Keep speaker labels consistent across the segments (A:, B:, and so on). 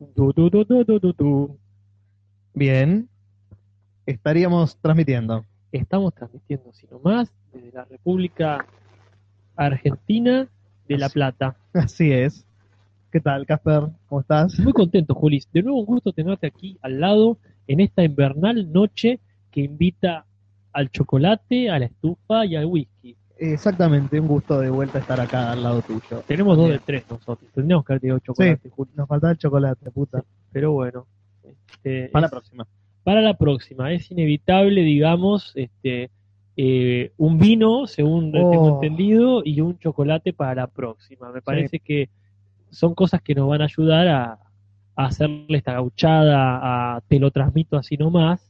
A: Du, du, du, du, du, du, du.
B: Bien. Estaríamos transmitiendo.
A: Estamos transmitiendo, si no más, desde la República Argentina de La
B: Así.
A: Plata.
B: Así es. ¿Qué tal, Casper? ¿Cómo estás?
A: Muy contento, Julis. De nuevo un gusto tenerte aquí al lado en esta invernal noche que invita al chocolate, a la estufa y al whisky.
B: Exactamente, un gusto de vuelta estar acá al lado tuyo.
A: Tenemos dos
B: Bien.
A: de tres nosotros. Tendríamos que haber tenido chocolate, Juli.
B: Nos faltaba el chocolate, puta.
A: Pero bueno. este,
B: Para la
A: es-
B: próxima.
A: para la próxima. Es inevitable, digamos, este, eh, un vino, según
B: Oh.
A: tengo entendido, y un chocolate para la próxima. Me parece que son cosas que nos van a ayudar a, a hacerle esta gauchada, a, te lo transmito así nomás,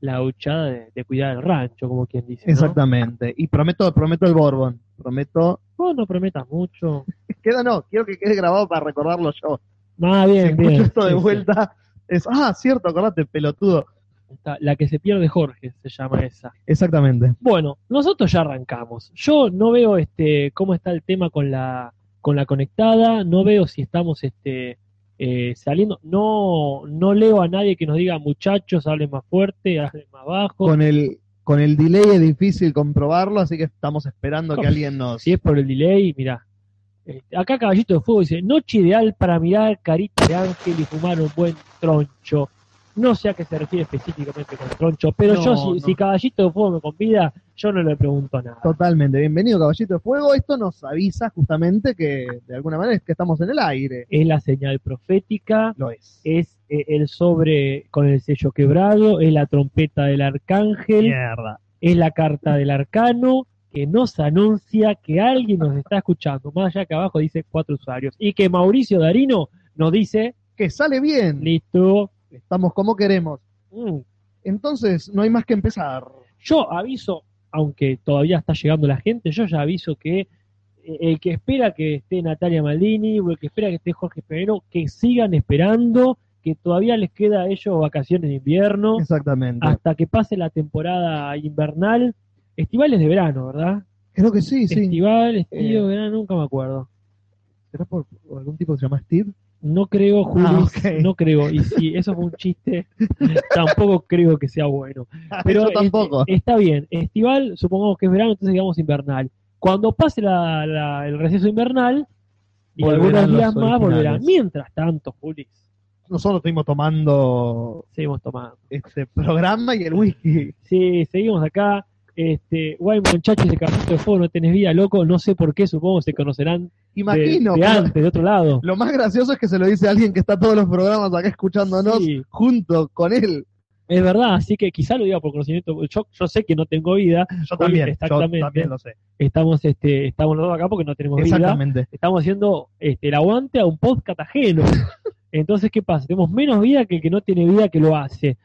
A: la gauchada de, de cuidar el rancho, como quien dice. ¿no?
B: Exactamente. Y prometo, prometo el Borbón. Prometo.
A: Vos Oh, no prometas mucho.
B: Queda no, quiero que quede grabado para recordarlo yo.
A: Más Ah, bien,
B: si escucho
A: bien.
B: esto de
A: Sí, sí.
B: vuelta, es. Ah, cierto, acordate, pelotudo.
A: Está- La que se pierde Jorge se llama esa.
B: Exactamente.
A: Bueno, nosotros ya arrancamos. Yo no veo este cómo está el tema con la con la conectada, no veo si estamos este eh, saliendo, no no leo a nadie que nos diga muchachos, hablen más fuerte, hablen más bajo.
B: Con el, con el delay es difícil comprobarlo, así que estamos esperando que
A: ¿Cómo?
B: alguien nos.
A: Si es por el delay, mirá. Este, acá Caballito de Fuego dice, noche ideal para mirar carita de ángel y fumar un buen troncho. No sé a qué se refiere específicamente con troncho, pero
B: No,
A: yo si,
B: no.
A: si Caballito de Fuego me convida, yo no le pregunto nada.
B: Totalmente, bienvenido Caballito de Fuego. Esto nos avisa justamente que de alguna manera es que estamos en el aire.
A: Es la señal profética.
B: Lo es.
A: es eh, el sobre con el sello quebrado, es la trompeta del arcángel,
B: Mierda.
A: es la carta del arcano que nos anuncia que alguien nos está escuchando. Más allá que abajo dice cuatro usuarios. Y que Mauricio Darino nos dice,
B: Que sale bien.
A: listo.
B: Estamos como queremos.
A: Mm.
B: Entonces, no hay más que empezar.
A: Yo aviso, aunque todavía está llegando la gente, yo ya aviso que eh, el que espera que esté Natalia Maldini o el que espera que esté Jorge Pereiro, que sigan esperando, que todavía les queda a ellos vacaciones de invierno.
B: Exactamente.
A: hasta que pase la temporada invernal. Estivales de verano, ¿verdad?
B: Creo que sí, sí.
A: Estival, estío,
B: Eh.
A: verano, nunca me acuerdo.
B: ¿Será por por algún tipo que se llama Steve?
A: No creo, Juli,
B: Ah, ok.
A: no creo. Y si eso fue un chiste, tampoco creo que sea bueno. Pero
B: Yo tampoco.
A: es- está bien. Estival, supongamos que es verano, entonces digamos invernal. Cuando pase la- la- el receso invernal, y
B: Volverán
A: algunos días
B: los
A: más volverán.
B: originales.
A: Mientras tanto, Juli,
B: Nosotros estuvimos tomando
A: seguimos tomando.
B: este programa y el whisky.
A: Sí, seguimos acá. Este, guay muchachos, ese caballito de fuego no tenés vida, loco. No sé por qué, supongo que se conocerán de,
B: Imagino.
A: de
B: pero
A: antes, de otro lado.
B: Lo más gracioso es que se lo dice alguien que está todos los programas acá escuchándonos
A: Sí,
B: junto con él.
A: es verdad, así que quizá lo diga por conocimiento. Yo, yo sé que no tengo vida.
B: Yo
A: también, yo
B: Exactamente.
A: también
B: lo sé.
A: Estamos, este, estamos los dos acá porque no tenemos vida.
B: Exactamente.
A: Estamos haciendo este, el aguante a un podcast ajeno. Entonces, ¿qué pasa? Tenemos menos vida que el que no tiene vida que lo hace.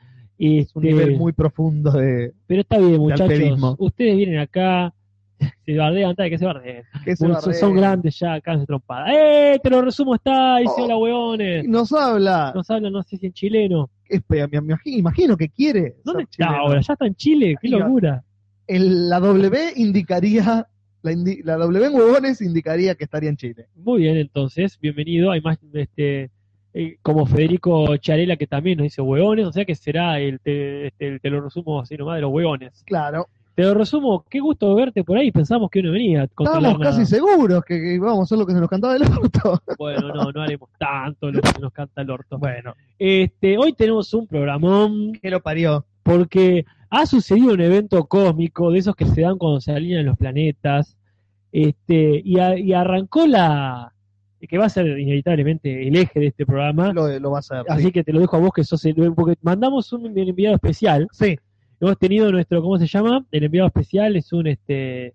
B: Es un
A: Este,
B: nivel muy profundo de.
A: Pero está bien,
B: alterismo.
A: muchachos. Ustedes vienen acá, se bardean, antes de que se bardeen.
B: que se
A: Son-
B: barre-
A: son grandes ya, acá en trompada. ¡Eh! Te lo resumo, está. Dice
B: Oh.
A: hola, huevones.
B: Nos habla.
A: Nos hablan, no sé si en chileno.
B: Es- me- me imagi- Imagino que quiere.
A: ¿Dónde
B: ser
A: está
B: chileno.
A: ahora? ¿Ya está en Chile? ¡Qué
B: Ahí va.
A: locura!
B: El- la W indicaría. La, indi- la W en huevones indicaría que estaría en Chile.
A: Muy bien, entonces, bienvenido. Hay más, este, eh, como Federico Charela, que también nos dice huevones, o sea que será el te, este, el te lo resumo así nomás de los huevones.
B: Claro.
A: Te lo resumo, qué gusto verte por ahí. Pensamos que uno venía. a controlar
B: Estábamos
A: nada.
B: casi seguros que, que íbamos a hacer lo que se nos cantaba el orto.
A: Bueno, no, no haremos tanto lo que se nos canta el orto.
B: Bueno,
A: Este, hoy tenemos un programón.
B: que lo parió.
A: porque ha sucedido un evento cósmico de esos que se dan cuando se alinean los planetas, este, y, a- y arrancó la que va a ser inevitablemente el eje de este programa,
B: Lo, lo va a hacer.
A: así que te lo dejo a vos que sos el porque mandamos un enviado especial,
B: Sí,
A: hemos tenido nuestro, ¿cómo se llama? El enviado especial es un este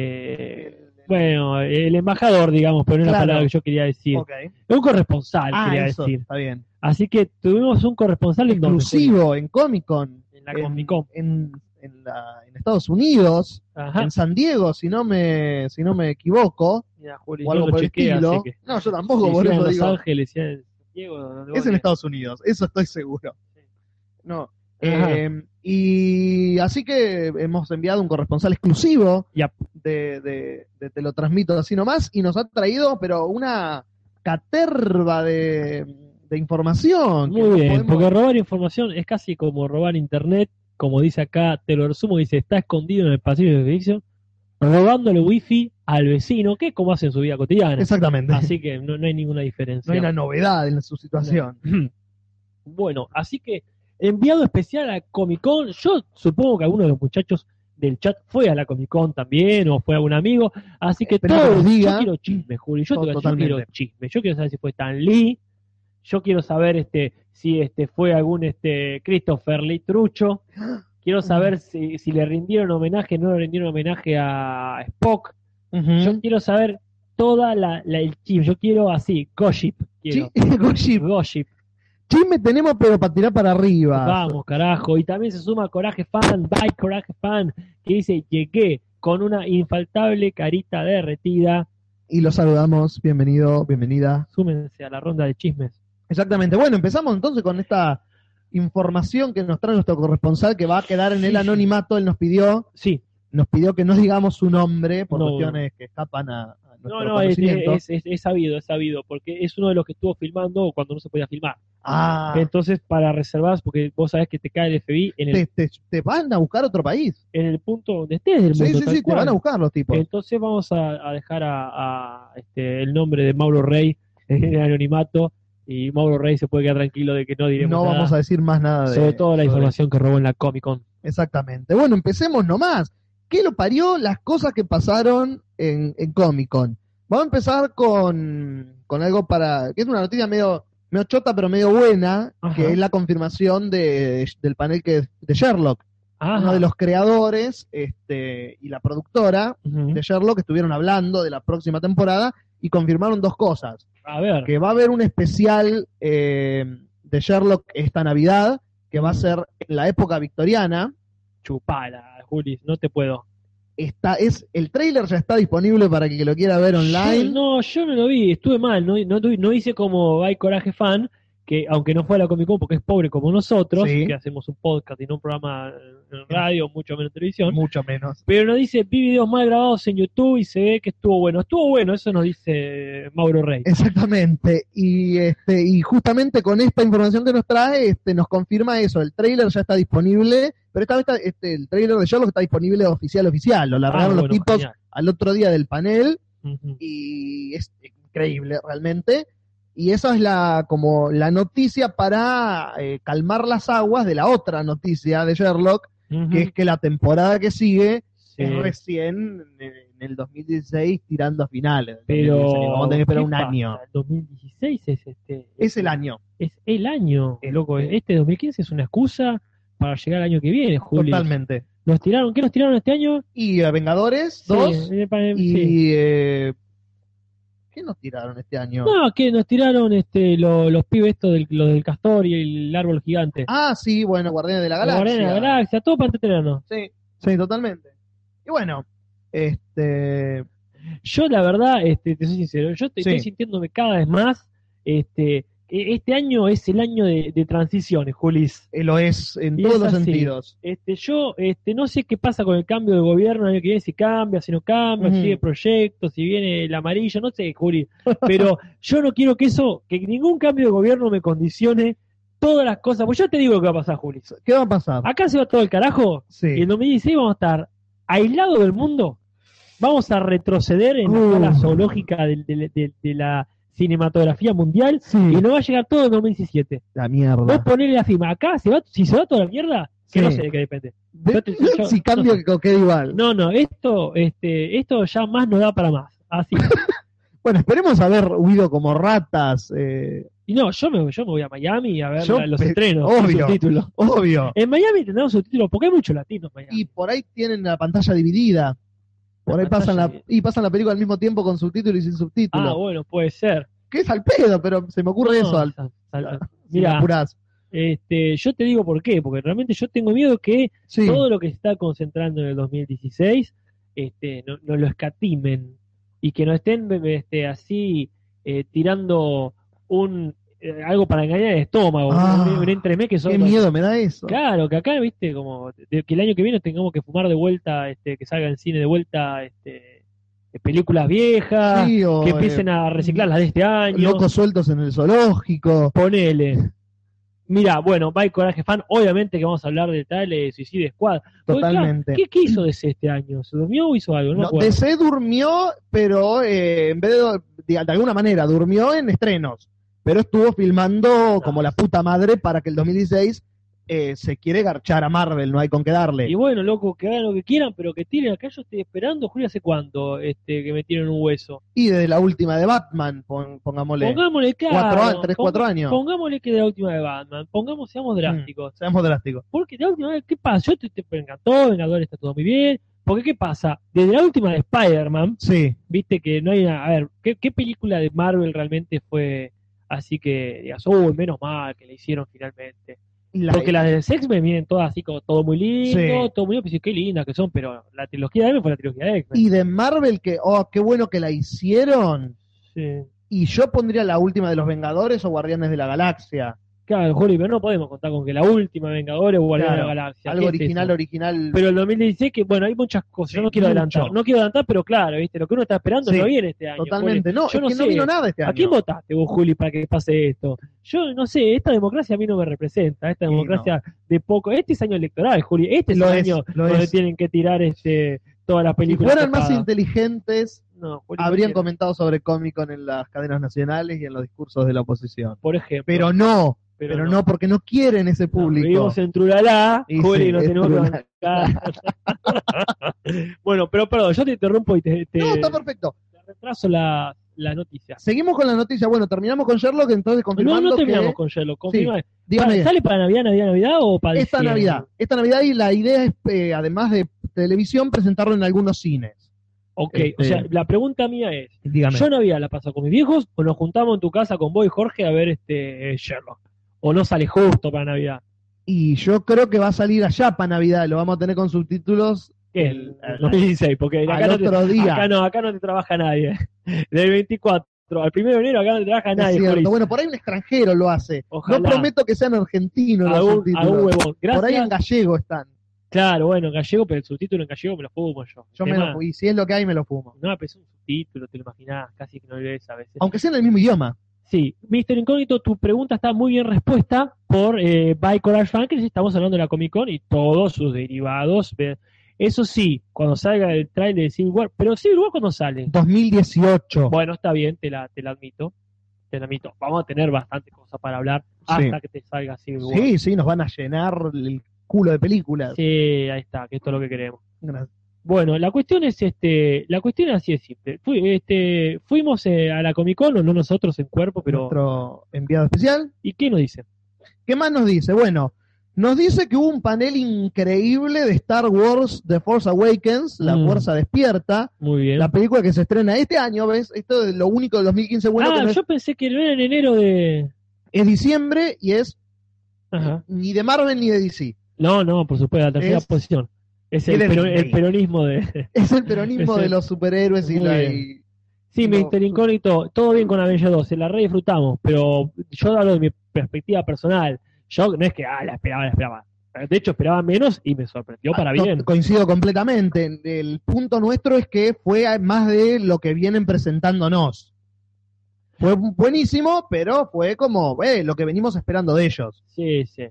A: eh, bueno, el embajador, digamos, pero no es la
B: Claro.
A: palabra que yo quería decir.
B: ok.
A: Un corresponsal,
B: Ah,
A: quería
B: eso,
A: decir.
B: está bien.
A: Así que tuvimos un corresponsal en donde-
B: Inclusivo en Comic Con.
A: En la Comic Con.
B: En, en la- en Estados Unidos,
A: Ajá.
B: en San Diego, si no me, si no me equivoco,
A: Mira, Juli,
B: o
A: no
B: algo
A: lo
B: por el
A: chequeé,
B: estilo.
A: así que-
B: No, yo tampoco,
A: Sí,
B: por
A: sea
B: eso
A: en Los
B: digo.
A: Ángeles, sea en San Diego, donde vos
B: Es en
A: digas.
B: Estados Unidos, eso estoy seguro.
A: Sí.
B: No.
A: Ajá.
B: eh, y así que hemos enviado un corresponsal exclusivo
A: Yap.
B: de, de- de Te lo transmito así nomás y nos ha traído, pero una caterva de, de información. que
A: Muy
B: no
A: bien,
B: podemos-
A: porque robar información es casi como robar internet, como dice acá, te lo resumo, dice, está escondido en el pasillo de edificio, robándole wifi al vecino, que es como hacen en su vida cotidiana.
B: Exactamente.
A: Así que no, no hay ninguna diferencia.
B: no hay una novedad en su situación.
A: Bueno, así que enviado especial a Comic Con, yo supongo que alguno de los muchachos del chat fue a la Comic Con también o fue algún amigo, así que
B: Espero que
A: todo,
B: nos diga.
A: yo quiero chisme, Juli, yo,
B: To-
A: te- yo
B: totalmente.
A: quiero chisme, yo quiero saber si fue Stan Lee, yo quiero saber este si este fue algún este Christopher Lee Trucho, quiero
B: Mm.
A: saber si, si le rindieron homenaje, no le rindieron homenaje a Spock,
B: Mm.
A: yo quiero saber toda la, la- el chisme, yo quiero así, gossip, quiero.
B: Chi- Gossip.
A: Gossip.
B: Chisme tenemos, pero para tirar para arriba.
A: Vamos, carajo. Y también se suma Coraje Fan, by Coraje Fan, que dice, llegué con una infaltable carita derretida.
B: Y los saludamos. Bienvenido, bienvenida.
A: Súmense a la ronda de chismes.
B: Exactamente. Bueno, empezamos entonces con esta información que nos trae nuestro corresponsal que va a quedar en
A: Sí,
B: el
A: sí.
B: anonimato. Él nos pidió,
A: Sí,
B: nos pidió que no digamos su nombre por
A: No.
B: cuestiones que escapan a, a
A: no,
B: nuestro
A: no, es,
B: conocimiento.
A: es- es- es sabido, es sabido, porque es uno de los que estuvo filmando cuando no se podía filmar.
B: ah,
A: Entonces, para reservar, porque vos sabés que te cae el FBI en el,
B: te, te- te van a buscar a otro país.
A: en el punto donde estés del
B: Sí,
A: mundo.
B: sí,
A: tal
B: sí, te
A: cual.
B: van a buscar los tipos.
A: Entonces vamos a, a dejar a, a, este, el nombre de Mauro Rey en el anonimato y Mauro Rey se puede quedar tranquilo de que no diremos
B: No
A: nada.
B: vamos a decir más nada de
A: Sobre todo la
B: sobre-
A: información que robó en la Comic Con.
B: Exactamente. Bueno, empecemos nomás. ¿Qué lo parió las cosas que pasaron en, en Comic Con? Vamos a empezar con, con algo para. que es una noticia medio, medio chota, pero medio buena,
A: Ajá.
B: que es la confirmación de, del panel que, de Sherlock.
A: Ah,
B: Uno de los creadores este, y la productora
A: Ujú.
B: de Sherlock estuvieron hablando de la próxima temporada y confirmaron dos cosas
A: A ver.
B: que va a haber un especial eh, de Sherlock esta Navidad, que va a ser en la época victoriana.
A: Chupala, Juli, no te puedo.
B: Está, es, el trailer ya está disponible para el que lo quiera ver
A: Yo-
B: online.
A: no, yo no lo vi, estuve mal, no, no, tuve- no hice como By Coraje Fan, que aunque no fue a la Comic Con porque es pobre como nosotros,
B: Sí.
A: que hacemos un podcast y no un programa en radio, mucho menos en televisión,
B: Mucho menos.
A: pero nos dice, vi videos mal grabados en YouTube y se ve que estuvo bueno. Estuvo bueno, eso nos dice Mauro Rey.
B: Exactamente. Y este, y justamente con esta información que nos trae, este, nos confirma eso. El trailer ya está disponible, pero esta vez está- este, el trailer de Sherlock está disponible oficial, oficial. Lo
A: Ah,
B: largaron
A: bueno,
B: los tipos
A: genial.
B: al otro día del panel.
A: Ujú.
B: y es increíble realmente. Y esa es la como la noticia para eh, calmar las aguas de la otra noticia de Sherlock,
A: Ujú.
B: que es que la temporada que sigue
A: Sí.
B: es recién eh, en el 2016 tirando a finales. del
A: Pero
B: 2016. Vamos a tener que esperar
A: ¿qué
B: un
A: pasa?
B: año.
A: El 2016 es este
B: Es el año,
A: es el año,
B: Este.
A: loco. Este 2015 es una excusa para llegar al año que viene, Julio.
B: totalmente.
A: Nos tiraron, ¿qué nos tiraron este año?
B: Y eh, Vengadores 2
A: Sí, eh, para-
B: y
A: sí.
B: eh, ¿qué nos tiraron este año?
A: No, que nos tiraron este lo- los pibes estos del, los del castor y el árbol gigante.
B: Ah, sí, bueno, Guardianes de la
A: Los Guardianes de la galaxia, todo para entretenernos.
B: Sí, sí, totalmente. Y bueno, este
A: Yo la verdad, este, te soy sincero, yo te-
B: Sí.
A: estoy sintiéndome cada vez más, este, e- este año es el año de, de transiciones, Julis.
B: eh, lo es en
A: Y
B: todos
A: es
B: los
A: así.
B: sentidos.
A: Este, yo este, no sé qué pasa con el cambio de gobierno el año que viene, si cambia, si no cambia, si
B: Ujú.
A: sigue proyecto, si viene el amarillo, no sé, Juli. Pero yo no quiero que eso, que ningún cambio de gobierno me condicione todas las cosas. Pues yo te digo lo que va a pasar, Juli.
B: ¿Qué va a pasar?
A: Acá se va todo el carajo Ah, y
B: sí.
A: en 2016 vamos a estar aislados del mundo. Vamos a retroceder en
B: Uh.
A: la sala zoológica del- del- del- de, la cinematografía mundial
B: Sí.
A: y no va a llegar todo en 2017.
B: La
A: Vos
B: mierda.
A: ponele la firma. Acá, se va, si se va toda la mierda, que
B: Sí.
A: no sé de qué depende.
B: De-
A: yo te- yo-
B: si cambio
A: no sé.
B: que quede igual.
A: No, no, esto, este, esto ya más no da para más. Así.
B: Bueno, esperemos haber huido como ratas. eh,
A: Y no, yo me, yo me voy a Miami a ver
B: Yo
A: los
B: pe-
A: entrenos.
B: obvio.
A: con subtítulos.
B: obvio.
A: En Miami tendremos subtítulos porque hay muchos latinos en Miami.
B: Y por ahí tienen la pantalla dividida. Por
A: La
B: ahí pasan la,
A: pantalla-
B: y pasan la película al mismo tiempo con subtítulo y sin subtítulo.
A: ah, bueno, puede ser.
B: Que es al pedo, pero se me ocurre
A: No,
B: eso. Al,
A: sal- sal-
B: si me
A: Mira,
B: apurás.
A: este, yo te digo por qué, porque realmente yo tengo miedo que
B: Sí.
A: todo lo que se está concentrando en el 2016 este, no, no lo escatimen y que no estén este, así eh, tirando un eh, algo para engañar el estómago,
B: Ah,
A: un, un entremés que son
B: Qué
A: los-
B: miedo me da eso.
A: Claro, que acá, viste, como de- que el año que viene tengamos que fumar de vuelta, este, que salga en cine de vuelta este, eh, películas viejas,
B: Sí, o,
A: que
B: eh,
A: empiecen a reciclar las de este año.
B: locos sueltos en el zoológico.
A: Ponele. Mira, bueno, Bye Coraje Fan, obviamente que vamos a hablar de tal eh, Suicide Squad. Porque, claro,
B: Totalmente.
A: ¿Qué, qué hizo DC este año? ¿Se durmió o hizo algo? No, me
B: No,
A: acuerdo.
B: DC durmió, pero eh, en vez de, de, de alguna manera, durmió en estrenos, pero estuvo
A: Ah.
B: filmando como la puta madre para que el 2016 eh, se quiere garchar a Marvel, no hay con qué darle.
A: Y bueno, loco, que hagan lo que quieran, pero que tiren acá. Yo estoy esperando, Julio, hace cuánto este, que me tienen un hueso.
B: Y desde la última de Batman, pon- pongámosle,
A: Pongámosle claro.
B: cuatro, a- tres,
A: ponga-
B: cuatro años. Mm.
A: Pongámosle que de la última de Batman. Pongamos, seamos drásticos.
B: Seamos drásticos.
A: Porque de la última vez, ¿qué pasa? Yo te, te me encantó, Vengador está todo muy bien. Porque, ¿qué pasa? Desde la última de Spider-Man,
B: Sí,
A: viste que no hay una. A ver, ¿qué, qué película de Marvel realmente fue así que digas, uy, menos mal que le hicieron finalmente?
B: la,
A: Porque las de X-Men vienen todas así como todo muy lindo,
B: Sí.
A: todo muy. Pues, qué lindas que son, pero la trilogía de M fue la trilogía de X-Men.
B: y de Marvel, que, oh, qué bueno que la hicieron.
A: Sí.
B: Y yo pondría la última de los Vengadores o Guardianes de la Galaxia.
A: Claro, Juli, pero no podemos contar con que la última Vengadores o Guardián de
B: Claro,
A: la Galaxia.
B: Algo
A: ¿qué es
B: original,
A: eso?
B: original.
A: Pero el 2016, que bueno, hay muchas cosas. Yo
B: Sí,
A: no quiero
B: mucho.
A: adelantar. No quiero adelantar, pero claro, ¿viste? Lo que uno está esperando
B: Sí,
A: no viene este año.
B: Totalmente, no,
A: Yo
B: es
A: no
B: que no
A: sé.
B: vino nada este
A: Juli.
B: año.
A: ¿A quién votaste vos, Juli, para que pase esto? Yo no sé, esta democracia a mí no me representa. Esta
B: Y
A: democracia de poco. Este es año electoral, Juli. Este es
B: Lo
A: el
B: es,
A: año
B: lo
A: donde
B: es.
A: tienen que tirar este todas las
B: Si
A: películas.
B: fueran más
A: copadas.
B: inteligentes,
A: No, Juli, no
B: habrían
A: quiero.
B: comentado sobre Comic Con en las cadenas nacionales y en los discursos de la oposición.
A: Por ejemplo.
B: Pero no, pero no, porque no quieren ese
A: No,
B: público.
A: Vivimos en Trulalá,
B: Y
A: Juli,
B: sí,
A: no
B: es
A: tenemos que
B: Trulalá.
A: bancar. bueno, pero perdón, yo te interrumpo y te, te-
B: No, está perfecto.
A: te retraso la, las noticias.
B: Seguimos con la noticia. Bueno, terminamos con Sherlock, entonces
A: No,
B: confirmando
A: no
B: que...
A: terminamos con Sherlock. confirma.
B: Dígame,
A: Pa- ¿Sale para Navidad, Navidad, Navidad o para
B: esta
A: diciembre?
B: Navidad. Esta Navidad y la idea es, eh, además de televisión, presentarlo en algunos cines.
A: Ok, o
B: Este-
A: sea, la pregunta mía es,
B: Dígame.
A: ¿yo Navidad la paso con mis viejos o nos juntamos en tu casa con vos y Jorge a ver este eh, Sherlock? ¿O no sale justo para Navidad?
B: Y yo creo que va a salir allá para Navidad. Lo vamos a tener con subtítulos
A: ¿Qué?
B: El-
A: El 2016, porque acá
B: al
A: no te-
B: otro día.
A: Acá no, acá no te trabaja nadie. Del 24 al 1 de enero acá no te trabaja
B: Es
A: nadie.
B: cierto.
A: Juli.
B: Bueno, por ahí un extranjero lo hace.
A: Ojalá.
B: No prometo que sean argentinos
A: a
B: los
A: un,
B: subtítulos.
A: a un huevón. Gracias.
B: por ahí en gallego están.
A: Claro, bueno, en gallego, pero el subtítulo en gallego me lo fumo yo.
B: Yo me
A: Además,
B: lo- y si es lo que hay, me lo fumo.
A: No, pero es un subtítulo, te lo imaginás, casi que no lo ves a veces.
B: Aunque sea en el mismo idioma.
A: Sí, Mr. Incógnito, tu pregunta está muy bien respuesta por eh, By Coral Fan, que sí estamos hablando de la Comic Con y todos sus derivados. Ve- Eso sí, cuando salga el trailer de Civil War, pero Civil War cuando sale.
B: 2018.
A: Bueno, está bien, te la, te la admito. Te la admito. Vamos a tener bastante cosa para hablar hasta que te salga Civil War.
B: sí, sí, nos van a llenar el culo de películas.
A: Sí, ahí está, que esto es lo que queremos.
B: Gracias.
A: Bueno, la cuestión es este, la cuestión así es simple. Fui- este, fuimos eh, a la Comic Con, o no nosotros en cuerpo, pero
B: Nuestro enviado especial.
A: ¿y qué nos dicen?
B: ¿Qué más nos dice? Bueno, nos dice que hubo un panel increíble de Star Wars The Force Awakens, La
A: Mm.
B: Fuerza Despierta,
A: Muy bien.
B: la película que se estrena este año, ¿ves? Esto es lo único del 2015 bueno
A: ah,
B: que no es,
A: yo pensé que no era en enero de.
B: es diciembre y es
A: Ajá.
B: ni de Marvel ni de DC.
A: No, no, por supuesto, la tercera
B: Es-
A: posición. Es el,
B: Tiene
A: peron-
B: Disney.
A: el peronismo de.
B: Es el peronismo
A: Es el-
B: de los superhéroes y
A: Muy
B: la...
A: bien.
B: y-
A: Sí,
B: No.
A: Mr. Incógnito, todo bien con Avengers 2, se la re disfrutamos, pero yo hablo de mi perspectiva personal. Yo no es que, ah, la esperaba, la esperaba. De hecho, esperaba menos y me sorprendió para
B: Ah, to-
A: bien.
B: Coincido completamente. El punto nuestro es que fue a- más de lo que vienen presentándonos. Fue bu- buenísimo, pero fue como eh, lo que venimos esperando de ellos.
A: Sí, sí.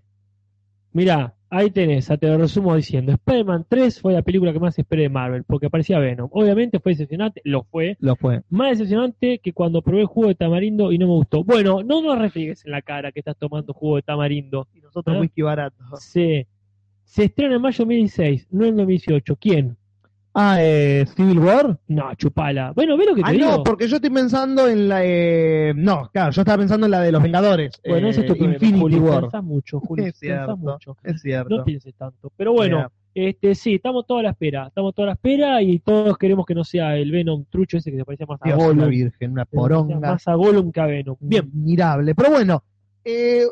A: Mirá, ahí tenés, te lo resumo diciendo, Spider-Man 3 fue la película que más esperé de Marvel, porque aparecía Venom. Obviamente fue decepcionante, lo fue.
B: Lo fue.
A: Más decepcionante que cuando probé el jugo de tamarindo y no me gustó. Bueno, no nos refriegues en la cara que estás tomando jugo de tamarindo.
B: Y nosotros
A: ¿Ah?
B: whisky barato.
A: Se, se estrena en mayo 2016, no en 2018. ¿Quién?
B: Ah, eh, Civil War.
A: No, chupala. Bueno, ve lo que te
B: Ah,
A: digo.
B: no, porque yo estoy pensando en la. eh, no, claro, yo estaba pensando en la de los Vengadores.
A: Bueno,
B: eh,
A: ese es tu problema,
B: Infinity
A: Juli.
B: War.
A: Pensás mucho, Juli, pensás
B: Es cierto.
A: mucho.
B: Es cierto.
A: No pienses tanto. Pero bueno,
B: Yeah.
A: Este, sí, estamos toda a la espera, estamos toda a la espera y todos queremos que no sea el Venom trucho ese que se parecía más a
B: Dios,
A: Gollum.
B: la Virgen, una
A: que se parecía
B: poronga.
A: Más a Gollum que a Venom. Bien,
B: mirable. Pero bueno, eh,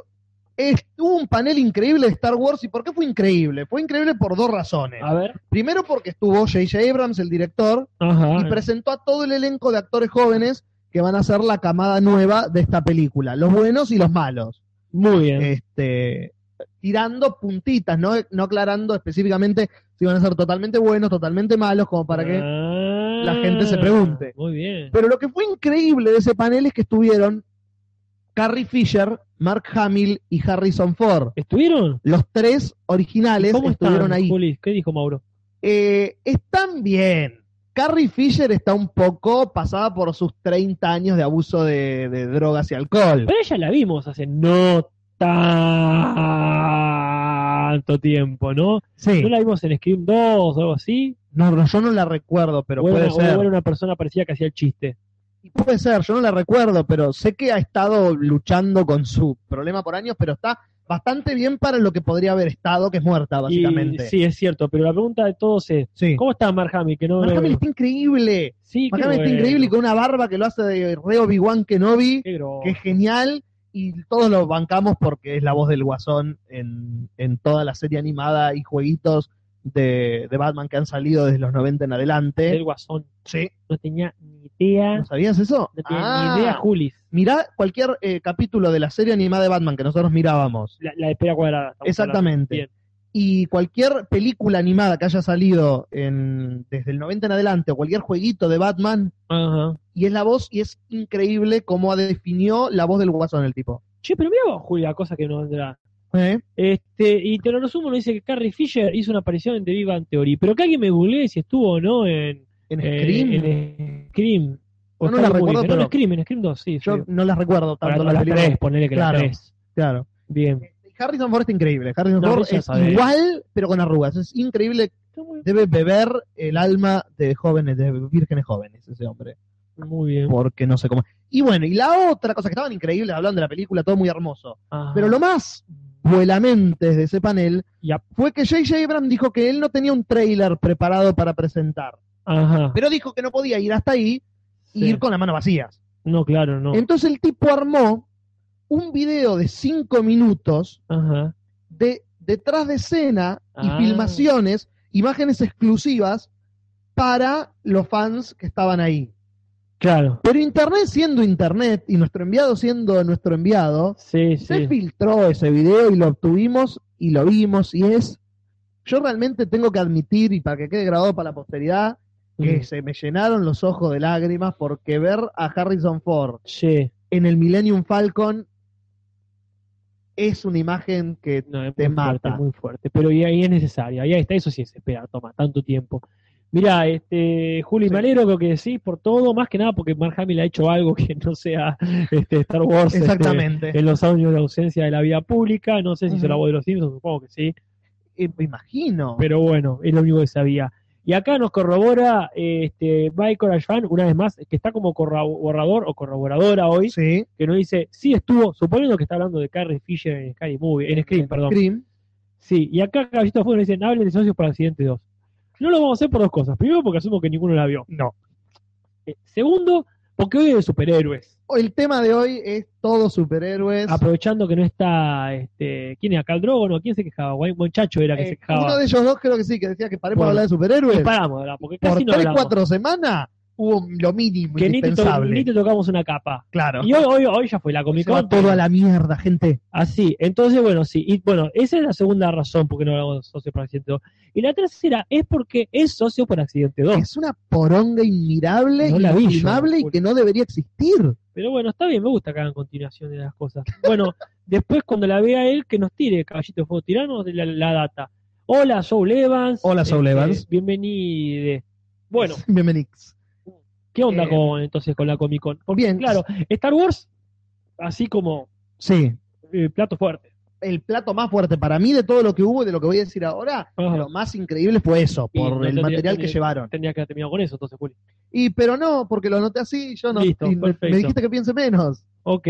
B: estuvo un panel increíble de Star Wars. ¿Y por qué fue increíble? Fue increíble por dos razones.
A: a ver.
B: Primero, porque estuvo J.J. Abrams, el director,
A: Ajá.
B: y presentó a todo el elenco de actores jóvenes que van a ser la camada nueva de esta película, los buenos y los malos.
A: Muy bien.
B: Este, tirando puntitas, no, no aclarando específicamente si van a ser totalmente buenos, totalmente malos, como para que
A: Ah,
B: la gente se pregunte.
A: Muy bien.
B: Pero lo que fue increíble de ese panel es que estuvieron Carrie Fisher, Mark Hamill y Harrison Ford.
A: ¿Estuvieron?
B: Los tres originales
A: ¿Cómo
B: estuvieron
A: están,
B: ahí.
A: Juli? ¿Qué dijo Mauro?
B: Eh, están bien. Carrie Fisher está un poco pasada por sus 30 años de abuso de, de drogas y alcohol.
A: Pero ella la vimos hace no tanto tiempo, ¿no?
B: Sí,
A: ¿No la vimos en Scream 2 o algo así?
B: no, no, yo no la recuerdo, pero
A: o era- o
B: puede
A: era
B: ser.
A: una persona parecida que hacía el chiste.
B: Y Puede ser, yo no la recuerdo, pero sé que ha estado luchando con su problema por años, pero está bastante bien para lo que podría haber estado, que es muerta, básicamente.
A: Y- sí, es cierto, pero la pregunta de todos es,
B: sí.
A: ¿cómo está Mark Hamill? Que no
B: Mark
A: veo?
B: Hamill está increíble.
A: Sí,
B: Mark
A: qué
B: Hamill está
A: bueno,
B: increíble y con una barba que lo hace de re Obi-Wan Kenobi.
A: qué grosso.
B: que es genial y todos lo bancamos porque es la voz del guasón en, en toda la serie animada y jueguitos de, de Batman que han salido desde los 90 en
A: El
B: adelante.
A: guasón.
B: Sí.
A: No tenía ni idea,
B: ¿No sabías eso?
A: no tenía
B: Ah,
A: ni idea, Julis.
B: Mirá cualquier eh, capítulo de la serie animada de Batman que nosotros mirábamos.
A: La, la de pera cuadrada. estamos
B: Exactamente.
A: Bien.
B: Y cualquier película animada que haya salido en, desde el 90 en adelante o cualquier jueguito de Batman.
A: hablando. Ajá.
B: Y es la voz, y es increíble cómo definió la voz del guasón el tipo.
A: Che, pero mira vos, Juli, la cosa que nos vendrá.
B: ¿Eh?
A: Este, y te lo resumo, nos dice que Carrie Fisher hizo una aparición en The Big Bang Theory. Pero que alguien me googlee si estuvo o no en,
B: En
A: eh,
B: Scream.
A: en eh, Scream. O
B: Yo no
A: Scary
B: la
A: Movie.
B: recuerdo,
A: No,
B: pero-
A: en Scream, en Scream 2, sí.
B: Yo
A: sí.
B: no las recuerdo
A: Ahora,
B: tanto
A: no,
B: las
A: las
B: películas.
A: tres, ponele que
B: Claro.
A: las tres.
B: Claro.
A: Bien.
B: Harrison Ford está increíble. Harrison
A: No,
B: Ford
A: ya
B: es
A: sabés.
B: igual, pero con arrugas. Es increíble. Debe beber el alma de jóvenes, de vírgenes jóvenes, ese hombre.
A: Muy bien.
B: Porque no sé cómo. Y bueno, y la otra cosa que estaban increíbles hablando de la película, todo muy hermoso.
A: Ajá.
B: Pero lo más vuelamente de ese panel
A: Yep.
B: fue que J.J. Abrams dijo que él no tenía un trailer preparado para presentar.
A: Ajá.
B: Pero dijo que no podía ir hasta ahí y
A: Sí.
B: ir con las manos vacías.
A: No, claro, no.
B: Entonces el tipo armó un video de cinco minutos
A: Ajá.
B: de detrás de escena y
A: Ah.
B: filmaciones, imágenes exclusivas para los fans que estaban ahí.
A: Claro.
B: Pero Internet siendo Internet y nuestro enviado siendo nuestro enviado,
A: Sí,
B: se
A: sí.
B: filtró ese video y lo obtuvimos y lo vimos y es... Yo realmente tengo que admitir, y para que quede grabado para la posteridad, que se me llenaron los ojos de lágrimas porque ver a Harrison Ford
A: Che.
B: en el Millennium Falcon es una imagen que
A: No, es
B: Te
A: muy fuerte,
B: mata.
A: muy fuerte. Pero y ahí es necesario. Ahí está, eso sí es esperar, toma, tanto tiempo. Mirá, este, Juli,
B: Sí.
A: me alegro lo que decís por todo, más que nada porque Mark Hamill ha hecho algo que no sea este, Star Wars este,
B: exactamente...
A: en los años de ausencia de la vida pública. No sé si hizo
B: Ujú.
A: la voz de los Simpsons, supongo que sí,
B: Eh, me imagino.
A: pero bueno, es lo único que sabía. Y acá nos corrobora eh, este, Michael Ashvan, una vez más, que está como corroborador o corroboradora hoy,
B: sí.
A: que nos dice, sí estuvo, suponiendo que está hablando de Carrie Fisher en Sky Movie, en Scream, perdón.
B: Scream.
A: Sí, y acá Caballito de Fuego nos dicen, hablen de socios para el siguiente 2. No lo vamos a hacer por dos cosas. Primero, porque asumo que ninguno la vio.
B: No.
A: Eh, segundo, porque hoy es de superhéroes.
B: El tema de hoy es todos superhéroes.
A: Ah, Aprovechando que no está, este, ¿quién era? Caldrogo, ¿no? ¿Quién se quejaba? Guay muchacho era que
B: Eh,
A: se
B: uno
A: quejaba.
B: de ellos dos creo que sí, que decía que paremos
A: Bueno,
B: para hablar de superhéroes.
A: Y paramos, ¿verdad? Porque
B: Por
A: casi no
B: tres,
A: hablamos.
B: cuatro semanas hubo lo mínimo
A: que ni te, to-
B: indispensable.
A: ni te tocamos una capa.
B: Claro.
A: Y hoy, hoy, hoy ya fue la Comic
B: Se va
A: Con.
B: todo a la mierda, gente.
A: Así, entonces, bueno, sí. Y bueno, esa es la segunda razón por qué no hablamos de socios para accidente 2. Y la tercera es porque es socio por accidente 2.
B: Es una poronga inmirable,
A: No la vi yo,
B: infilmable y
A: Julio.
B: que no debería existir.
A: Pero bueno, está bien, me gusta que hagan continuación de las cosas. Bueno, después cuando la vea él, que nos tire Caballito de Fuego Tirano de la, la data. Hola, Soul Evans.
B: Hola, Saul Evans.
A: Bienvenido. Bueno,
B: Bienvenidos.
A: ¿qué onda
B: Eh,
A: con entonces con la Comic Con? Porque,
B: bien.
A: claro, Star Wars, así como
B: Sí.
A: eh, plato fuerte.
B: El plato más fuerte para mí de todo lo que hubo y de lo que voy a decir ahora,
A: Ajá.
B: lo más increíble fue eso,
A: Y
B: por
A: no
B: el
A: tendría-
B: material que
A: tendría-
B: llevaron.
A: Tendría que haber terminado con eso, entonces, Juli.
B: Y pero no, porque lo noté así, yo no.
A: Listo,
B: y me- me
A: perfecto.
B: dijiste que piense menos.
A: Ok.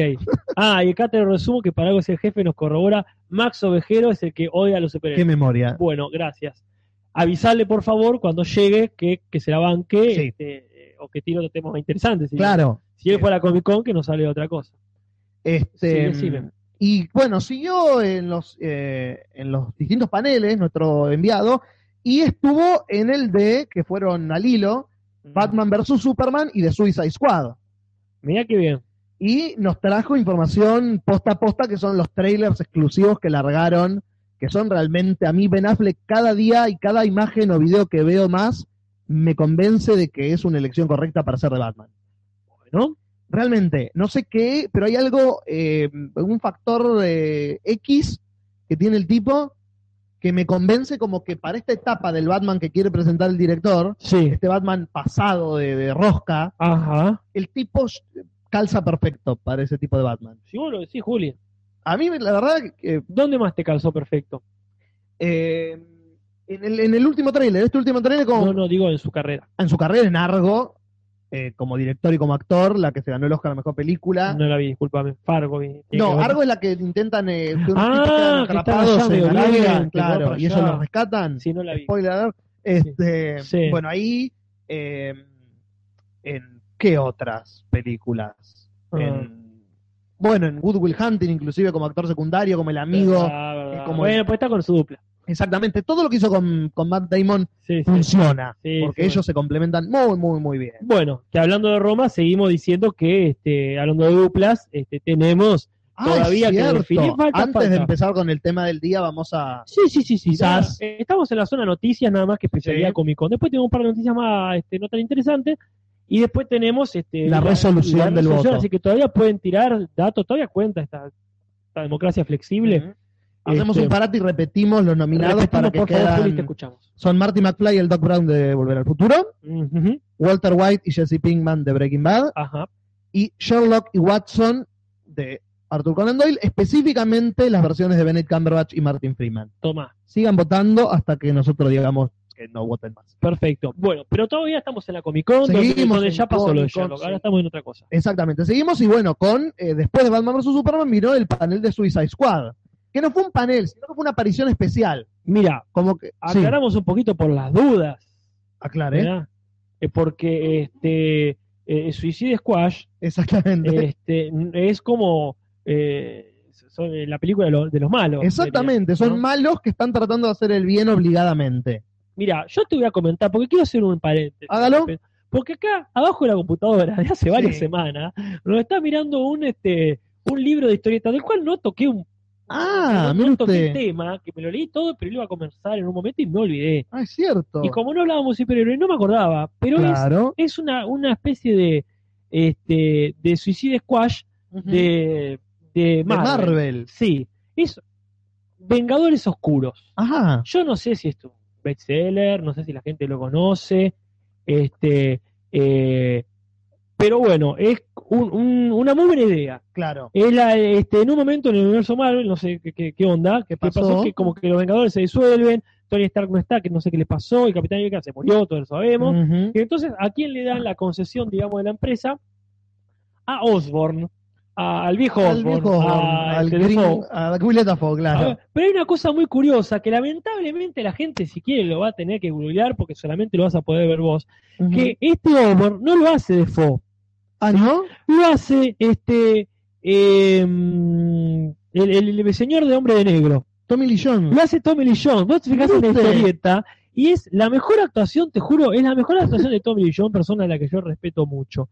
A: Ah, y acá te lo resumo que para algo es el jefe, nos corrobora. Max Ovejero es el que odia a los superhéroes.
B: Qué memoria.
A: Bueno, gracias. Avisale, por favor, cuando llegue que, que se la banque
B: Sí.
A: este, eh, o que tire otros temas interesantes. Si,
B: Claro.
A: si él fuera a Comic Con, que no sale otra cosa.
B: Este,
A: Sí, decime.
B: y bueno, siguió en los eh, en los distintos paneles nuestro enviado y estuvo en el de que fueron al hilo
A: Mm.
B: Batman vs Superman y de Suicide Squad.
A: Mirá qué bien.
B: Y nos trajo información posta a posta que son los trailers exclusivos que largaron, que son realmente a mí Ben Affleck cada día y cada imagen o video que veo más me convence de que es una elección correcta para ser de Batman. Bueno, realmente, no sé qué, pero hay algo, eh, un factor eh, X que tiene el tipo que me convence como que para esta etapa del Batman que quiere presentar el director,
A: Sí.
B: este Batman pasado de, de rosca,
A: Ajá.
B: el tipo calza perfecto para ese tipo de Batman.
A: Si vos lo decís, Juli,
B: A mí, la verdad, eh,
A: ¿dónde más te calzó perfecto?
B: eh, en, el, en el último tráiler, este último tráiler con,
A: No, no, digo en su carrera.
B: en su carrera en Argo, eh, como director y como actor, la que se ganó el Oscar a Mejor Película. No,
A: No la vi, discúlpame. Fargo. vi. Tiene que ver.
B: Ah. Argo es la que intentan eh, que unos
A: Ah,
B: tipos quedan
A: que están
B: atrapados
A: allá,
B: en
A: medio
B: Arabia,
A: Lorient, que va
B: claro,
A: para
B: y ellos
A: allá.
B: los rescatan.
A: Sí, no la vi.
B: Spoiler alert. Este,
A: Sí.
B: Bueno, ahí, eh, ¿en qué otras películas?
A: Ah.
B: En- bueno, en Good Will Hunting, inclusive como actor secundario, como el amigo.
A: Ah, verdad.
B: es como-
A: Bueno, pues está con su dupla.
B: Exactamente, todo lo que hizo con, con Matt Damon
A: Sí, sí.
B: funciona,
A: Sí,
B: porque
A: sí,
B: ellos se complementan muy, muy, muy bien.
A: Bueno, que hablando de Roma, seguimos diciendo que, este, hablando de duplas, este, tenemos.
B: Ah,
A: Todavía
B: es
A: que
B: cierto.
A: definir, falta,
B: Antes
A: falta.
B: de empezar con el tema del día, vamos a.
A: Sí, sí, sí, sí.
B: Quizás.
A: Eh, Estamos en la zona noticias, nada más que especialidad
B: Sí.
A: Comic Con. Después tenemos un par de noticias más este, no tan interesantes. Y después tenemos este,
B: La resolución del voto.
A: Así que todavía pueden tirar datos, todavía cuenta esta, esta democracia flexible.
B: Hacemos
A: Este,
B: un parate y repetimos los nominados
A: repetimos,
B: para que
A: por favor, Juli,
B: quedan.
A: te escuchamos.
B: Son Marty McFly y el Doc Brown de Volver al Futuro,
A: Ujú,
B: Walter White y Jesse Pinkman de Breaking Bad,
A: Ajá.
B: y Sherlock y Watson de Arthur Conan Doyle, específicamente las versiones de Benedict Cumberbatch y Martin Freeman.
A: Toma.
B: Sigan votando hasta que nosotros digamos que no voten más.
A: Perfecto. Bueno, pero todavía estamos en la Comic Con, donde,
B: Seguimos
A: donde
B: en
A: ya pasó lo de
B: Comic Con,
A: Sherlock. Ahora
B: sí.
A: estamos en otra cosa.
B: Exactamente. Seguimos y bueno, con eh, después de Batman vs Superman vino el panel de Suicide Squad, que no fue un panel, sino que fue una aparición especial.
A: Mira,
B: Como que ah, sí,
A: aclaramos un poquito por las dudas.
B: aclaré.
A: ¿verdad? Eh, porque este, eh, Suicide Squash
B: Exactamente.
A: este, n- es como eh, son, eh, la película de, lo- de los malos.
B: Exactamente, son malos que están tratando de hacer el bien obligadamente.
A: Mira, yo te voy a comentar porque quiero hacer un paréntesis.
B: Hágalo.
A: Porque acá, abajo de la computadora, de hace varias
B: Sí.
A: semanas, nos está mirando un este un libro de historietas, del cual no toqué un
B: Ah,
A: no,
B: mire
A: no toqué el
B: usted.
A: tema, que me lo leí todo, pero lo iba a conversar en un momento y me olvidé.
B: Ah, es cierto.
A: Y como no hablábamos de superhéroes, no me acordaba, pero es
B: Claro.
A: es una, una especie de este de Suicide Squash
B: Ujú.
A: de, de
B: Mm. De
A: Marvel.
B: Marvel.
A: Sí, es Vengadores Oscuros.
B: Ajá.
A: Yo no sé si es un bestseller, no sé si la gente lo conoce, este, eh, pero bueno, es un- un- una muy buena idea.
B: Claro.
A: Es la, este, en un momento en el universo Marvel, no sé qué, qué- qué onda, qué pasó?
B: Pasó.
A: que como que los Vengadores se disuelven, Tony Stark no está, que no sé qué le pasó, el Capitán América se murió, todos lo sabemos.
B: Ujú.
A: Y entonces, ¿a quién le dan la concesión, digamos, de la empresa? A Osborn, a- al viejo
B: Al
A: Osborn,
B: viejo,
A: a
B: al
A: este
B: Green-
A: Defoe.
B: a Willett Dafoe,
A: A
B: claro.
A: ver, Ah, Pero hay una cosa muy curiosa que lamentablemente la gente, si quiere, lo va a tener que googlear porque solamente lo vas a poder ver vos.
B: Ujú.
A: Que este Osborn no lo hace Defoe,
B: Ah, ¿no?
A: lo hace este eh, mm, el, el- el señor de hombre de negro.
B: Tommy Lee Jones.
A: Lo hace Tommy Lee Jones. Vos te fijás en la
B: Mirá usted.
A: historieta y es la mejor actuación, te juro, es la mejor actuación de Tommy Lee Jones, persona a la que yo respeto mucho.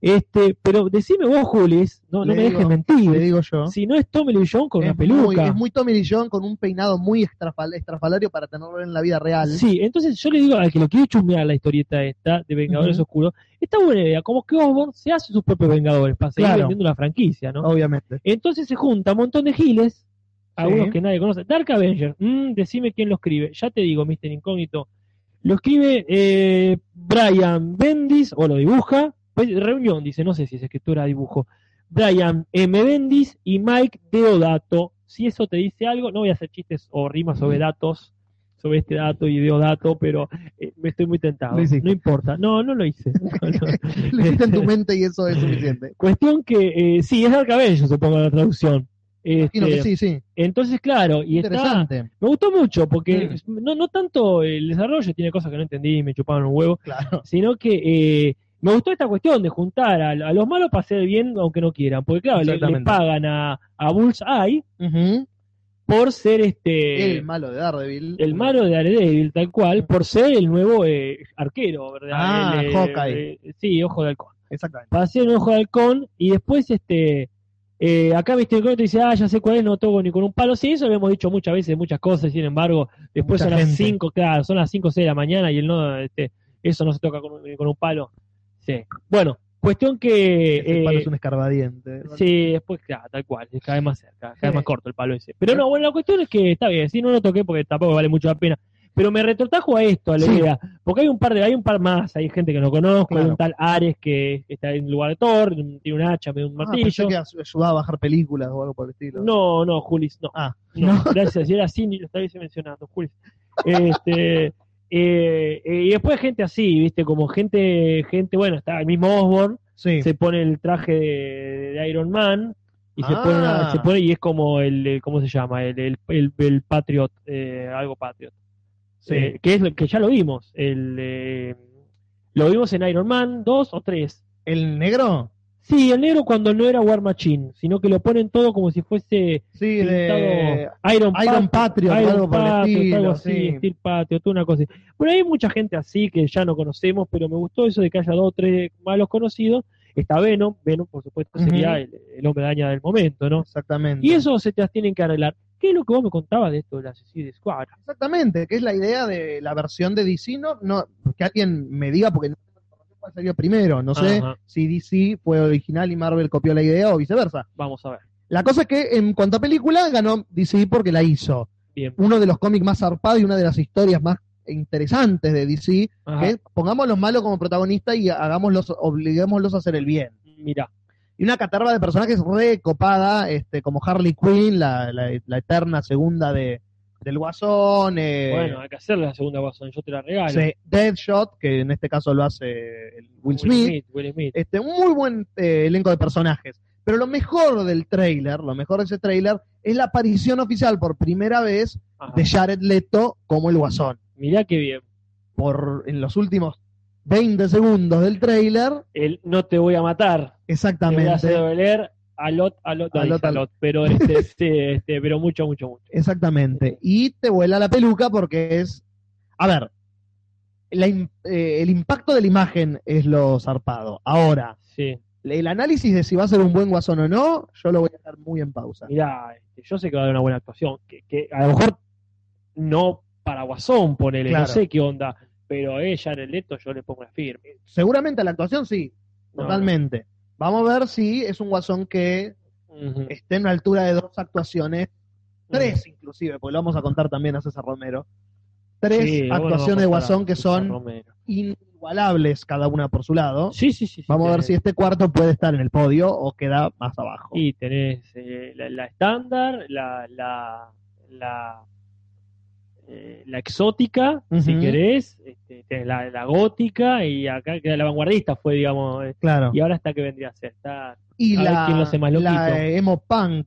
A: Este, pero decime vos, Julis, no, no
B: Le
A: me
B: digo,
A: dejes
B: Le
A: mentir.
B: digo yo.
A: Si no es Tommy Lee Jones con
B: es,
A: una peluca.
B: Muy, es muy Tommy Lee Jones con un peinado muy estrafal- estrafalario para tenerlo en la vida real.
A: Sí, entonces yo le digo al que lo quiere chusmear la historieta esta de Vengadores
B: Ujú.
A: Oscuros, está buena idea, como que Osborn se hace sus propios Vengadores para seguir
B: Claro.
A: vendiendo la franquicia, ¿no?
B: Obviamente.
A: Entonces se junta un montón de giles, algunos
B: Sí.
A: que nadie conoce. Dark Avenger, mm, decime quién lo escribe. Ya te digo, Mr. Incógnito. Lo escribe eh, Brian Bendis, o lo dibuja. Pues, reunión, dice, no sé si es escritura o dibujo. Brian M. Bendis y Mike Deodato. Si eso te dice algo, no voy a hacer chistes o rimas sobre
B: Mm.
A: datos, sobre este dato y Deodato, pero eh, me estoy muy tentado.
B: Lo hiciste.
A: No importa. No, no lo hice. No, no.
B: Lo hiciste
A: Este.
B: en tu mente y eso es suficiente.
A: Cuestión que, eh, sí, es Dark Avenger, supongo la traducción.
B: Imagino
A: Este,
B: que sí, sí.
A: entonces, claro, y está,
B: Interesante.
A: me gustó mucho porque no, no tanto el desarrollo, tiene cosas que no entendí y me chupaban un huevo,
B: Claro.
A: sino que eh, me gustó esta cuestión de juntar a, a los malos para hacer el bien aunque no quieran, porque claro, le, le
B: Exactamente.
A: pagan a, a Bullseye
B: Ujú.
A: por ser este
B: el malo de Daredevil.
A: el malo de Daredevil, tal cual, por ser el nuevo eh, arquero, ¿verdad?
B: Ah,
A: El, eh,
B: Hawkeye.
A: eh, sí, ojo de halcón
B: Exactamente.
A: para hacer un ojo de halcón y después este eh, acá Mr. Crono te dice, ah, ya sé cuál es, no toco ni con un palo. Sí, eso lo hemos dicho muchas veces, muchas cosas, sin embargo, después son
B: Mucha
A: las
B: gente.
A: 5, claro, son las 5 o 6 de la mañana y él no, este, eso no se toca con, un- con un palo. Sí. Bueno, cuestión que...
B: Ese
A: eh,
B: palo es un escarbadiente.
A: Sí, después, claro, tal cual, cada vez más cerca, cada vez más corto el palo ese. Pero no, bueno, la cuestión es que está bien, sí, no lo toqué porque tampoco vale mucho la pena. Pero me retrotajo a esto, a la
B: Sí.
A: idea, porque hay un par de, hay un par más, hay gente que no conozco, hay
B: Claro.
A: un tal Ares que está en lugar de Thor, tiene un hacha, medio un
B: Ah, pensé
A: martillo.
B: que as- ayudaba a bajar películas o algo por el estilo.
A: No, no, Julis, no.
B: Ah,
A: No, gracias. Si era así, ni lo estuviese mencionando, Juli. Este, eh, eh, y después gente así, ¿viste? Como gente, gente bueno, está el mismo Osborn,
B: sí.
A: se pone el traje de, de Iron Man y se,
B: Ah.
A: pone una- se pone y es como el, eh, ¿cómo se llama? El, el, el- el Patriot, eh, algo Patriot.
B: Sí.
A: Eh, que, es, lo- que ya lo vimos. El, eh, lo vimos en Iron Man 2 o 3.
B: ¿El negro?
A: Sí, el negro cuando no era War Machine, sino que lo ponen todo como si fuese
B: Sí, de...
A: pintado Iron,
B: Iron Patriot,
A: Iron
B: algo por el
A: Patriot,
B: estilo,
A: algo así,
B: sí.
A: Steel Patriot, toda una cosa. así. Bueno, hay mucha gente así que ya no conocemos, pero me gustó eso de que haya dos o tres malos conocidos. Está Venom, Venom por supuesto sería
B: Ujú.
A: el, el hombre daña del momento, ¿no?
B: Exactamente.
A: Y eso se te las tienen que arreglar. ¿Qué es lo que vos me contabas de esto de la Suicide Squad?
B: Exactamente, que es la idea de la versión de DC. No, no, que alguien me diga porque no sé cuál salió primero. No sé
A: Ajá,
B: si DC fue original y Marvel copió la idea o viceversa.
A: vamos a ver.
B: La cosa es que en cuanto a película ganó DC porque la hizo.
A: Bien.
B: Uno de los cómics más zarpados y una de las historias más interesantes de DC,
A: Ajá,
B: que es, pongamos a los malos como protagonistas y hagámoslos, obliguémoslos a hacer el bien.
A: Mirá,
B: y una catarba de personajes recopada, este, como Harley Quinn, la, la- la eterna segunda de, del Guasón, eh,
A: bueno, hay que hacerle la segunda guasón, yo te la regalo.
B: sí, Deadshot, que en este caso lo hace el Will
A: Will
B: Smith,
A: Smith, Will Smith.
B: Este, un muy buen eh, elenco de personajes. Pero lo mejor del tráiler, lo mejor de ese tráiler, es la aparición oficial por primera vez
A: Ajá,
B: de Jared Leto como el Guasón.
A: Mirá qué bien.
B: Por, en los últimos 20 segundos del tráiler,
A: El no te voy a matar. Te voy a hacer
B: exactamente,
A: doler a lot, a lot, no,
B: A lot,
A: dije a
B: a lot.
A: lot, pero este, este, este, pero mucho, mucho, mucho.
B: Exactamente. Y te vuela la peluca porque es. A ver, la im- eh, el impacto de la imagen es lo zarpado. Ahora,
A: Sí,
B: el análisis de si va a ser un buen guasón o no, yo lo voy a dejar muy en pausa.
A: mirá, este, yo sé que va a haber una buena actuación, que, que a lo mejor no para Guasón, ponele, no
B: Claro.
A: sé qué onda, pero ella en el leto yo le pongo la firme.
B: Seguramente a la actuación sí,
A: No.
B: totalmente. Vamos a ver si es un guasón que
A: Ujú.
B: esté en la altura de dos actuaciones,
A: Mm.
B: tres inclusive, porque lo vamos a contar también a César Romero. Tres
A: Sí, bueno,
B: actuaciones de
A: vamos a
B: guasón que
A: César
B: son
A: Romero.
B: inigualables cada una por su lado.
A: Sí, sí, sí. sí,
B: Vamos a ver
A: tenés-
B: si este cuarto puede estar en el podio o queda más abajo.
A: Y tenés eh, la la estándar, la, la, la, eh, la exótica, si
B: Ujú.
A: querés, este, tenés la, la gótica y acá queda la vanguardista, fue, digamos, eh,
B: claro.
A: y ahora está que vendría a ser. Está...
B: Y
A: a ver
B: la,
A: quién lo hace más loquito.
B: la, eh, emo punk.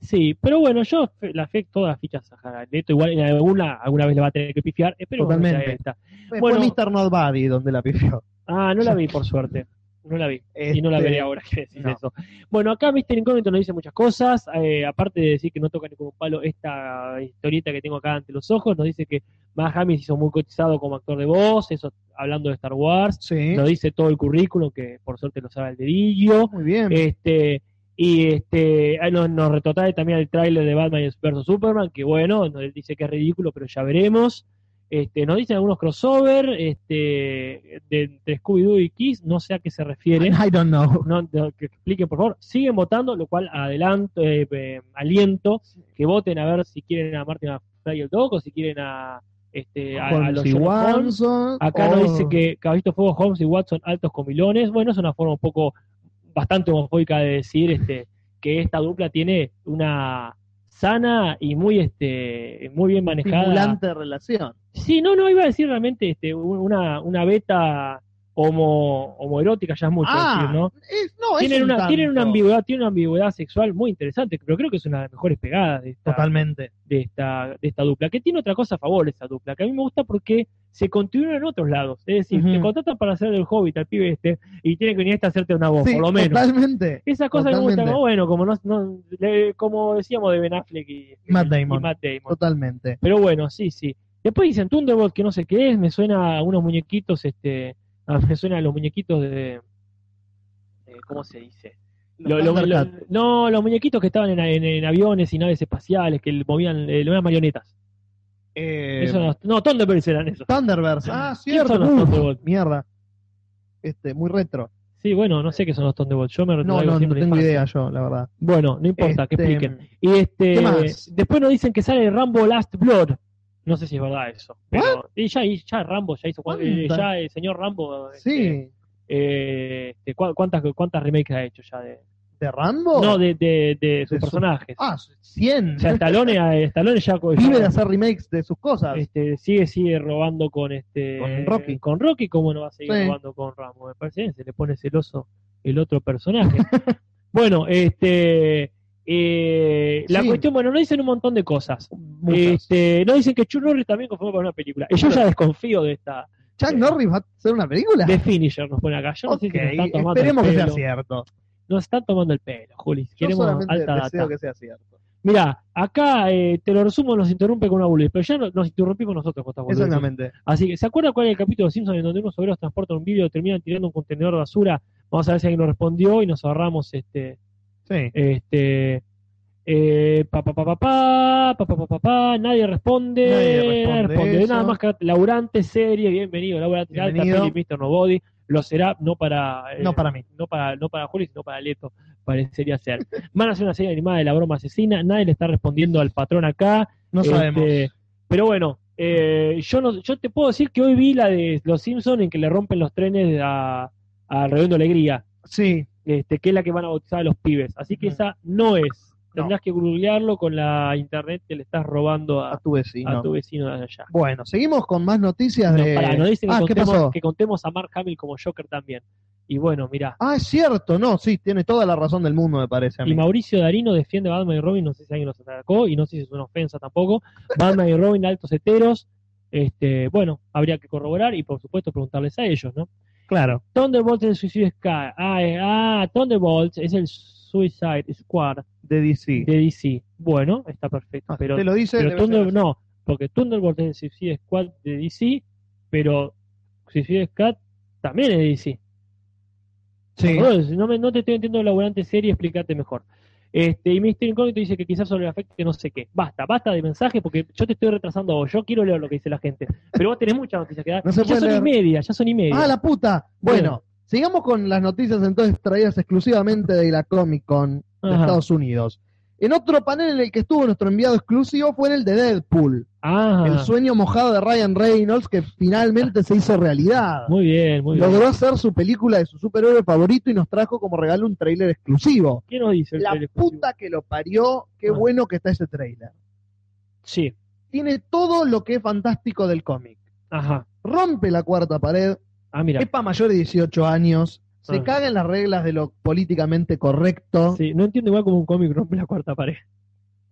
A: Sí, pero bueno, yo fe- la fe todas las fichas a Jared Leto, igual en alguna, alguna vez le va a tener que pifiar, eh, espero que no sea
B: Totalmente.
A: esta.
B: Fue
A: Bueno.
B: Mr. Nobody donde la pifió.
A: Ah, no la vi, por suerte. No la vi. Y no la
B: Este,
A: veré ahora que decís
B: no.
A: eso. Bueno, acá Mr. Incógnito nos dice muchas cosas. eh, aparte de decir que no toca ni con un palo esta historieta que tengo acá ante los ojos, nos dice que Matt Hamill se hizo muy cotizado como actor de voz, eso hablando de Star Wars.
B: Sí.
A: Nos dice todo el currículum, que por suerte lo sabe el dedillo.
B: Muy bien.
A: Este, y este, ahí nos, nos retrotrae también el tráiler de Batman vs Superman, que bueno, nos dice que es ridículo, pero ya veremos. Este, nos dicen algunos crossover este, de, de Scooby-Doo y Kiss, no sé a qué se refiere.
B: I don't know.
A: No, no, que expliquen, por favor. Siguen votando, lo cual adelanto, eh, eh, aliento que voten a ver si quieren a Martin McFly y el Doc o si quieren a, este, a, a los
B: Holmes y
A: Sherlock Holmes.
B: Watson.
A: Acá nos
B: Oh,
A: dice que Caballito de Fuego, Holmes y Watson altos comilones. Bueno, es una forma un poco bastante homofóbica de decir este, que esta dupla tiene una sana y muy este muy bien manejada.
B: estimulante relación.
A: Sí, no, no, iba a decir realmente este, un- una, una beta homo, homoerótica, ya es mucho
B: Ah,
A: decir, ¿no?
B: Es- no, es
A: Tienen
B: un
A: una, tienen una
B: tanto.
A: ambigüedad, tienen una ambigüedad sexual muy interesante, pero creo que es una de las mejores pegadas de esta,
B: Totalmente.
A: de esta, de esta dupla, que tiene otra cosa a favor esa dupla, que a mí me gusta porque se continúa en otros lados. Es decir,
B: Ujú.
A: te contratan para hacer el hobbit al pibe este y tiene que venir este a hacerte una voz,
B: Sí,
A: por lo menos.
B: Totalmente.
A: Esa cosa que me gusta,
B: totalmente.
A: como, bueno, como, no, no- le- como decíamos de Ben Affleck y,
B: Matt
A: y
B: Damon.
A: Matt Damon.
B: Totalmente.
A: Pero bueno, sí, sí. Después dicen Thunderbolt, que no sé qué es, me suena a unos muñequitos, este, a- me suena a los muñequitos de... eh, ¿Cómo se dice? Lo- lo-
B: Thundercat.
A: lo- no, los muñequitos que estaban en, en- en aviones y naves espaciales, que movían eh, unas marionetas.
B: Eh,
A: Eso no, no, Thunderbirds eran esos.
B: Thunderbirds. Ah,
A: ¿Quién
B: cierto.
A: son los
B: Uf,
A: Thunderbolts?
B: mierda. Este, muy retro.
A: Sí, bueno, no sé qué son los Thunderbolts. Yo me
B: No,
A: retraigo
B: no, no
A: siempre a la
B: tengo
A: infancia.
B: idea yo, la verdad.
A: Bueno, no importa, que
B: Este,
A: expliquen. Y este,
B: ¿Qué más?
A: después nos dicen que sale Rambo Last Blood. No sé si es verdad eso. Pero y ya, y ya Rambo ya hizo. eh,
B: ¿Cuántas?
A: Ya el señor Rambo. este,
B: Sí.
A: eh, este, cu- ¿cuántas, ¿Cuántas remakes ha hecho ya? De,
B: ¿De Rambo?
A: no, de, de, de sus
B: Oh. De su-
A: personajes.
B: Ah, 100.
A: O sea, Stallone, a- Stallone ya, co-
B: Vive de
A: ya
B: hacer remakes de sus cosas.
A: este, sigue, sigue robando con este
B: Con Rocky.
A: Con Rocky, ¿cómo no va a seguir
B: Sí.
A: robando con Rambo? Me parece bien, se le pone celoso el otro personaje. bueno, este eh, la
B: Sí.
A: cuestión, bueno, no dicen un montón de cosas.
B: Muchas.
A: Este, no dicen que Chuck Norris también confirmó para una película. Y yo ya desconfío de esta.
B: ¿Chuck Norris va a hacer una película?
A: De Finisher nos pone acá. Yo no
B: Ok,
A: sé si nos están tomando
B: esperemos que
A: el
B: sea
A: pelo.
B: cierto.
A: Nos están tomando el pelo, Juli.
B: Yo
A: Queremos
B: solamente
A: alta
B: deseo
A: data.
B: que sea cierto.
A: Mirá, acá eh, te lo resumo, nos interrumpe con una boludez, pero ya no- nos interrumpimos nosotros con esta boludez.
B: Exactamente.
A: Así que, ¿se acuerdan cuál era el capítulo de Simpson en donde unos obreros transportan un vidrio y terminan tirando un contenedor de basura? Vamos a ver si alguien nos respondió y nos ahorramos este.
B: Sí.
A: este eh, pa, pa, pa, pa, pa, pa, pa, pa, pa, pa, nadie responde,
B: Nadie responde eso.
A: nada más que laburante serie, bienvenido, laburante
B: Bienvenido.
A: alta, peli, Mr. Nobody, lo será, no para eh,
B: No para mí.
A: no para, no para Julio, sino para Leto, parecería ser. Van a hacer una serie animada de la broma asesina, nadie le está respondiendo al patrón acá.
B: No
A: Este,
B: sabemos.
A: Pero bueno, eh, yo no, yo te puedo decir que hoy vi la de Los Simpsons en que le rompen los trenes a, a Redondo Alegría,
B: Sí.
A: este, que es la que van a bautizar a los pibes. Así que
B: Ujú.
A: esa no es.
B: No.
A: Tendrás que googlearlo con la internet que le estás robando a,
B: A tu vecino.
A: a tu vecino de allá.
B: Bueno, seguimos con más noticias
A: No,
B: de.
A: pará, nos dicen que,
B: ah, ¿qué pasó?
A: contemos, que contemos a Mark Hamill como Joker también. Y bueno, mirá.
B: Ah, es cierto, no, sí, tiene toda la razón del mundo, me parece a mí.
A: Y Mauricio Darino defiende a Batman y Robin, no sé si alguien los atacó, y no sé si es una ofensa tampoco. Batman y Robin, altos heteros. Este, bueno, habría que corroborar y por supuesto preguntarles a ellos, ¿no?
B: Claro.
A: Thunderbolts en Suicide Squad. Ah, eh, ah, Thunderbolts es el Suicide Squad
B: De DC.
A: de DC. Bueno, está perfecto.
B: Ah,
A: pero
B: te lo dice.
A: pero
B: debe
A: Thunder-
B: ser-
A: no, porque Thunderbolts es el Suicide Squad de DC, pero Suicide Squad también es de DC.
B: Sí.
A: Joder, si No, me- no te estoy entendiendo laburante serie, explícate mejor. Este, y Mr. Incógnito dice que quizás sobre el afecte no sé qué. Basta, basta de mensajes porque yo te estoy retrasando a vos. Yo quiero leer lo que dice la gente. Pero vos tenés muchas noticias que dar.
B: No se
A: Y ya
B: puede
A: son y
B: leer.
A: media, ya son y media.
B: Ah, la puta. Bueno,
A: Bueno.
B: sigamos con las noticias entonces traídas exclusivamente de la Comic Con de
A: Ajá.
B: Estados Unidos. En otro panel en el que estuvo nuestro enviado exclusivo fue en el de Deadpool,
A: Ah,
B: el sueño mojado de Ryan Reynolds que finalmente se hizo realidad.
A: muy bien, muy bien.
B: Logró hacer su película de su superhéroe favorito y nos trajo como regalo un tráiler exclusivo.
A: ¿Qué nos dice el
B: La
A: trailer exclusivo?
B: puta que lo parió, qué
A: Ah.
B: bueno que está ese tráiler.
A: Sí,
B: Tiene todo lo que es fantástico del cómic.
A: ajá.
B: Rompe la cuarta pared,
A: Ah, mira.
B: es para mayores de 18 años, se
A: Ah.
B: cagan las reglas de lo políticamente correcto.
A: Sí, no entiendo igual como un cómic rompe la cuarta pared.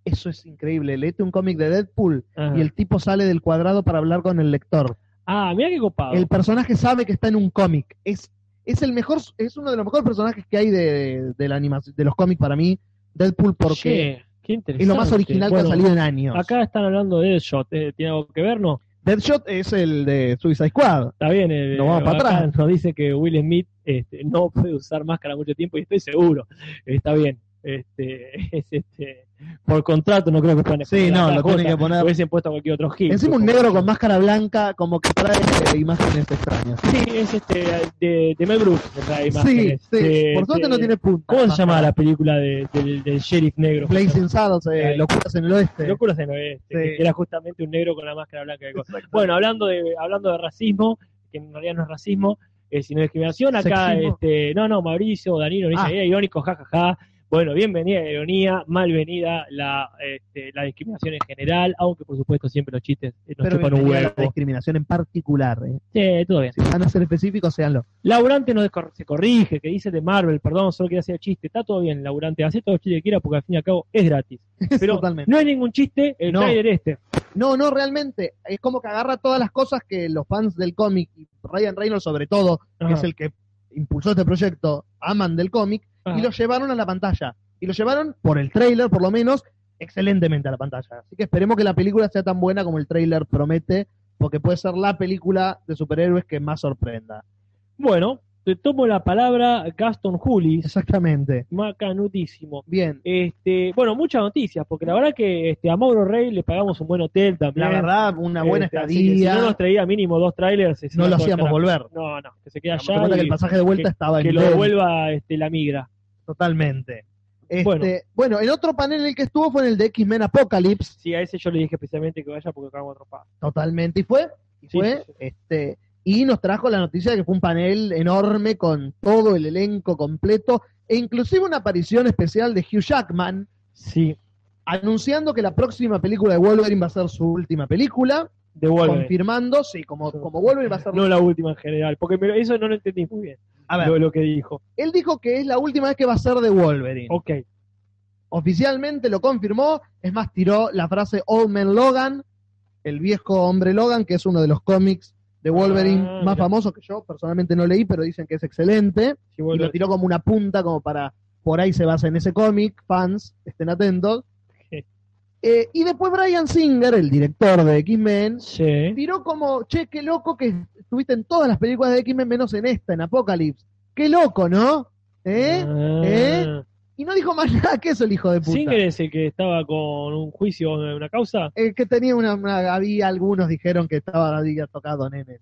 B: Eso es increíble. Leete un cómic de Deadpool
A: Ajá.
B: y el tipo sale del cuadrado para hablar con el lector.
A: Ah, mira qué copado.
B: El personaje sabe que está en un cómic. Es, es el mejor, es uno de los mejores personajes que hay de, de la animación, de los cómics para mí. Deadpool porque
A: Che, qué interesante.
B: es lo más original
A: Bueno,
B: que ha salido en años.
A: Acá están hablando de Deadshot. eh, ¿Tiene algo que ver, no?
B: Deadshot es el de Suicide Squad.
A: Está bien, eh,
B: Nos vamos para
A: acá
B: atrás.
A: Nos dice que Will Smith este, no puede usar máscara mucho tiempo y estoy seguro. Está bien. Este, es este, por contrato no creo que puedan
B: Sí,
A: exponer
B: no,
A: la
B: lo
A: joya.
B: tienen que poner.
A: Hubiesen puesto a cualquier otro hit.
B: Encima un negro con máscara blanca como que trae eh, imágenes extrañas.
A: Sí, es este, de, de Mel Brooks. de la
B: Sí,
A: imagen,
B: sí.
A: este,
B: Por suerte
A: de-
B: no tiene punta.
A: ¿Cómo se llama la película de- del, del sheriff negro?
B: Blazing Saddles, eh,
A: Sí.
B: Locuras en el Oeste.
A: Locuras en el oeste,
B: Sí.
A: que Era justamente un negro con la máscara blanca. de co-
B: Exacto.
A: Bueno, hablando de hablando de racismo, que en realidad no es racismo, eh, sino discriminación, acá,
B: Sexismo.
A: este, no, no, Mauricio, Danilo, dice,
B: Ah.
A: "Eh, irónico, jajaja. Bueno, bienvenida la ironía, malvenida la, este, la discriminación en general, aunque por supuesto siempre los chistes eh, nos
B: Pero
A: chupan un
B: bienvenida a la
A: huevo.
B: discriminación en particular. eh.
A: Sí, todo bien.
B: Si van a ser específicos, seanlo.
A: Laurante no descor- se corrige, que dice de Marvel, perdón, solo quería hacer el chiste. Está todo bien, Laurante, hace todo el chiste que quiera porque al fin y al cabo es gratis. Pero
B: Totalmente.
A: no hay ningún chiste, el
B: No.
A: trailer este.
B: No, no, realmente. Es como que agarra todas las cosas que los fans del cómic, y Ryan Reynolds sobre todo, que
A: Ajá.
B: es el que impulsó este proyecto, aman del cómic,
A: Ajá.
B: y lo llevaron a la pantalla. Y lo llevaron, por el trailer por lo menos, excelentemente a la pantalla. Así que esperemos que la película sea tan buena como el trailer promete, porque puede ser la película de superhéroes que más sorprenda.
A: Bueno, Te tomo la palabra Gaston Julis,
B: Exactamente.
A: macanutísimo.
B: Bien.
A: Este, bueno, muchas noticias, porque la verdad que este, a Mauro Rey le pagamos un buen hotel también.
B: La verdad, una buena
A: Este, así que
B: estadía.
A: Si no
B: no
A: nos traía mínimo dos trailers, se iba
B: lo
A: todo el
B: hacíamos
A: carajo.
B: volver.
A: No, no, que se quede
B: Te das cuenta
A: allá.
B: que el
A: y
B: pasaje de vuelta estaba
A: que
B: en
A: lo
B: dólares,
A: devuelva este, la migra.
B: totalmente. Este,
A: Bueno.
B: bueno. el otro panel en el que estuvo fue en el de X-Men Apocalypse,
A: Sí, a ese yo le dije especialmente que vaya porque acabamos de atropar.
B: totalmente, y fue, y
A: Sí,
B: fue,
A: sí, sí.
B: este, y nos trajo la noticia de que fue un panel enorme con todo el elenco completo, e inclusive una aparición especial de Hugh Jackman,
A: Sí,
B: anunciando que la próxima película de Wolverine va a ser su última película,
A: de Wolverine.
B: confirmando, sí, como, como Wolverine va a ser...
A: No la última en general, porque me lo- eso no lo entendí muy bien,
B: a ver,
A: lo, lo que dijo.
B: él dijo que es la última vez que va a ser de Wolverine.
A: Ok,
B: oficialmente lo confirmó, es más, tiró la frase Old Man Logan, el viejo hombre Logan, que es uno de los cómics de Wolverine
A: Ah,
B: más
A: mira.
B: famosos que yo personalmente no leí, pero dicen que es excelente,
A: si
B: y lo
A: Wolverine-
B: tiró como una punta, como para, por ahí se basa en ese cómic, fans, estén atentos.
A: Ok.
B: Eh, y después Brian Singer, el director de X-Men,
A: Sí.
B: tiró como, che, qué loco que estuviste en todas las películas de X-Men menos en esta, en Apocalypse. Qué loco, ¿no? ¿Eh?
A: Ah.
B: ¿Eh? Y no dijo más nada que eso el hijo de puta.
A: Singer es el que estaba con un juicio en una causa.
B: Eh, que tenía una, una- había algunos dijeron que estaba había tocado nene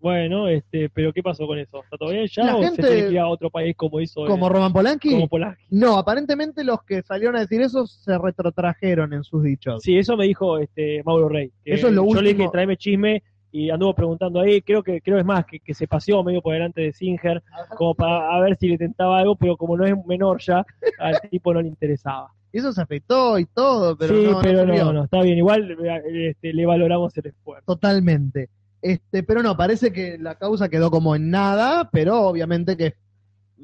A: Bueno, este, pero ¿qué pasó con eso? ¿Está todo bien ya
B: La
A: o
B: gente-
A: se tiene que ir a otro país como hizo
B: como
A: el-
B: Roman Polanski
A: como Polanski?
B: no aparentemente los que salieron a decir eso se retrotrajeron en sus dichos
A: Sí, eso me dijo este Mauro Rey. que
B: Eso es lo
A: yo le
B: último.
A: dije, tráeme chisme y anduvo preguntando ahí. Creo que creo es más que, que se paseó medio por delante de Singer como para a ver si le tentaba algo, pero como no es menor ya, al tipo no le interesaba.
B: Y eso se afectó y todo pero
A: sí,
B: no, no
A: pero no,
B: sirvió.
A: no, está bien. Igual eh, este, le valoramos el esfuerzo.
B: totalmente este pero no parece que la causa quedó como en nada pero obviamente que es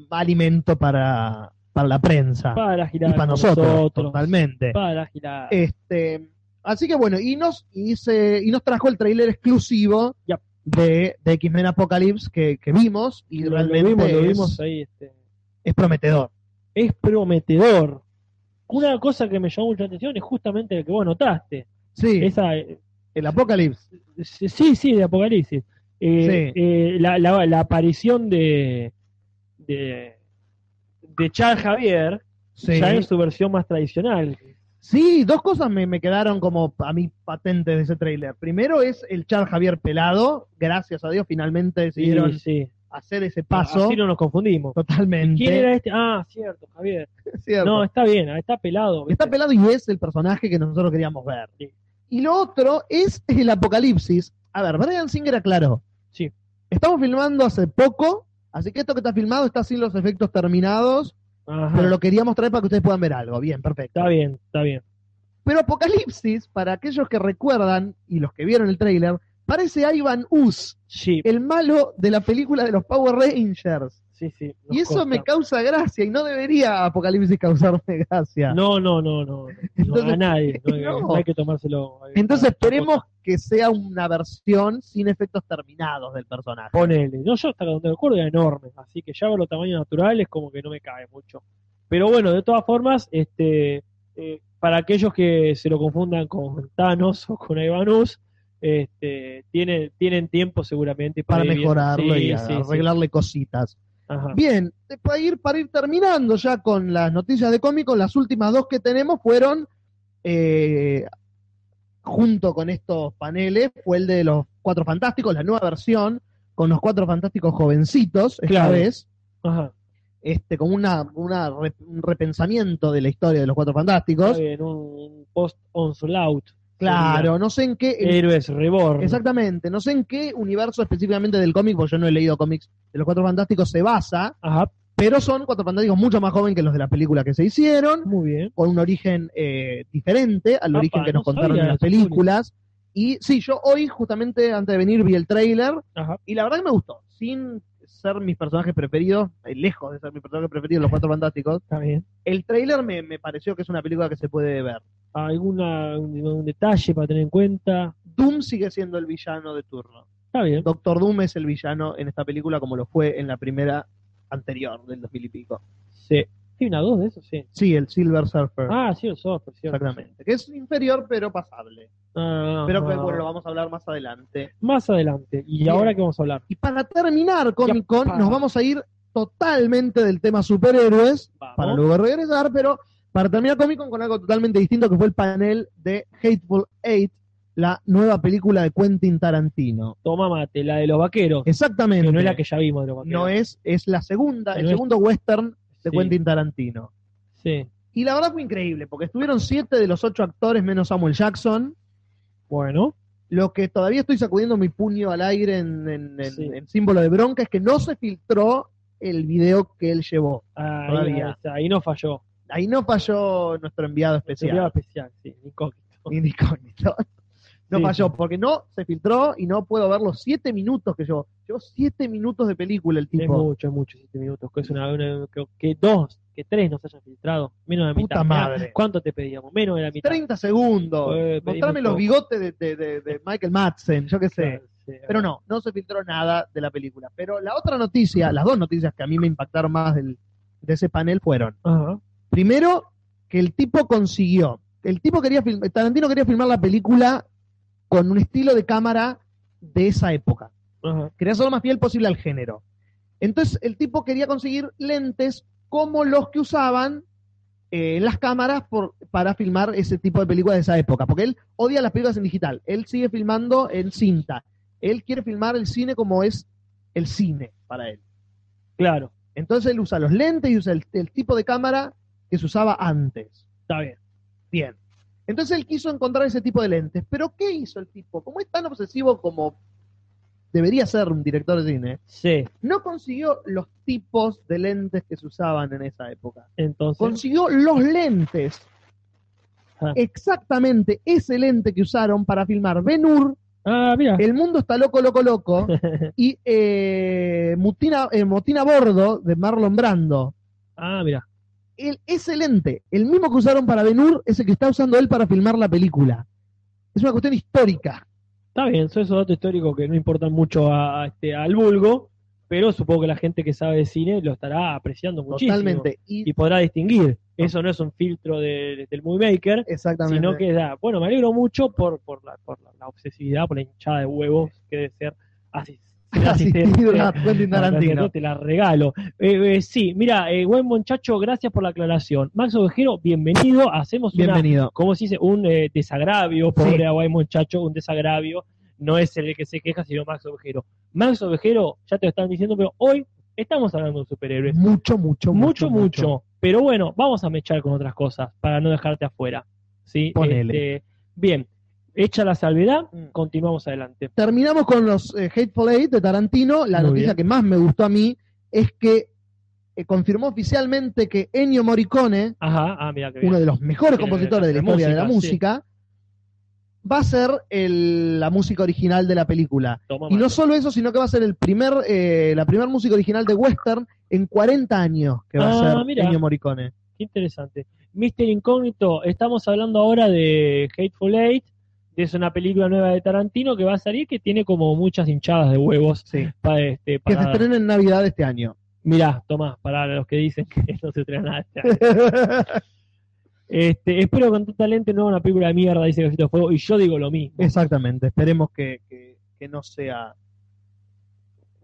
B: alimento para para la prensa
A: Para
B: y
A: girar
B: para nosotros, totalmente
A: Para girar.
B: Este, así que bueno, y nos, y se- y nos trajo el tráiler exclusivo
A: Yep.
B: de, de X-Men Apocalypse que, que vimos y
A: Lo-
B: realmente
A: lo vimos, lo
B: es,
A: vimos ahí. Este.
B: es prometedor.
A: es prometedor. Una cosa que me llamó mucho la atención es justamente la que vos notaste.
B: Sí,
A: Esa, eh,
B: el Apocalypse.
A: sí, sí, de Apocalipsis. Eh,
B: Sí.
A: eh, la, la- la aparición de, de, de Char Javier,
B: Sí.
A: ya en su versión más tradicional.
B: Sí, dos cosas me, me quedaron como a mí patentes de ese tráiler. Primero es el Char Javier Pelado, gracias a Dios finalmente decidieron
A: Sí, sí.
B: hacer ese paso
A: Así no nos confundimos.
B: totalmente.
A: ¿Quién era este? Ah, cierto, Javier.
B: Cierto.
A: No, está bien, está pelado. ¿viste?
B: Está pelado y es el personaje que nosotros queríamos ver.
A: Sí.
B: Y lo otro es el apocalipsis. A ver, Brian Singer aclaró.
A: Sí.
B: Estamos filmando hace poco, así que esto que está filmado está sin los efectos terminados,
A: Ajá,
B: pero lo queríamos traer para que ustedes puedan ver algo. Bien, perfecto.
A: Está bien, está bien.
B: Pero Apocalipsis, para aquellos que recuerdan y los que vieron el tráiler, parece a Ivan Us,
A: Sí,
B: el malo de la película de los Power Rangers.
A: sí, sí. nos
B: Y eso me
A: consta.
B: causa gracia y no debería Apocalipsis causarme gracia.
A: No, no, no, no. no,
B: Entonces-
A: a nadie. No, hay-
B: No.
A: no hay que tomárselo. eh,
B: Entonces
A: a-
B: esperemos que sea una versión sin efectos terminados del personaje.
A: Ponele. No, yo hasta donde me acuerdo era enorme. Así que ya ver los tamaños naturales como que no me cae mucho. Pero bueno, de todas formas, este eh, para aquellos que se lo confundan con Thanos o con Ivanus, este, tienen, tienen tiempo seguramente
B: para
A: ir viendo.
B: mejorarlo
A: Sí,
B: y
A: sí, sí.
B: arreglarle cositas.
A: Ajá.
B: Bien, eh, para ir, para ir terminando ya con las noticias de cómicos, las últimas dos que tenemos fueron, eh, junto con estos paneles, fue el de los Cuatro Fantásticos, la nueva versión, con los Cuatro Fantásticos jovencitos, esta
A: Claro.
B: vez,
A: Ajá.
B: este, con una, una re- un repensamiento de la historia de los Cuatro Fantásticos.
A: Está bien, un, un post onslaught.
B: Claro, no sé en qué... en
A: Héroes Reborn.
B: Exactamente, no sé en qué universo específicamente del cómic, porque yo no he leído cómics de los Cuatro Fantásticos, se basa,
A: Ajá.
B: pero son Cuatro Fantásticos mucho más jóvenes que los de la película que se hicieron,
A: Muy bien.
B: con un origen eh, diferente al
A: Apa,
B: origen que
A: no
B: nos contaron
A: sabía
B: en las
A: eso,
B: películas. Y sí, yo hoy, justamente antes de venir, vi el tráiler,
A: Ajá.
B: y la verdad que me gustó, sin ser mis personajes preferidos, eh, lejos de ser mis personajes preferidos los Cuatro Fantásticos,
A: Está bien.
B: el tráiler me, me pareció que es una película que se puede ver.
A: alguna un, un detalle para tener en cuenta.
B: Doom sigue siendo el villano de turno.
A: Está bien.
B: Doctor Doom es el villano en esta película como lo fue en la primera anterior del 2000 y pico.
A: Sí. ¿Existe una 2 de eso? Sí.
B: Sí, el Silver Surfer.
A: Ah, sí, un software, cierto.
B: Exactamente. Que es inferior, pero pasable.
A: Ah,
B: Pero que
A: ah.
B: bueno, lo vamos a hablar más adelante.
A: Más adelante. ¿Y
B: Bien.
A: ahora qué vamos a hablar?
B: Y para terminar Comic Con,
A: Yapa.
B: nos vamos a ir totalmente del tema superhéroes
A: Vamos.
B: para luego regresar, pero para terminar Comic Con con algo totalmente distinto que fue el panel de Hateful Eight, la nueva película de Quentin Tarantino.
A: Toma mate, la de los vaqueros.
B: Exactamente.
A: Que no es la que ya vimos de los vaqueros.
B: No es, es la segunda,
A: Que
B: el
A: no es-
B: segundo western de
A: Sí,
B: Quentin Tarantino.
A: Sí.
B: Y la verdad fue increíble, porque estuvieron siete de los ocho actores menos Samuel Jackson.
A: Bueno,
B: Lo que todavía estoy sacudiendo mi puño al aire en, en- en-
A: Sí.
B: en símbolo de bronca es que no se filtró el video que él llevó.
A: ahí,
B: Todavía.
A: ahí no falló.
B: Ahí no falló nuestro enviado especial.
A: Sería especial, sí, incógnito.
B: Incógnito. No
A: Sí,
B: falló,
A: sí.
B: porque no se filtró y no puedo ver los siete minutos que llevó. Llevó siete minutos de película el
A: Es
B: tipo.
A: mucho, es mucho, siete minutos. Que, es una, una- que, que dos, que tres nos hayan filtrado. Menos de la
B: Puta
A: mitad. Mirá,
B: madre.
A: ¿Cuánto te pedíamos? Menos de la mitad.
B: 30 segundos.
A: Eh, pedimos
B: Mostrame los
A: poco.
B: bigotes de, de- de- de Michael Madsen, yo qué sé.
A: Claro, sí.
B: Pero no, no se filtró nada de la película. Pero la otra noticia, las dos noticias que a mí me impactaron más del- de ese panel fueron,
A: Ajá.
B: primero, que el tipo consiguió, el tipo quería filmar, Tarantino quería filmar la película con un estilo de cámara de esa época.
A: Ajá.
B: Quería ser lo más fiel posible al género. Entonces el tipo quería conseguir lentes como los que usaban eh, las cámaras por- para filmar ese tipo de películas de esa época, porque él odia las películas en digital, él sigue filmando en cinta, él quiere filmar el cine como es el cine para él.
A: Claro,
B: Entonces él usa los lentes y usa el, el tipo de cámara que se usaba antes.
A: está bien.
B: Bien. Entonces él quiso encontrar ese tipo de lentes, pero ¿qué hizo el tipo? Como es tan obsesivo como debería ser un director de cine,
A: Sí,
B: no consiguió los tipos de lentes que se usaban en esa época.
A: entonces.
B: Consiguió los lentes.
A: Ah.
B: Exactamente ese lente que usaron para filmar Ben Hur,
A: Ah, mira.
B: El Mundo está loco, loco, loco, y eh, Mutina, eh, Motín a Bordo de Marlon Brando.
A: Ah, mira.
B: El, ese lente, el mismo que usaron para Ben Hur, es el que está usando él para filmar la película. Es una cuestión histórica.
A: Está bien, son esos datos históricos que no importan mucho a, a este, al vulgo, pero supongo que la gente que sabe de cine lo estará apreciando muchísimo.
B: Totalmente. Y,
A: Y podrá distinguir. Eso no es un filtro de- del movie maker,
B: exactamente.
A: sino que da. Bueno, me alegro mucho por, por, la, por la, la obsesividad, por la hinchada de huevos que debe ser asis- ser
B: asistido
A: asistente.
B: a Quentin
A: No,
B: Tarantino.
A: Te la regalo. Eh, eh, sí, mira, eh, buen muchacho, gracias por la aclaración. Max Ovejero, bienvenido. Hacemos una
B: Bienvenido.
A: ¿cómo se dice? Un eh, desagravio, pobre
B: Sí.
A: Aguay muchacho, un desagravio. No es el que se queja, sino Max Ovejero. Max Ovejero, ya te lo están diciendo, pero hoy estamos hablando de superhéroes.
B: Mucho, mucho,
A: Mucho, mucho. Pero bueno, vamos a mechar con otras cosas para no dejarte afuera. ¿sí?
B: Ponele.
A: Este, bien, hecha la salvedad,
B: Mm.
A: continuamos adelante.
B: Terminamos con los eh, Hateful Eight de Tarantino. La
A: Muy
B: noticia
A: bien.
B: que más me gustó a mí es que eh, confirmó oficialmente que Ennio Morricone,
A: Ajá, ah, mira que bien.
B: uno de los mejores
A: Que le-
B: compositores de la
A: la
B: historia de la
A: música,
B: música, va a ser el- la música original de la película.
A: Toma,
B: Y no
A: mate.
B: solo eso, sino que va a ser el primer, eh, la primera música original de Western en 40 años que
A: Ah,
B: va a ser
A: mira.
B: Ennio Morricone.
A: Qué interesante. Mister Incógnito, estamos hablando ahora de Hateful Eight, que es una película nueva de Tarantino que va a salir que tiene como muchas hinchadas de huevos
B: Sí.
A: para este
B: Que se
A: para
B: estrena en Navidad de este año.
A: Mirá, Tomás, para los que dicen que no se estrena nada. este año. Este, espero con tu talento no una película de mierda, dice Gafito de Fuego, y yo digo lo mismo.
B: Exactamente, esperemos que, que- que no sea.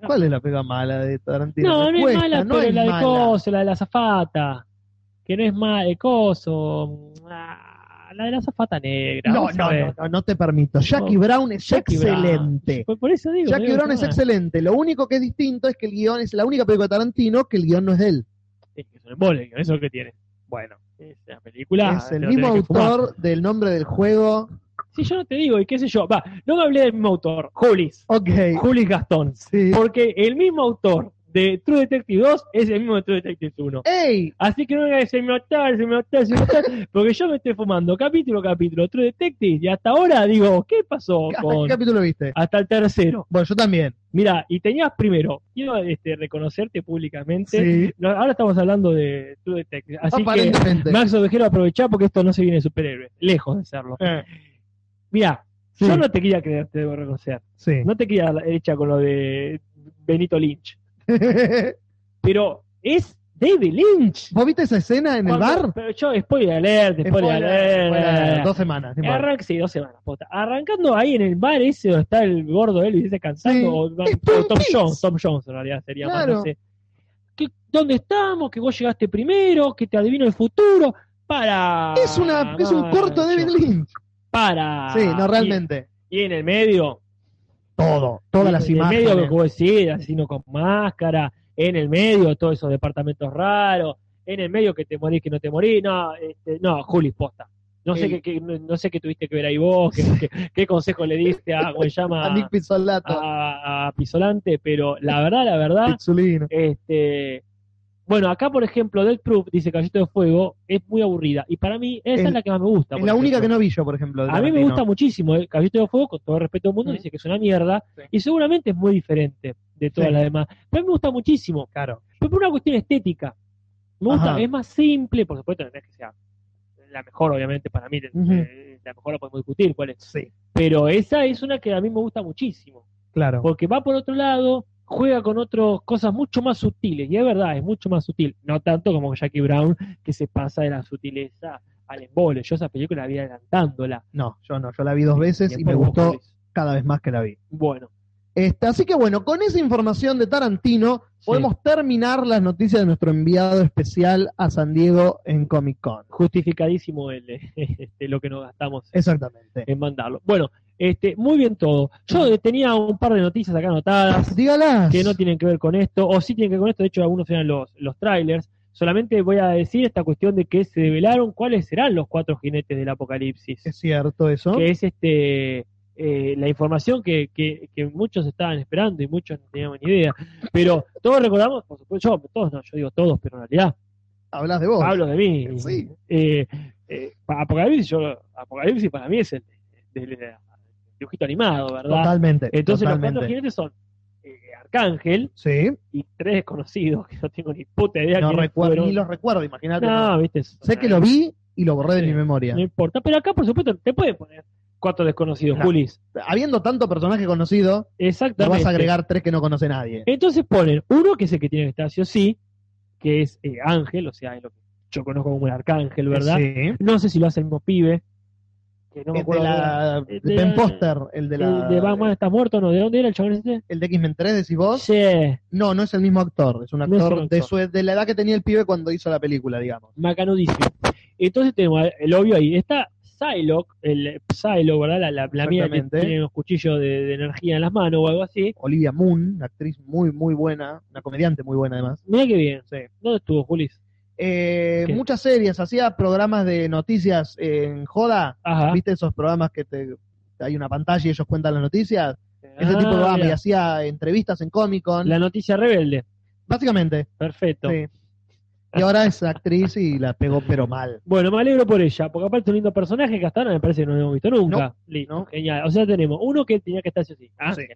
B: ¿Cuál es la pega mala de Tarantino?
A: No,
B: Me
A: no es
B: cuesta,
A: mala, pero
B: es
A: la
B: mala.
A: de Coso, la de la zafata, que no es mala, de Coso, ah, la de la zafata negra.
B: No,
A: vamos a
B: no,
A: ver.
B: no, no, no te permito. Jackie
A: eh. No.
B: Brown es
A: Jackie Brown.
B: excelente.
A: Por, por eso digo. no
B: Jackie
A: digo
B: Brown
A: que
B: es
A: no.
B: excelente. Lo único que es distinto es que el guión es la única película de Tarantino que el guión no es de él.
A: Es que es un embole, eso es lo que tiene. Bueno, es la película.
B: es
A: te
B: el
A: lo
B: mismo
A: tenés que fumar.
B: autor del nombre del juego.
A: Sí, yo no te digo, y qué sé yo. Va, no me hablé del mismo autor, Julis.
B: Ok.
A: Julis Gastón.
B: Sí.
A: Porque el mismo autor de True Detective 2 es el mismo de True Detective 1.
B: ¡Ey!
A: Así que no me hagas ese motor, ese motor, ese motor, porque yo me estoy fumando capítulo a capítulo True Detective y hasta ahora digo, ¿qué pasó
B: ¿Hasta
A: con...?
B: qué capítulo viste?
A: Hasta el tercero.
B: Bueno, yo también.
A: Mira, y tenías primero, quiero este, reconocerte públicamente.
B: Sí. Ah,
A: No, ahora estamos hablando de True Detective. Así que
B: Aparentemente.
A: Max Ovejero, aprovechá porque esto no se viene de superhéroe. Lejos de serlo.
B: Eh,
A: Mirá,
B: Sí.
A: yo no te quería creer, te debo reconocer.
B: sí.
A: No te quería hecha con lo de Benito Lynch. Pero es David Lynch.
B: ¿Vos viste esa escena en el
A: Cuando-
B: bar?
A: Pero yo, spoiler alert, spoiler, alert.
B: Bueno, dos semanas. no importa.
A: Arran- sí, dos semanas, posta. Arrancando ahí en el bar ese donde está el gordo Elvis ese cansando,
B: Sí.
A: o,
B: Es
A: o
B: Twin
A: Tom
B: Peaks.
A: Jones, Tom Jones en realidad sería más,
B: Claro.
A: no sé. ¿Qué- ¿Dónde estamos? Que vos llegaste primero, que te adivino el futuro. Para.
B: Es, una, es un corto de David
A: Macho.
B: Lynch.
A: Para.
B: Sí, no, realmente.
A: Y, y en el medio.
B: Todo, todas las
A: en
B: imágenes.
A: el medio, como decís, asesino con máscara. En el medio, todos esos departamentos raros. En el medio, que te morís, que no te morís. No, este, no Juli, posta. No sé,
B: El-
A: qué, qué- no, no sé qué tuviste que ver ahí vos, qué, qué- qué consejo le diste a, ¿cómo se llama? Ah,
B: A Nick Pizzolato,
A: a, a Pisolante, pero la verdad, la verdad,
B: Pizzolino.
A: este, bueno, acá por ejemplo, Death Proof dice Gallito de Fuego es muy aburrida y para mí esa
B: Es-
A: es la que más me gusta.
B: Es
A: por
B: la única que
A: ejemplo.
B: no vi yo, por ejemplo. de
A: A mí me
B: Tarantino.
A: gusta muchísimo el Caballito de Fuego, con todo el respeto del mundo,
B: Mm.
A: dice que es una mierda
B: Sí.
A: y seguramente es muy diferente de todas
B: Sí.
A: las demás. Pero a mí me gusta muchísimo,
B: Claro.
A: pero por una cuestión estética. Me gusta,
B: Ajá.
A: es más simple, por supuesto, no es que sea la mejor, obviamente, para mí,
B: Ujú.
A: eh, la mejor la podemos discutir cuál es.
B: Sí,
A: Pero esa es una que a mí me gusta muchísimo
B: claro.
A: porque va por otro lado, juega con otras cosas mucho más sutiles, y es verdad, es mucho más sutil, no tanto como Jackie Brown, que se pasa de la sutileza al embole. Yo esa película la vi adelantándola.
B: No, yo no, yo la vi dos veces y
A: Después
B: me
A: vos
B: gustó
A: podés.
B: cada vez más que la vi.
A: Bueno,
B: Este, así que bueno, con esa información de Tarantino podemos terminar las noticias de nuestro enviado especial a San Diego en Comic Con.
A: justificadísimo el, eh, este, lo que nos gastamos
B: Exactamente.
A: en mandarlo. Bueno, este, muy bien todo. Yo eh, tenía un par de noticias acá anotadas.
B: Dígalas.
A: Eh, que no tienen que ver con esto, o sí tienen que ver con esto, de hecho algunos eran los, los trailers. Solamente voy a decir esta cuestión de que se develaron cuáles serán los cuatro jinetes del apocalipsis.
B: Es cierto eso.
A: Que es este eh, la información que, que- que muchos estaban esperando y muchos no teníamos ni idea. Pero todos recordamos, por supuesto, yo, todos no, yo digo todos, pero en realidad
B: Hablas de vos.
A: hablo de mí.
B: Sí.
A: Eh, eh, apocalipsis, yo, apocalipsis para mí es el del del dibujito animado, ¿verdad?
B: Totalmente.
A: Entonces los cuatro
B: totalmente.
A: jinetes son eh, Arcángel,
B: Sí,
A: y tres desconocidos que no tengo ni puta idea
B: no
A: quiénes
B: recuerdo,
A: fueron.
B: ni los recuerdo, imagínate.
A: No, viste.
B: Sé que lo vi y lo borré de
A: Sí.
B: mi memoria.
A: No importa, pero acá por supuesto te pueden poner cuatro desconocidos,
B: No.
A: Julis.
B: Habiendo tanto personaje conocido, no
A: Exactamente.
B: vas a agregar tres que no conoce nadie.
A: Entonces ponen uno que es el que tiene que estar sí o sí, que es eh, Ángel, o sea, es lo que yo conozco como el Arcángel, ¿verdad?
B: Sí.
A: No sé si lo hace el mismo pibe, que no me
B: el de
A: acuerdo.
B: la
A: de- de
B: Ben
A: la-
B: Poster, el de
A: El
B: la
A: de Batman está muerto, ¿no? ¿De dónde era el chabón ese?
B: el de X-Men 3 decís vos.
A: Sí,
B: No, no es el mismo actor, es un
A: No es
B: actor,
A: el actor.
B: De, su, de la edad que tenía el pibe cuando hizo la película, digamos.
A: macanudísimo. Entonces tenemos el obvio ahí. Está Psylocke, el Psylocke, ¿verdad? La, la, la mía que
B: Exactamente.
A: tiene unos cuchillos de, de energía en las manos o algo así.
B: Olivia Moon, una actriz muy muy buena, una comediante muy buena además.
A: Mira qué bien.
B: Sí.
A: ¿Dónde estuvo, Julis?
B: Eh,
A: ¿Qué?
B: muchas series, hacía programas de noticias en Joda,
A: Ajá.
B: ¿viste esos programas que te hay una pantalla y ellos cuentan las noticias? Ese
A: Ah,
B: tipo de programas, y
A: mira.
B: hacía entrevistas en Comic Con,
A: La noticia rebelde.
B: básicamente.
A: Perfecto.
B: sí. Y ahora es actriz y la pegó pero mal.
A: Bueno, me alegro por ella, porque aparte es un lindo personaje que hasta ahora me parece que no lo hemos visto nunca. Listo,
B: no.
A: genial. O sea, tenemos uno que tenía que estar así. o sí, Ángel.
B: Sí.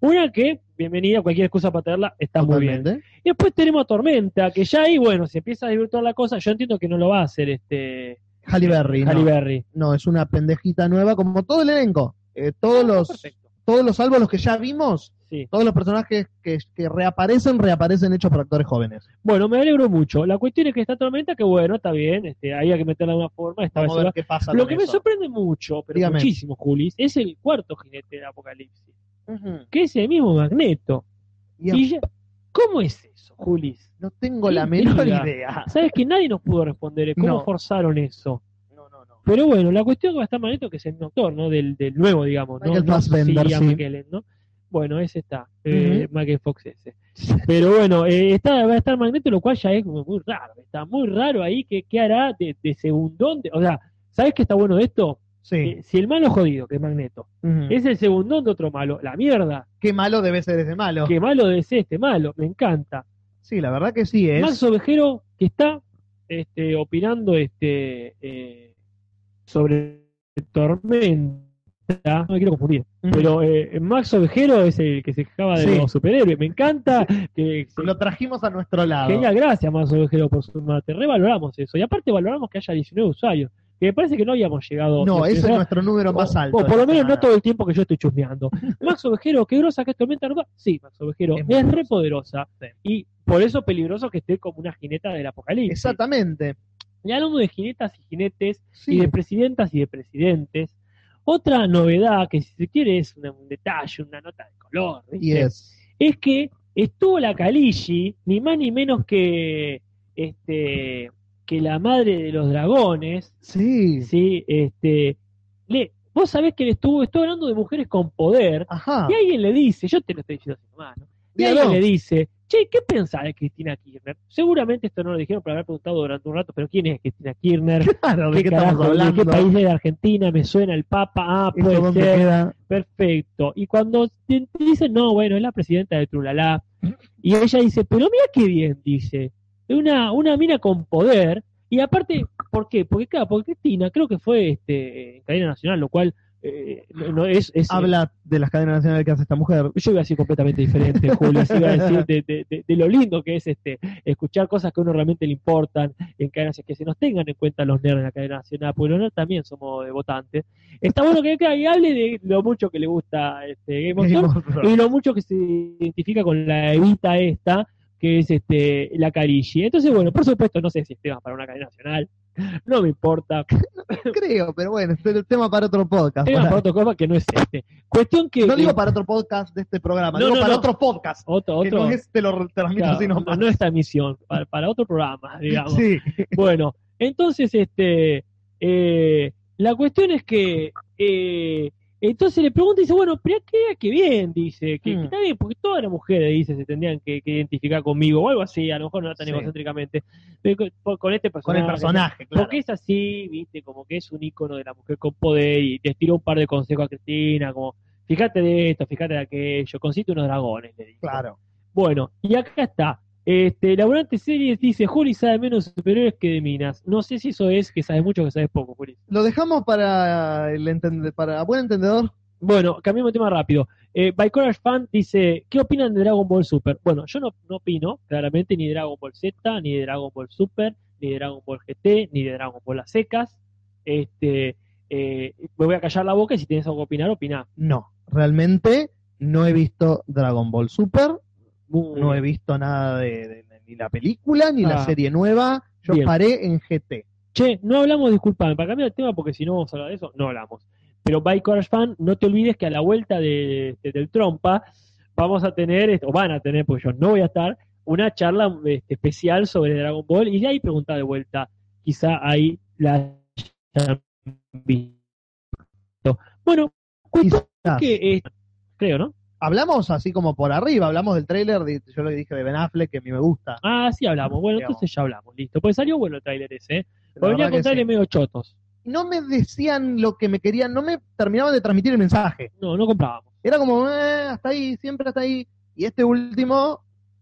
A: Una que, bienvenida, cualquier excusa para tenerla, está muy bien.
B: Totalmente.
A: Y después tenemos a Tormenta, que ya ahí, bueno, se empieza a desvirtuar la cosa. Yo entiendo que no lo va a hacer este
B: Halle Berry,
A: Halle
B: no.
A: Berry.
B: No, es una pendejita nueva, como todo el elenco. Eh, todos los,
A: Ah, Perfecto.
B: todos los salvos los que ya vimos,
A: Sí.
B: todos los personajes que, que reaparecen, reaparecen hechos por actores jóvenes.
A: Bueno, me alegro mucho. La cuestión es que esta tormenta, que bueno, está bien, este, había que meterla de alguna forma. Esta vez
B: Vamos a
A: se
B: ver
A: va.
B: qué pasa.
A: Lo
B: con
A: que me
B: eso.
A: sorprende mucho, pero
B: Dígame.
A: muchísimo, Julis, es el cuarto jinete de Apocalipsis,
B: Ujú.
A: que es el mismo Magneto.
B: Bien,
A: Y ya- ¿Cómo es eso, Julis?
B: No tengo la
A: Intriga.
B: menor idea.
A: Sabes que nadie nos pudo responder eh, cómo
B: No.
A: forzaron eso.
B: No, no, no.
A: Pero bueno, la cuestión que va a estar Magneto, que es el doctor, ¿no? Del, del nuevo, digamos, ¿no?
B: Michael
A: No
B: Fassbender,
A: Ian
B: sí.
A: McKellen, ¿no? Bueno, ese está, eh, Michael Fox ese. Pero bueno, eh, está, va a estar Magneto, lo cual ya es como muy raro, está muy raro ahí, que qué hará de, de segundón? de- o sea, ¿sabes qué está bueno de esto?
B: Sí.
A: Que si el malo jodido, que es Magneto,
B: Ujú.
A: es el segundón de otro malo, la mierda,
B: Qué malo debe ser ese malo.
A: que malo es este malo, me encanta.
B: Sí, la verdad que sí es.
A: Max Ovejero, que está este, opinando este eh, sobre Tormenta. No me quiero confundir.
B: Ujú.
A: Pero eh, Max Ovejero es el que se quejaba de
B: Sí.
A: los superhéroes. Me encanta. Que,
B: Lo trajimos a nuestro lado.
A: genial, gracias Max Ovejero por su mate. Revaloramos eso. Y aparte valoramos que haya 19 usuarios. que me parece que no habíamos llegado.
B: No, ese es
A: no
B: nuestro número más alto.
A: O por lo
B: de la
A: menos no
B: temporada.
A: todo el tiempo que yo estoy chusmeando. Max Ovejero, qué grosa que es Tormenta Rosa. Sí, Max Ovejero,
B: Es
A: es,
B: muy
A: re poderosa. Y por eso peligroso que esté como una jineta del apocalipsis.
B: Exactamente.
A: Ya hablamos de jinetas y jinetes,
B: Sí.
A: y de presidentas y de presidentes. Otra novedad que, si se quiere, es un, un detalle, una nota de color,
B: Y
A: ¿viste?
B: es.
A: es que estuvo la Kalishi, ni más ni menos que, este, que la madre de los dragones,
B: Sí.
A: ¿sí? Este, le, vos sabés que le estuvo, estoy hablando de mujeres con poder,
B: Ajá.
A: y alguien le dice, yo te lo estoy diciendo así nomás, ¿no? Y
B: Ah. Dígalo.
A: alguien le dice, che, ¿qué pensás de Cristina Kirchner? Seguramente esto no lo dijeron para haber preguntado durante un rato, pero ¿quién es Cristina Kirchner?
B: Claro, ¿de qué estamos
A: carajo? ¿De
B: hablando?
A: qué país es de Argentina? ¿Me suena el Papa? Ah,
B: ¿Esto
A: puede
B: dónde
A: ser.
B: queda?
A: Perfecto. Y cuando te te dicen, no, bueno, es la presidenta de Trulalá, y ella dice, pero mira qué bien, dice, una, una mina con poder, y aparte, ¿por qué? Porque, claro, porque Cristina creo que fue este, en cadena nacional, lo cual eh, no, no es... es
B: Habla de las cadenas nacionales que hace esta mujer.
A: yo iba a decir completamente diferente, Julio. Iba a decir de, de- de- de lo lindo que es este escuchar cosas que a uno realmente le importan en cadenas que se nos tengan en cuenta los nerds en la cadena nacional, porque los nerds también somos de votantes. Está bueno que, que hable de lo mucho que le gusta este Game of Thrones y lo mucho que se identifica con la evita esta, que es este la Carici. Entonces, bueno, por supuesto, no sé si este va para una cadena nacional, no me importa.
B: Creo, pero bueno, este es el tema para otro podcast.
A: Tema
B: Para-
A: para otra cosa que no es este. Cuestión que.
B: No digo para otro podcast de este programa,
A: No,
B: digo
A: no,
B: para
A: no.
B: otro podcast.
A: Otro,
B: Que
A: otro.
B: no es, te lo transmito
A: Claro,
B: así
A: no,
B: nomás.
A: no esta emisión, para, para otro programa, digamos.
B: Sí.
A: Bueno, entonces, este, eh, la cuestión es que, eh, entonces le pregunta y dice, bueno, pero qué, qué bien, dice, que,
B: Mm.
A: que está bien, porque todas las mujeres, dice, se tendrían que, que identificar conmigo o algo así, a lo mejor no tan
B: Sí.
A: egocéntricamente, pero con, con este
B: Con el
A: personaje.
B: personaje, claro.
A: Porque es así, viste, como que es un icono de la mujer con poder y te tiró un par de consejos a Cristina, como, fíjate de esto, fíjate de aquello, consiste unos dragones, le dijo.
B: Claro.
A: Bueno, y acá está. Este, laburante series dice, Juli sabe menos de superiores que de minas. No sé si eso es que sabes mucho o que sabes poco, Juli.
B: Lo dejamos para el entende- para buen entendedor.
A: Bueno, cambiamos de tema rápido. Eh, By Courage Fan dice, ¿qué opinan de Dragon Ball Super? Bueno, yo no, no opino, claramente, ni de Dragon Ball Z, ni de Dragon Ball Super, ni de Dragon Ball GT, ni de Dragon Ball a secas. Este, eh, me voy a callar la boca y si tienes algo que opinar, opina.
B: No, realmente no he visto Dragon Ball Super, no he visto nada de, de- de- ni la película ni la
A: Ah.
B: serie nueva. Yo
A: Bien.
B: paré en GT.
A: Che, no hablamos, disculpame, para cambiar el tema, porque si no vamos a hablar de eso, no hablamos. Pero By Courage Fan, no te olvides que a la vuelta de, de- del trompa vamos a tener, est- o van a tener, porque yo no voy a estar, una charla este, especial sobre Dragon Ball y de ahí pregunta de vuelta. Quizá ahí la hayan visto. Bueno, cuestión
B: Quizás.
A: que eh, creo, ¿no?
B: Hablamos así como por arriba, hablamos del tráiler, de- yo le dije de Ben Affleck que a mí me gusta.
A: Ah, sí hablamos. Bueno,
B: Digamos.
A: entonces ya hablamos, listo. Pues salió bueno el trailer ese, ¿eh?
B: La
A: Porque venía
B: verdad
A: con
B: que sí.
A: trailers medio chotos.
B: No me decían lo que me querían, no me terminaban de transmitir el mensaje.
A: No, no comprábamos.
B: Era como, eh, hasta ahí, siempre hasta ahí. Y este último,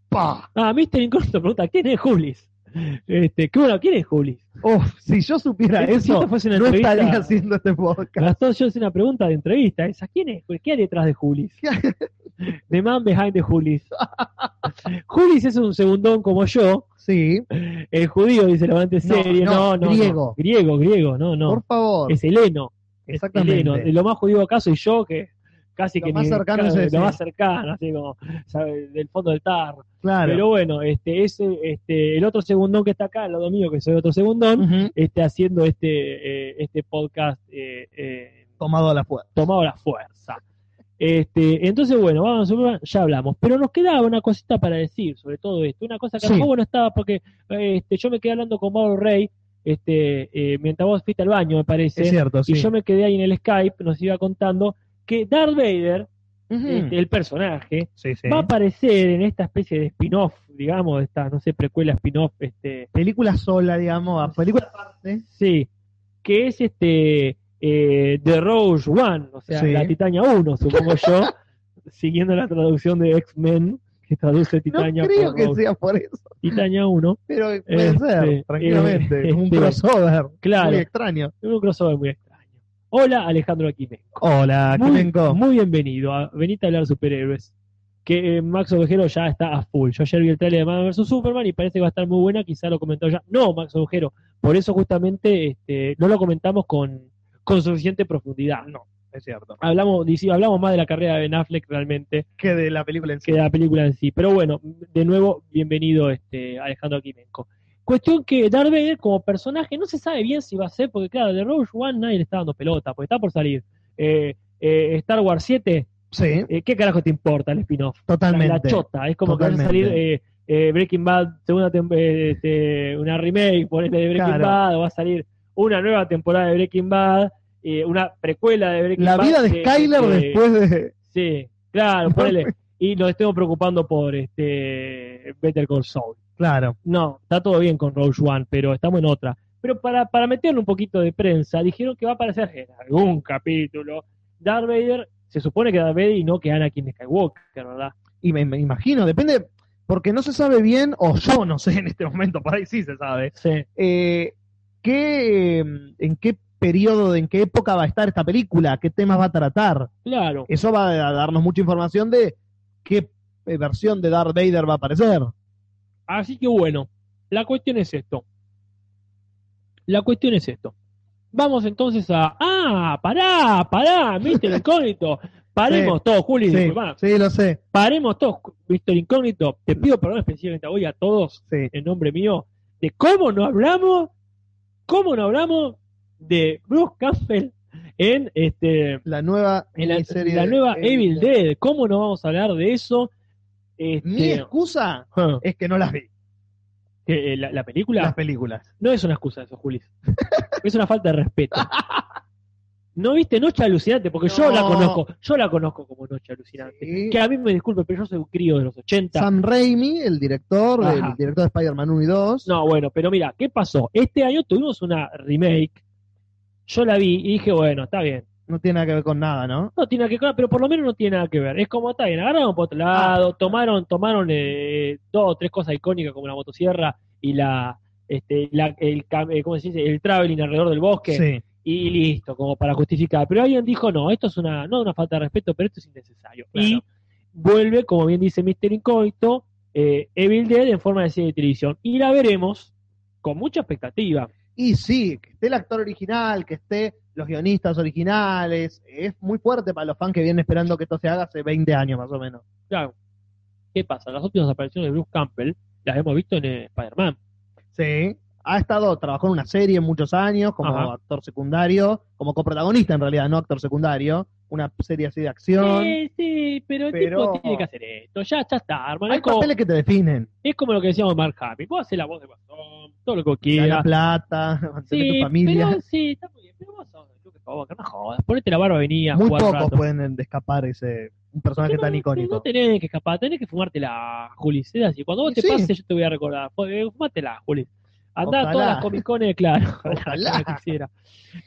B: pa.
A: Ah, Mr. Incorrecto pregunta, ¿quién es Julis? Este, que bueno, ¿quién es Julis?
B: Uf, si yo supiera
A: Esto, si esto
B: eso,
A: fuese una
B: no
A: entrevista,
B: estaría haciendo este podcast.
A: Gastón, yo hice una pregunta de entrevista, esa, ¿quién es? Julis? ¿Qué hay detrás de Julis? The man behind the Julis. Julis es un segundón como yo,
B: Sí,
A: el judío, dice la banda
B: No,
A: serie,
B: no,
A: no, no, no.
B: griego.
A: griego, griego, no, no,
B: por favor.
A: es heleno, es
B: Exactamente.
A: heleno, de lo más judío acá soy yo que casi
B: Lo
A: que
B: más
A: ni-
B: cercano es
A: claro,
B: ese.
A: lo más cercano, así como, sabe, del fondo del tarro.
B: Claro.
A: Pero bueno, este, ese, este, el otro segundón que está acá, el lado mío, que soy otro segundón,
B: Ujú.
A: esté haciendo este, eh, este podcast eh, eh,
B: Tomado a la fuerza.
A: tomado a la fuerza. Este, entonces, bueno, vamos a Superman, ya hablamos. Pero nos quedaba una cosita para decir sobre todo esto. Una cosa que
B: Sí.
A: a lo mejor no estaba porque eh, este, yo me quedé hablando con Mauro Rey este, eh, mientras vos fuiste al baño, me parece.
B: Es cierto, sí.
A: Y yo me quedé ahí en el Skype, nos iba contando que Darth Vader,
B: Ujú.
A: este, el personaje,
B: Sí, sí.
A: va a aparecer en esta especie de spin-off, digamos, de esta, no sé, precuela, spin-off, este,
B: Película sola, digamos, a película aparte.
A: sí, que es este eh, The Rogue One, o sea,
B: Sí.
A: la Titania 1, supongo yo, siguiendo la traducción de X-Men, que traduce
B: No
A: Titania
B: creo
A: por
B: que
A: Rogue.
B: sea por Eh, eso,
A: Titania 1,
B: pero puede
A: Este,
B: ser, tranquilamente.
A: eh,
B: un
A: este,
B: crossover.
A: claro.
B: Muy extraño.
A: un crossover muy extraño. Hola, Alejandro Aquimenco.
B: Hola,
A: Muy,
B: Kimenko.
A: muy bienvenido, a, venite a hablar de superhéroes. que eh, Max Ovejero ya está a full. Yo ayer vi el trailer de Batman vs Superman y parece que va a estar muy buena, quizá lo comentó ya. No, Max Ovejero, por eso justamente este, no lo comentamos con, con suficiente profundidad.
C: No, es cierto.
A: Hablamos, dici- hablamos más de la carrera de Ben Affleck realmente
C: Que de la película en sí.
A: que de la película en sí. Pero bueno, de nuevo, bienvenido este Alejandro Quimenco. Cuestión que Darth Vader como personaje no se sabe bien si va a ser, porque claro, de Rogue One nadie le está dando pelota, porque está por salir. Eh, eh, Star Wars 7,
B: Sí,
A: eh, ¿qué carajo te importa el spin-off? La-
B: totalmente.
A: La chota, es como que
B: Totalmente.
A: va a salir eh, eh, Breaking Bad, segunda tem- eh, este, una remake, ponete de Breaking
C: Claro.
A: Bad, o va a salir una nueva temporada de Breaking Bad, eh, una precuela de Breaking
B: la
A: Bad.
B: vida de
A: que-
B: Skyler
A: que-
B: después de.
A: Sí, claro,
B: No,
A: ponele. Y nos estemos preocupando por este Better Call Saul.
B: Claro.
A: No, está todo bien con Rogue One, pero estamos en otra. Pero para, para meterle un poquito de prensa, dijeron que va a aparecer en algún capítulo Darth Vader, se supone que Darth Vader y no que Anakin Skywalker, ¿verdad?
B: Y me, me imagino, depende, porque no se sabe bien, o yo no sé en este momento, por ahí sí se sabe,
A: Sí.
B: eh, qué, eh, en qué periodo, en qué época va a estar esta película, qué temas va a tratar.
A: Claro.
B: Eso va a darnos mucha información de qué eh, versión de Darth Vader va a aparecer.
A: Así que bueno, la cuestión es esto. La cuestión es esto. Vamos entonces a. ¡Ah! ¡Pará! ¡Pará! ¡Mister Incógnito! Paremos todo, Juli.
B: Sí,
A: disculpa.
B: sí, lo sé.
A: paremos todos, Víctor Incógnito, te pido perdón especialmente hoy a todos,
B: Sí.
A: en nombre mío, de cómo no hablamos, cómo no hablamos de Bruce Campbell en este
B: La nueva
A: en la,
B: miniserie
A: la
B: de
A: nueva Evil Dead, cómo no vamos a hablar de eso, Este,
B: Mi excusa
A: huh,
B: es que no las vi,
A: que, eh, la, la película
B: las películas.
A: no es una excusa eso, Julis, es una falta de respeto. No viste Noche Alucinante, porque yo
B: No.
A: la conozco, yo la conozco como Noche Alucinante.
B: Sí.
A: Que a mí me disculpe, pero yo soy un crío de los 80.
B: Sam Raimi, el director,
A: Ajá.
B: el director de Spider-Man 1 y 2.
A: No, bueno, pero mira, ¿qué pasó? Este año tuvimos una remake. Yo la vi y dije, bueno, está bien.
B: No tiene nada que ver con nada, ¿no?
A: No tiene nada que ver, pero por lo menos no tiene nada que ver. Es como está bien, agarraron por otro lado, tomaron, tomaron eh, dos o tres cosas icónicas como la motosierra y la, este, la- el, cam- eh, ¿cómo se dice? El traveling alrededor del bosque
B: Sí.
A: y listo, como para justificar. Pero alguien dijo, no, esto es una, no una falta de respeto, pero esto es innecesario.
C: Claro.
A: Y vuelve, como bien dice Mr. Incógnito, eh, Evil Dead en forma de serie de televisión. Y la veremos con mucha expectativa.
B: Y sí, que esté el actor original, que esté los guionistas originales, es muy fuerte para los fans que vienen esperando que esto se haga hace 20 años más o menos.
A: Claro. ¿Qué pasa? Las últimas apariciones de Bruce Campbell las hemos visto en eh, Spider-Man.
B: Sí. Ha estado, trabajó en una serie muchos años como
A: Ajá.
B: actor secundario, como coprotagonista en realidad, no actor secundario, una serie así de acción.
A: Sí, sí, pero el
B: Pero-
A: tipo tiene que hacer esto. Ya, ya está, hermano.
B: Hay
A: Es como,
B: papeles que te definen.
A: es como lo que decíamos de Mark Hamill. Vos haces la voz de Bastón, todo lo que
B: Gana
A: quieras.
B: plata, mantener
A: ah. Sí,
B: tu familia.
A: pero sí, está muy bien. Pero vos sos, yo que favor, que no jodas. Ponete la barba venía,
B: Muy
A: jugar un
B: pocos
A: rato.
B: pueden escapar ese un personaje
A: No,
B: tan
A: no,
B: icónico.
A: No tenés que escapar, tenés que fumártela, Julis. Es así. Cuando vos
B: Y
A: te
B: sí.
A: pases, yo te voy a recordar. Fue- eh, Fumátela, Julis. Andá a
B: Ojalá.
A: todas las comicones, claro.
B: Ojalá.
A: Ojalá, quisiera.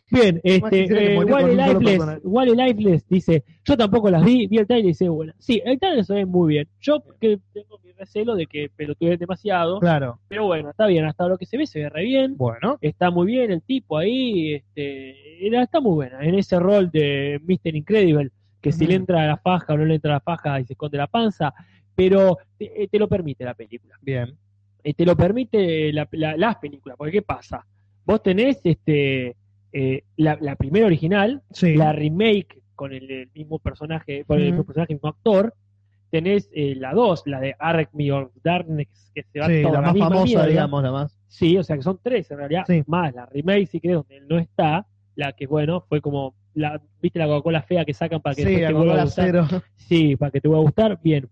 A: Bien,
B: quisiera que
A: este, eh,
B: morir con
A: Wally
B: un solo
A: Lifeless,
B: personaje.
A: Wally Lifeless dice: Yo tampoco las vi, vi el trailer y dice, bueno. Sí, el trailer se ve muy bien. Yo que tengo mi recelo de que pelotudeé demasiado,
B: Claro.
A: pero bueno, está bien. Hasta lo que se ve, se ve re bien.
B: Bueno,
A: Está muy bien el tipo ahí, este, era- está muy buena en ese rol de Mr. Incredible, que si
B: Ujú.
A: le entra la faja o no le entra la faja y se esconde la panza, pero te, eh, te lo permite la película,
B: bien.
A: Eh, te lo permite la- la- las películas, porque ¿qué pasa? Vos tenés este, eh, la, la primera original,
B: Sí.
A: la remake con el, el mismo personaje, con el
B: Ujú.
A: mismo personaje, mismo actor, tenés eh, la 2, la de Army of Darkness, que se va
B: Sí,
A: toda
B: la más
A: misma
B: famosa,
A: mierda.
B: digamos, la más.
A: Sí, o sea que son tres en realidad,
B: Sí.
A: más la remake, si crees, donde él no está, la que bueno, fue como, la viste la Coca-Cola fea que sacan para que
B: Sí,
A: después
B: la
A: te vuelva a
B: Coca-Cola
A: gustar.
B: cero.
A: Sí, para que te vuelva a gustar, bien.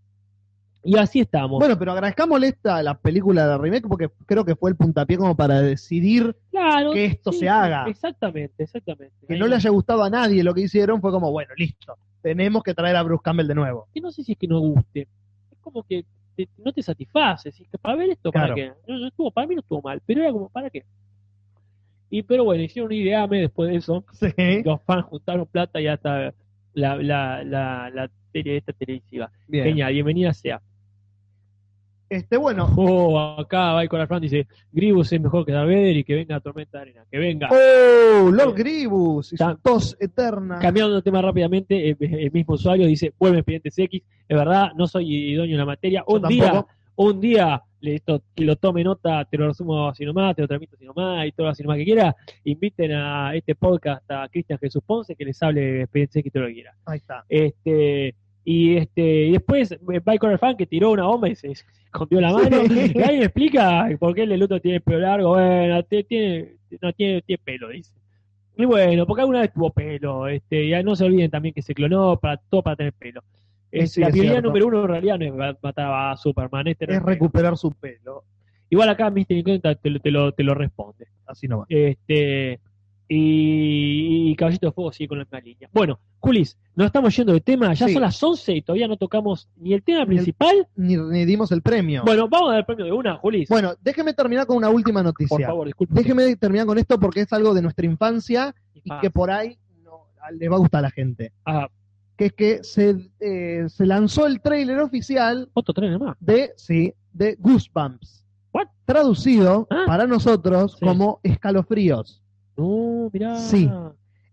A: Y así estamos.
B: Bueno, pero agradezcámosle esta la película de remake porque creo que fue el puntapié como para decidir
A: claro,
B: que esto
A: sí,
B: se haga.
A: Exactamente, exactamente.
B: que
A: Ahí
B: no le
A: va.
B: haya gustado a nadie lo que hicieron, fue como, bueno, listo, tenemos que traer a Bruce Campbell de nuevo.
A: Que no sé si es que no guste, es como que te- no te satisfaces, es que para ver esto, ¿para
B: Claro.
A: qué? No, no estuvo, para mí no estuvo mal, pero era como, ¿para qué? Y pero bueno, hicieron un ideame después de eso.
B: Sí.
A: Los fans juntaron plata y hasta la, la, la, la tele esta televisiva.
B: Bien.
A: Genial, bienvenida sea.
B: Este, bueno.
A: Oh, acá va con Fran dice, Gribus es mejor que Darth Vader y que venga Tormenta de Arena. Que venga.
B: ¡Oh! Lord Gribus y su
A: Ta-
B: tos eterna.
A: Cambiando de tema rápidamente, eh, el, mismo usuario dice, vuelve Expedientes X. Es verdad, no soy idóneo en la materia.
B: Yo
A: Un día,
B: tampoco.
A: un día, le- esto, que lo tome nota, te lo resumo así nomás, te lo transmito así nomás y todo así nomás que quiera. Inviten a este podcast a Cristian Jesús Ponce que les hable de Expedientes X todo lo que quiera.
B: Ahí está.
A: Este, y este, y después Michael Fan que tiró una bomba y se se escondió la mano.
B: Sí.
A: Y alguien explica por qué el Leluto tiene el pelo largo. Bueno, te- tiene, no tiene, tiene pelo, dice. Y bueno, porque alguna vez tuvo pelo, este, y no se olviden también que se clonó para todo para tener pelo. Es-
B: Sí,
A: la
B: es
A: prioridad
B: cierto.
A: número uno en realidad no es ma- matar a Superman, este no
B: Es
A: es pelo.
B: recuperar su pelo.
A: Igual acá Mr. Incógnita te, lo- te lo, te lo responde.
B: Así nomás.
A: Este, y, y Caballito de Fuego sigue con la misma línea. Bueno, Culis, nos estamos yendo de tema. Ya
B: Sí.
A: son las 11 y todavía no tocamos ni el tema
B: Ni el-
A: principal.
B: Ni, ni dimos el premio.
A: Bueno, vamos a dar el premio de una, Culis.
B: Bueno, déjeme terminar con una última noticia.
A: Por favor, disculpe.
B: Déjeme terminar con esto porque es algo de nuestra infancia y
A: Ah,
B: que por ahí no, le va a gustar a la gente.
A: ah,
B: Que es que se, eh, se lanzó el tráiler oficial
A: otro tren más.
B: de, sí, de Goosebumps.
A: What?
B: Traducido
A: Ah.
B: para nosotros
A: Sí.
B: como escalofríos.
A: No, mirá.
B: Sí.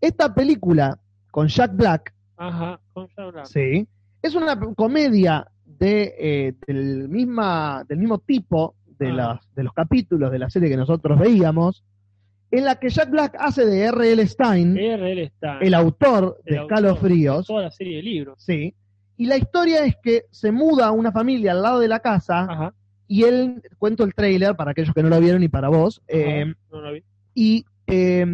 B: Esta película con Jack Black,
A: Ajá, con Shadow Lab.
B: sí, es una comedia de, eh, del, misma, del mismo tipo de,
A: Ah.
B: las- de los capítulos de la serie que nosotros veíamos, en la que Jack Black hace de R.L. Stein,
A: RL está
B: el autor
A: Eh,
B: de
A: el autor
B: Escalofríos,
A: toda la serie de libros.
B: sí, y la historia es que se muda una familia al lado de la casa
A: Ajá.
B: y él, cuento el trailer para aquellos que no lo vieron y para vos, eh,
A: Ajá, no lo vi.
B: y eh,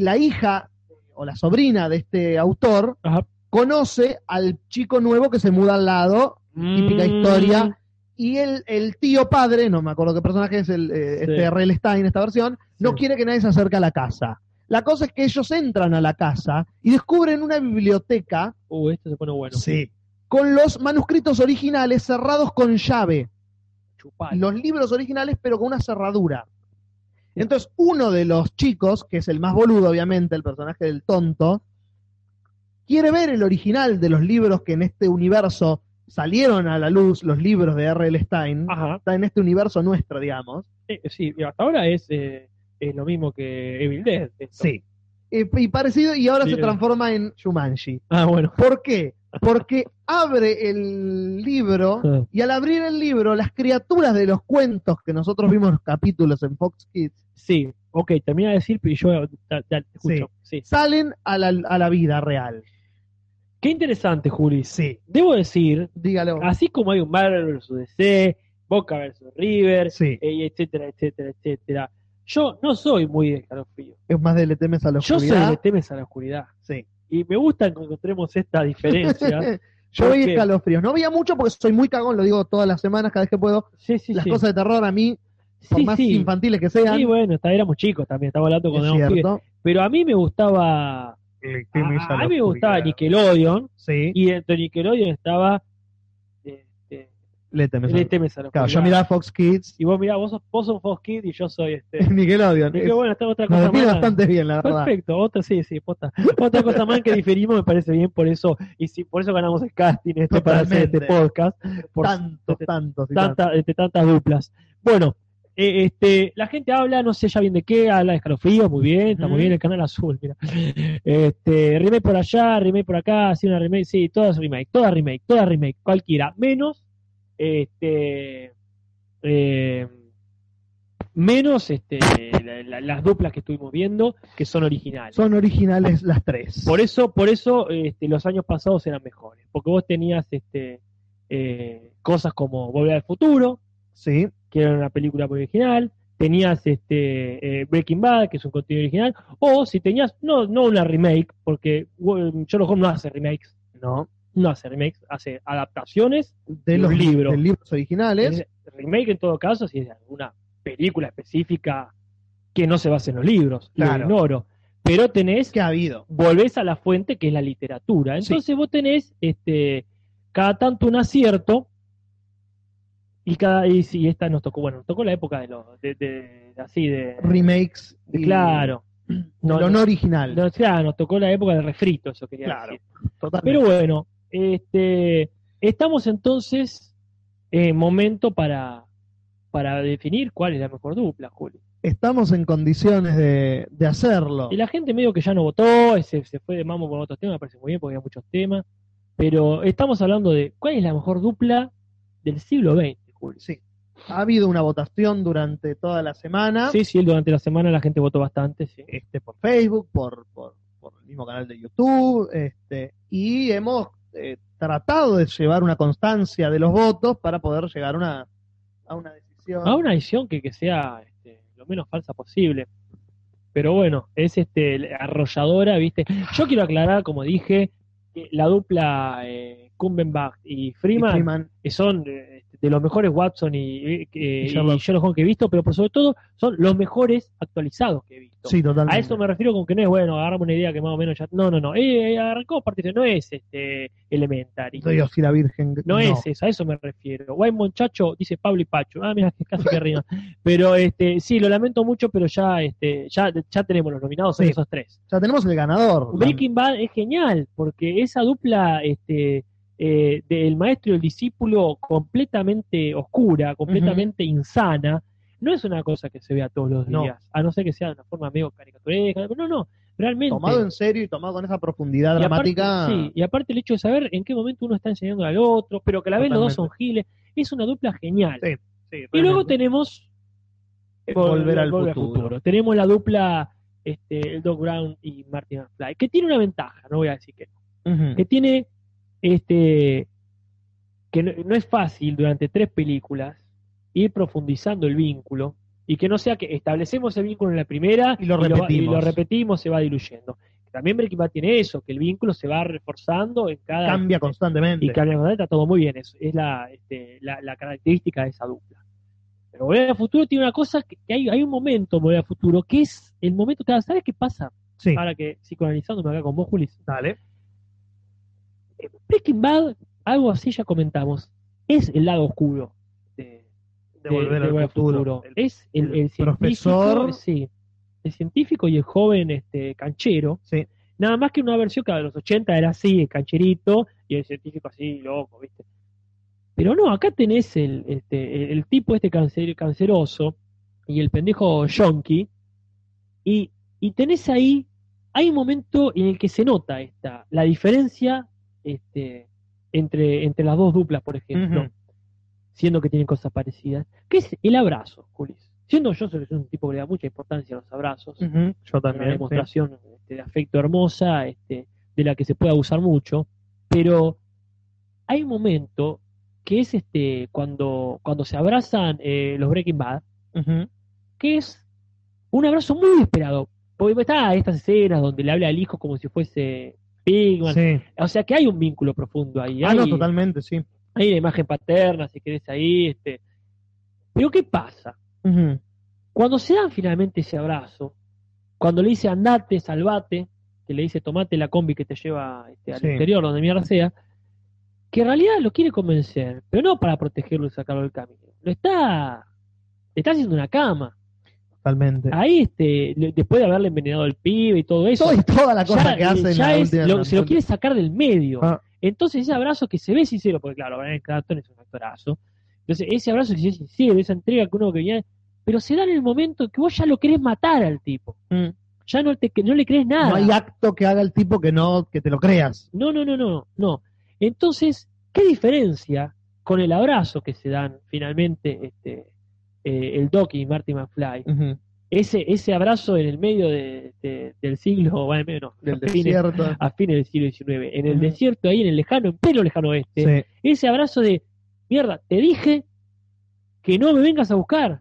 B: la hija o la sobrina de este autor
A: Ajá.
B: conoce al chico nuevo que se muda al lado típica
A: Mm,
B: historia. y el, el tío padre, no me acuerdo qué personaje es el, eh,
A: Sí.
B: este R.L. Stein, esta versión, no
A: Sí.
B: quiere que nadie se acerque a la casa. La cosa es que ellos entran a la casa y descubren una biblioteca
A: Uh, esto se pone bueno.
B: sí, con los manuscritos originales cerrados con llave.
A: Chupalo.
B: los libros originales, pero con una cerradura. Entonces, uno de los chicos, que es el más boludo, obviamente, el personaje del tonto, quiere ver el original de los libros que en este universo salieron a la luz, los libros de R.L. Stein.
A: Ajá.
B: Está en este universo nuestro, digamos.
A: Eh, sí, y hasta ahora es, eh, es lo mismo que Evil Dead. esto.
B: Eh, y parecido, y ahora
A: Sí.
B: se transforma en Shumanji.
A: Ah, bueno.
B: ¿Por qué? Porque abre el libro y al abrir el libro, las criaturas de los cuentos que nosotros vimos en los capítulos en Fox Kids
A: Sí, ok, termina de decir, pero yo eh, da- da- te escucho. Sí.
B: salen a la, a la vida real.
A: Qué interesante, Juli.
B: Sí.
A: Debo decir,
B: Dígalo.
A: así como hay un Marvel versus DC, Boca versus River,
B: Sí,
A: eh, etcétera, etcétera, etcétera, yo no soy muy de escalofrío.
B: es más de le temes a la
A: Yo soy
B: oscuridad.
A: de temes a la oscuridad.
B: Sí.
A: Y me gusta que encontremos esta diferencia.
B: Yo
A: ¿Por
B: veía
A: qué?
B: escalofríos. No veía mucho porque soy muy cagón, lo digo todas las semanas, cada vez que puedo.
A: Sí, sí,
B: las
A: sí.
B: cosas de terror a mí, por
A: sí,
B: más
A: sí.
B: infantiles que sean,
A: Sí, bueno, está- éramos chicos también, estaba hablando con
B: es
A: éramos pibes.
B: cierto.
A: Pero a mí me gustaba. A, Ah, a mí me gustaba Nickelodeon.
B: Sí,
A: Y dentro de Nickelodeon estaba. Este,
B: le temes a
A: Le
B: la
A: temes a la
B: Claro, yo
A: oscuridad.
B: miraba Fox Kids,
A: Y vos mirá, vos sos, vos sos Fox Kid y yo soy este.
B: Nickelodeon.
A: Y qué bueno, está otra
B: Nos
A: cosa
B: define
A: más.
B: bastante bien, la verdad.
A: Perfecto, otra, sí, sí, posta. Otra cosa más que diferimos me parece bien, por eso, y sí, por eso ganamos el casting este para hacer este
B: Totalmente.
A: podcast. Por
B: Tantos, tantos. y tantos.
A: tanta- este, tantas duplas. Bueno, eh, este, la gente habla, no sé ya bien de qué, habla de escalofríos, muy bien, está muy
B: Ujú.
A: bien el canal azul, mira. Este, remake por allá, remake por acá, así una remake, sí, todas remake, todas remake, todas remake, cualquiera, menos, este, eh, menos este, la- la- las duplas que estuvimos viendo, que son originales.
B: Son originales las tres.
A: Por eso, por eso este, los años pasados eran mejores, porque vos tenías este, eh, cosas como Volver al Futuro,
B: Sí,
A: que era una película muy original, tenías este, eh, Breaking Bad, que es un contenido original, o si tenías, no, no una remake, porque Wo- Sherlock Holmes no hace remakes,
B: no.
A: no hace remakes, hace adaptaciones, Y
B: De
A: un
B: los
A: libro. Eh,
B: de libros originales.
A: Es remake en todo caso, si es de alguna película específica que no se basa en los libros, lo
B: Claro.
A: ignoro, pero tenés
B: que ha habido.
A: volvés a la fuente que es la literatura. Entonces vos tenés este, cada tanto un acierto y cada y, si esta nos tocó, bueno, nos tocó la época de los de, de- de- así de,
B: Remakes.
A: de-
B: y-
A: claro. No,
B: el
A: no,
B: honor original.
A: no, claro, nos tocó la época del refrito, eso quería
B: Claro,
A: decir.
B: totalmente.
A: Pero bueno, este estamos entonces eh, momento para, para definir cuál es la mejor dupla, Juli.
B: Estamos en condiciones de, de hacerlo.
A: Y la gente medio que ya no votó, eh, se, se fue de mambo con otros temas, me parece muy bien porque había muchos temas. Pero estamos hablando de cuál es la mejor dupla del siglo XX, Juli.
B: Sí. Ha habido una votación durante toda la semana,
A: Sí, sí, durante la semana la gente votó bastante, sí.
B: este, por Facebook, por, por, por el mismo canal de YouTube, este, y hemos eh, tratado de llevar una constancia de los votos para poder llegar a una, a una decisión.
A: a una edición que, que sea este, lo menos falsa posible. Pero bueno, es este arrolladora, ¿viste? Yo quiero aclarar, como dije, que la dupla eh, Cumbenbach y
B: Y
A: Freeman,
B: Freeman,
A: que son eh, de los mejores Watson y, eh, que-
B: Y
A: y
B: Sherlock.
A: Sherlock. Holmes que he visto, pero por sobre todo son los mejores actualizados que he visto.
B: sí, totalmente.
A: A eso me refiero con que no es bueno, agarramos una idea que más o menos ya. No, no, no. Eh, eh, arrancó partido, no es este Elementary.
B: Dios y la Virgen.
A: No, es eso, a eso me refiero. Guay muchacho, dice Pablo y Pacho. Ah, mira, que casi que rima. Pero este, sí, lo lamento mucho, pero ya, este, ya, ya tenemos los nominados, son
B: Sí.
A: esos tres.
B: Ya tenemos el ganador.
A: Breaking Bad es genial, porque esa dupla este, eh, del maestro y el discípulo completamente oscura, completamente insana, no es una cosa que se vea todos los
B: No.
A: días, a no ser que sea de una forma medio caricaturesca, pero no, no, realmente.
B: Tomado en serio y tomado con esa profundidad
A: Y aparte-
B: dramática.
A: sí, y aparte el hecho de saber en qué momento uno está enseñando al otro, pero que a la vez los dos son giles, es una dupla genial.
B: Sí,
A: y luego tenemos
B: Eh,
A: Vol-
B: Volver al futuro.
A: Tenemos la dupla este, el Doc Brown y Martin Fly, que tiene una ventaja, no voy a decir que no,
B: Ujú.
A: que tiene este que no, no es fácil durante tres películas ir profundizando el vínculo y que no sea que establecemos el vínculo en la primera
B: Y lo
A: va-
B: repetimos.
A: lo repetimos, se va diluyendo. También Breaking Bad tiene eso, que el vínculo se va reforzando en cada
B: Cambia constantemente.
A: y cambia constantemente, está todo muy bien, es, es la, este, la, la característica de esa dupla. Pero Volver al Futuro tiene una cosa que, que hay, hay un momento en Volver al Futuro que es el momento, claro, ¿sabes qué pasa?
B: Sí.
A: Ahora que psicoanalizándome acá con vos, Julis,
B: Dale.
A: Breaking Bad, algo así ya comentamos, es el lado oscuro de,
B: De volver al futuro. El-
A: es el,
B: el
A: el científico, eh,
B: profesor.
A: sí, el científico y el joven este canchero.
B: Sí.
A: Nada más que una versión que a los 80 era así, el cancherito, y el científico así, loco, ¿viste? Pero no, acá tenés el, este, el- el tipo este cancer, canceroso y el pendejo yonki, y, y tenés ahí, hay un momento en el que se nota esta, la diferencia este, entre, entre las dos duplas, por ejemplo,
B: Ujú.
A: siendo que tienen cosas parecidas, que es el abrazo, Julis. Siendo yo soy un tipo que le da mucha importancia a los abrazos,
B: Ujú. Yo
A: una
B: también. sí.
A: demostración este, de afecto hermosa, este, de la que se puede abusar mucho, pero hay un momento que es este cuando, cuando se abrazan eh, los Breaking Bad,
B: Ujú.
A: que es un abrazo muy esperado. Porque pues, está estas escenas donde le habla al hijo como si fuese Pigman.
B: Sí.
A: O sea que hay un vínculo profundo ahí.
B: Ah, no,
A: hay-
B: totalmente, sí.
A: hay la imagen paterna, si querés ahí, este. Pero ¿qué pasa?
B: Ujú.
A: Cuando se dan finalmente ese abrazo, cuando le dice andate, salvate, que le dice tomate la combi que te lleva este, al
B: Sí.
A: interior, donde mierda sea, que en realidad lo quiere convencer, pero no para protegerlo y sacarlo del camino. Lo está, le está haciendo una cama.
B: Totalmente.
A: Ahí, este, le- después de haberle envenenado al pibe y todo eso,
B: Todo y toda la cosa
A: ya,
B: que hacen
A: eh,
B: en
A: ya
B: la
A: es-
B: última-
A: lo- se lo quiere sacar del medio.
B: Ah.
A: Entonces ese abrazo que se ve sincero, porque claro, Brian Cranston es un actorazo. Entonces ese abrazo que se ve sincero, esa entrega que uno que venía, pero se da en el momento que vos ya lo querés matar al tipo.
B: Mm.
A: Ya no te que no le crees nada.
B: No hay acto que haga el tipo que no que te lo creas.
A: No, no, no, no, no. Entonces, ¿qué diferencia con el abrazo que se dan finalmente este eh, el Doc y Marty McFly?
B: Ujú.
A: Ese ese abrazo en el medio de- de- del siglo, bueno, menos,
B: Del
A: a fines-
B: desierto.
A: a fines del siglo XIX, en el
B: Ujú.
A: desierto, ahí en el lejano, en pelo lejano oeste,
B: Sí.
A: ese abrazo de, mierda, te dije que no me vengas a buscar,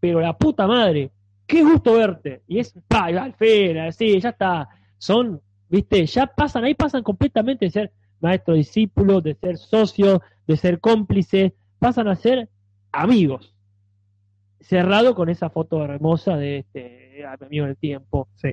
A: pero la puta madre, qué gusto verte. Y es, pa, y va al Fera, sí, ya está. Son, viste, ya pasan, ahí pasan completamente de ser maestro discípulo, de ser socio, de ser cómplice, pasan a ser amigos. Cerrado con esa foto hermosa de este a mi amigo del tiempo.
B: Sí.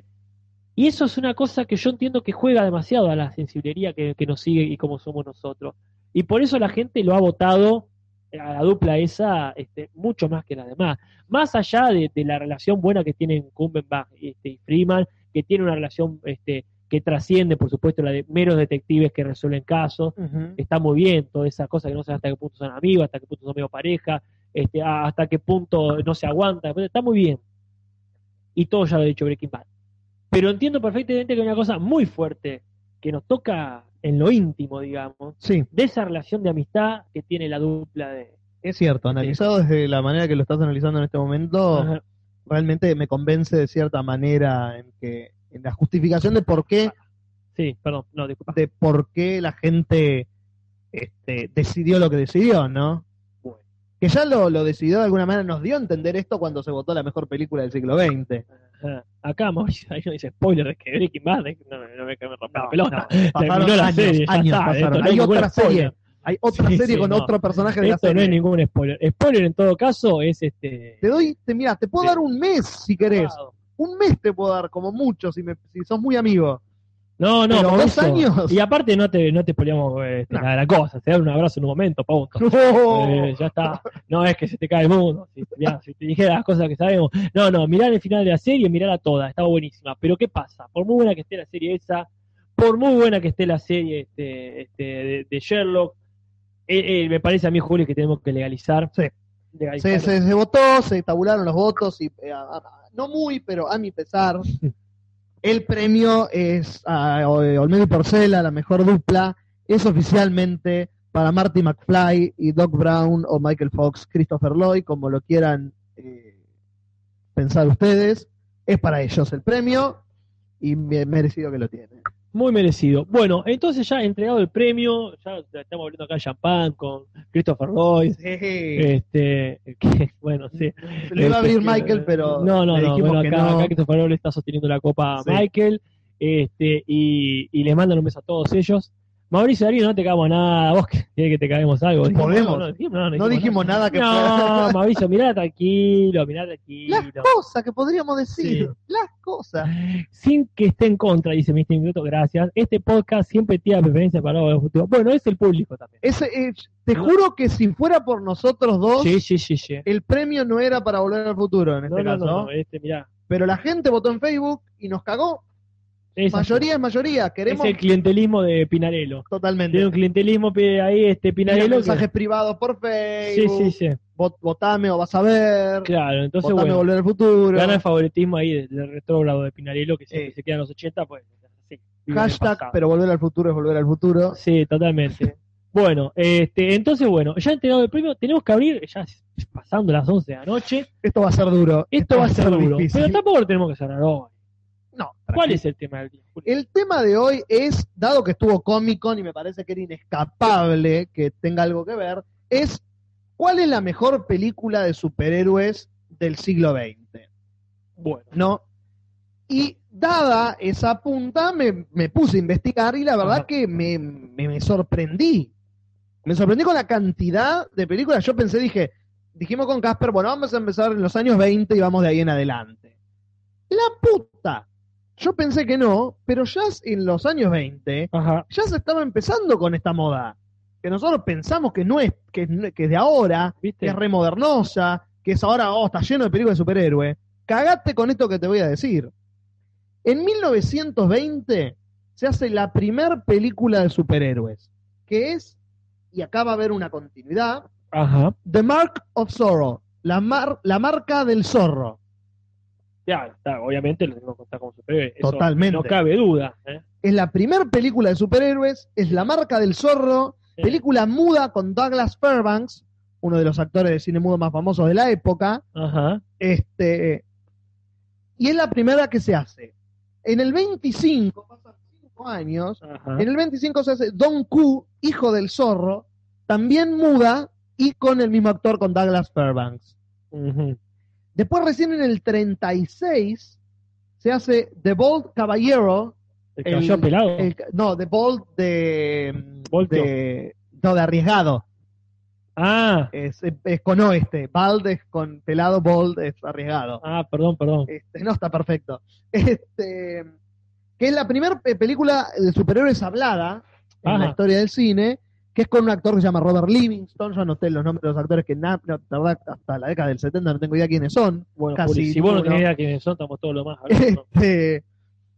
A: Y eso es una cosa que yo entiendo que juega demasiado a la sensiblería que, que nos sigue y como somos nosotros. Y por eso la gente lo ha votado a la dupla esa este, mucho más que las demás. Más allá de, de la relación buena que tienen Cumberbatch este, y Freeman, que tiene una relación este, que trasciende, por supuesto, la de meros detectives que resuelven casos. Está muy bien toda esa cosa que no sé hasta qué punto son amigos, hasta qué punto son amigos pareja, este, a- hasta qué punto no se aguanta. Está muy bien. Y todo ya lo he dicho Breaking Bad. Pero entiendo perfectamente que hay una cosa muy fuerte que nos toca en lo íntimo, digamos,
B: Sí,
A: de esa relación de amistad que tiene la dupla de...
B: es cierto. Analizado desde la manera que lo estás analizando en este momento,
A: Ajá.
B: realmente me convence de cierta manera en que en la justificación de por qué
A: Sí, perdón, no, disculpa.
B: de por qué la gente este, decidió lo que decidió, ¿no?
A: Bueno.
B: Que ya lo, lo decidió de alguna manera, nos dio a entender esto cuando se votó la mejor película del siglo XX.
A: Ajá. Acá Mauricio ahí no dice spoiler de que Breaking Bad, eh, no, no me cabe romper
B: No,
A: la pelota.
B: Pasaron
A: Terminó la
B: años,
A: serie, ya
B: años
A: está,
B: pasaron.
A: esto no
B: Hay
A: es ningún
B: otra
A: spoiler.
B: serie, hay otra
A: Sí,
B: serie
A: sí,
B: con
A: no.
B: otro personaje de la
A: Esto no
B: serie.
A: es ningún spoiler. Spoiler en todo caso es este...
B: Te doy, te mira, te puedo
A: Sí.
B: dar un mes si querés. Un mes te puedo dar, como mucho, si, me, si sos muy amigo.
A: No, no,
B: Pero
A: por
B: dos
A: eso.
B: años.
A: Y aparte no te, no te spoileamos eh, este,
B: No.
A: nada de la cosa, te dan un abrazo en un momento, punto.
B: No.
A: Eh, ya está. No es que se te cae el mundo. Si, mirá, si te dijera las cosas que sabemos. No, no, mirá el final de la serie, mirala toda. Estaba buenísima. Pero ¿qué pasa? Por muy buena que esté la serie esa, por muy buena que esté la serie este, este, de, de Sherlock, eh, eh, me parece a mí, Julio, que tenemos que legalizar.
B: Sí.
A: Legalizar.
B: se, se- se votó, se tabularon los votos y eh, a- a- no muy, pero a mi pesar, el premio es a eh, Olmedo y Porcela, la mejor dupla, es oficialmente para Marty McFly y Doc Brown o Michael Fox, Christopher Lloyd, como lo quieran eh, pensar ustedes, es para ellos el premio y me- merecido que lo tienen.
A: Muy merecido. Bueno, entonces ya entregado el premio, ya estamos abriendo acá champán con Christopher Royce. Este, que, bueno, sí.
B: Se lo iba
A: Este,
B: a abrir
A: que-
B: Michael, pero
A: No, no,
B: le
A: no.
B: dijimos
A: Bueno,
B: que
A: acá,
B: no.
A: acá Christopher Nolan está sosteniendo la copa
B: Sí.
A: a Michael. Este, y, y les mandan un beso a todos ellos. Mauricio Darío, no te cagamos nada. Vos que tiene que te caguemos algo. Dijimos,
B: Podemos.
A: No, no, dijimos, no, no
B: no
A: dijimos
B: dijimos nada que
A: nada. No, Mauricio, mirá tranquilo, mirá
B: Las
A: tranquilo.
B: cosas que podríamos decir,
A: Sí.
B: las cosas.
A: Sin que esté en contra, dice Mr. Minuto, gracias. Este podcast siempre tiene preferencia para los futuros. Bueno, es el público también.
B: Ese, eh, te juro que si fuera por nosotros dos,
A: Sí, sí, sí, sí.
B: el premio no era para volver al futuro en
A: No,
B: este
A: no,
B: caso.
A: no, no, este, mirá.
B: Pero la gente votó en Facebook y nos cagó.
A: Es así.
B: mayoría es mayoría.
A: es
B: Queremos
A: el clientelismo de Pinarello. Tiene
B: totalmente.
A: un clientelismo pe- ahí, este
B: Mira,
A: Pinarello. que-
B: mensajes privados por
A: Sí,
B: Facebook.
A: sí, sí.
B: Vot- votame o vas a ver.
A: Claro, entonces,
B: votame
A: bueno,
B: volver al futuro.
A: gana el favoritismo ahí del, del retrógrado de Pinarello, que siempre
B: Eh.
A: se queda en los 80, pues. así, vive en el
B: Hashtag,
A: pasado.
B: pero volver al futuro es volver al futuro.
A: Sí, totalmente. Bueno, este, entonces, bueno, ya entregado el premio, tenemos que abrir, ya es pasando las 11 de la noche.
B: Esto va a ser duro.
A: Esto va a ser duro,
B: difícil.
A: pero tampoco lo tenemos que cerrar hoy.
B: No,
A: ¿Cuál es el tema del día? Julio?
B: El tema de hoy es, dado que estuvo Comic Con y me parece que era inescapable que tenga algo que ver, es cuál es la mejor película de superhéroes del siglo XX,
A: Bueno,
B: ¿no? Y dada esa punta, me, me puse a investigar y la verdad
A: Ajá.
B: que me, me- me sorprendí. Me sorprendí con la cantidad de películas. Yo pensé, dije, dijimos con Casper, bueno, vamos a empezar en los años 20 y vamos de ahí en adelante. La puta. Yo pensé que no, pero ya en los años 20
A: ajá,
B: ya se estaba empezando con esta moda. Que nosotros pensamos que no es, que, es- que es de ahora, que
A: ¿viste?
B: es remodernosa, que es ahora, oh, está lleno de películas de superhéroes. Cagate con esto que te voy a decir. En 1920 se hace la primer película de superhéroes, que es, y acá va a haber una continuidad,
A: Ajá,
B: The Mark of Zorro, la, mar- la marca del zorro.
A: ya, está, obviamente lo tenemos que contar como superhéroe. eso
B: Totalmente.
A: No cabe duda. ¿eh?
B: Es la primer película de superhéroes, es la marca del zorro,
A: Sí.
B: película muda con Douglas Fairbanks, uno de los actores de cine mudo más famosos de la época,
A: Ajá,
B: este, y es la primera que se hace. En el 25, pasan 5 años,
A: ajá.
B: en el 25 se hace Don Q, hijo del zorro, también muda y con el mismo actor, con Douglas Fairbanks.
A: Ujú.
B: Después recién en el 36 se hace The Bold Caballero,
A: El
B: El-
A: cayó pelado.
B: el- no, The Bold de,
A: Voltio.
B: de- no, de arriesgado,
A: Ah,
B: es, es con oeste, Bald es con pelado, Bold es arriesgado.
A: ah, perdón, perdón.
B: Este, no, está perfecto. Este, que es la primera película de superhéroes hablada en la
A: Ajá.
B: historia del cine, que es con un actor que se llama Robert Livingston. Yo anoté los nombres de los actores que na- na- la verdad, hasta la década del 70 no tengo idea quiénes son.
A: Bueno,
B: Casi
A: Juli, si vos no
B: ninguno.
A: tenés idea quiénes son, estamos todos lo más. hablando, ¿no?
B: Este,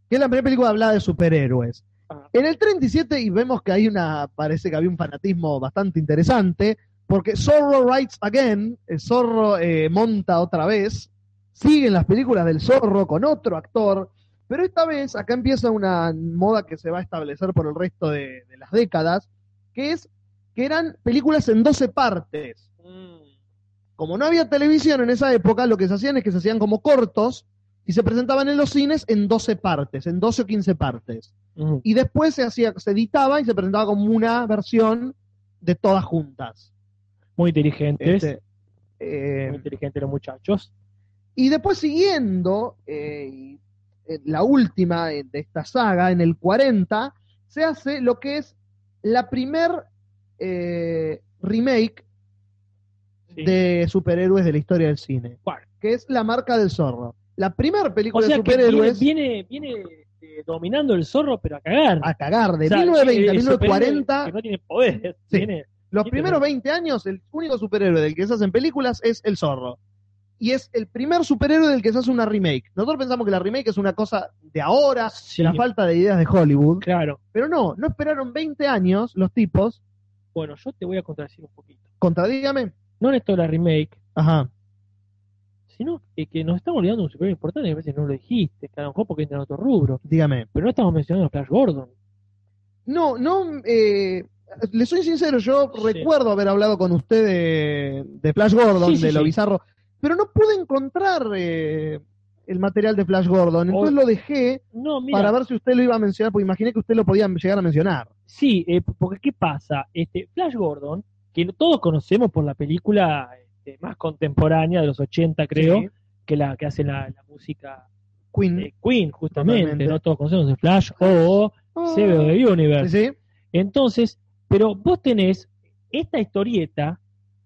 B: que es la primera película hablada de superhéroes.
A: Ah.
B: En el 37 y vemos que hay una, parece que había un fanatismo bastante interesante, porque Zorro Rides Again, el Zorro eh, monta otra vez, siguen las películas del Zorro con otro actor, pero esta vez acá empieza una moda que se va a establecer por el resto de, de las décadas, que es que eran películas en 12 partes.
A: Mm,
B: Como no había televisión en esa época, lo que se hacían es que se hacían como cortos y se presentaban en los cines en 12 partes, en 12 o 15 partes
A: Mm.
B: y después se hacía, se editaba y se presentaba como una versión de todas juntas.
A: Muy inteligentes.
B: Este, eh,
A: muy inteligentes los muchachos.
B: y después siguiendo, eh, y, eh, la última eh, de esta saga, en el 40, se hace lo que es la primer eh, remake
A: Sí.
B: de superhéroes de la historia del cine,
A: ¿Cuál?
B: que es La Marca del Zorro. La primera
A: O
B: película
A: sea
B: de
A: que viene,
B: superhéroes
A: viene, viene, eh, dominando el zorro, pero a cagar.
B: a cagar, de
A: O sea,
B: 1920 a
A: el superhéroe
B: 1940,
A: Que no tiene poder.
B: Sí.
A: Viene-
B: Los
A: Sí,
B: primeros
A: pero-
B: 20 años, el único superhéroe del que se hacen películas es el zorro. Y es el primer superhéroe del que se hace una remake. Nosotros pensamos que la remake es una cosa de ahora,
A: Sí,
B: de la falta de ideas de Hollywood.
A: claro.
B: Pero no, no esperaron 20 años los tipos.
A: Bueno, yo te voy a contradecir un poquito.
B: Contradígame.
A: No en esto de la remake,
B: Ajá.
A: sino que, que nos estamos olvidando de un superhéroe importante que a veces no lo dijiste, que a lo mejor porque entra en otro rubro.
B: Dígame.
A: Pero no estamos mencionando a Flash Gordon.
B: No, no. Eh, le soy sincero, yo
A: Sí.
B: recuerdo haber hablado con usted de, de Flash Gordon,
A: Sí, sí,
B: de lo
A: sí.
B: bizarro. Pero no pude encontrar eh, el material de Flash Gordon. Entonces
A: Hoy-
B: lo dejé.
A: No, Oh, mira.
B: para ver si usted lo iba a mencionar, porque imaginé que usted lo podía llegar a mencionar.
A: Sí, eh, porque ¿qué pasa? Este, Flash Gordon, que todos conocemos por la película este, más contemporánea de los 80, creo,
B: Sí,
A: que la que hace la, la música
B: Queen.
A: de Queen, justamente,
B: Totalmente.
A: ¿no? Todos conocemos de Flash o
B: Oh.
A: Save the Universe.
B: Sí, sí.
A: Entonces, pero vos tenés, esta historieta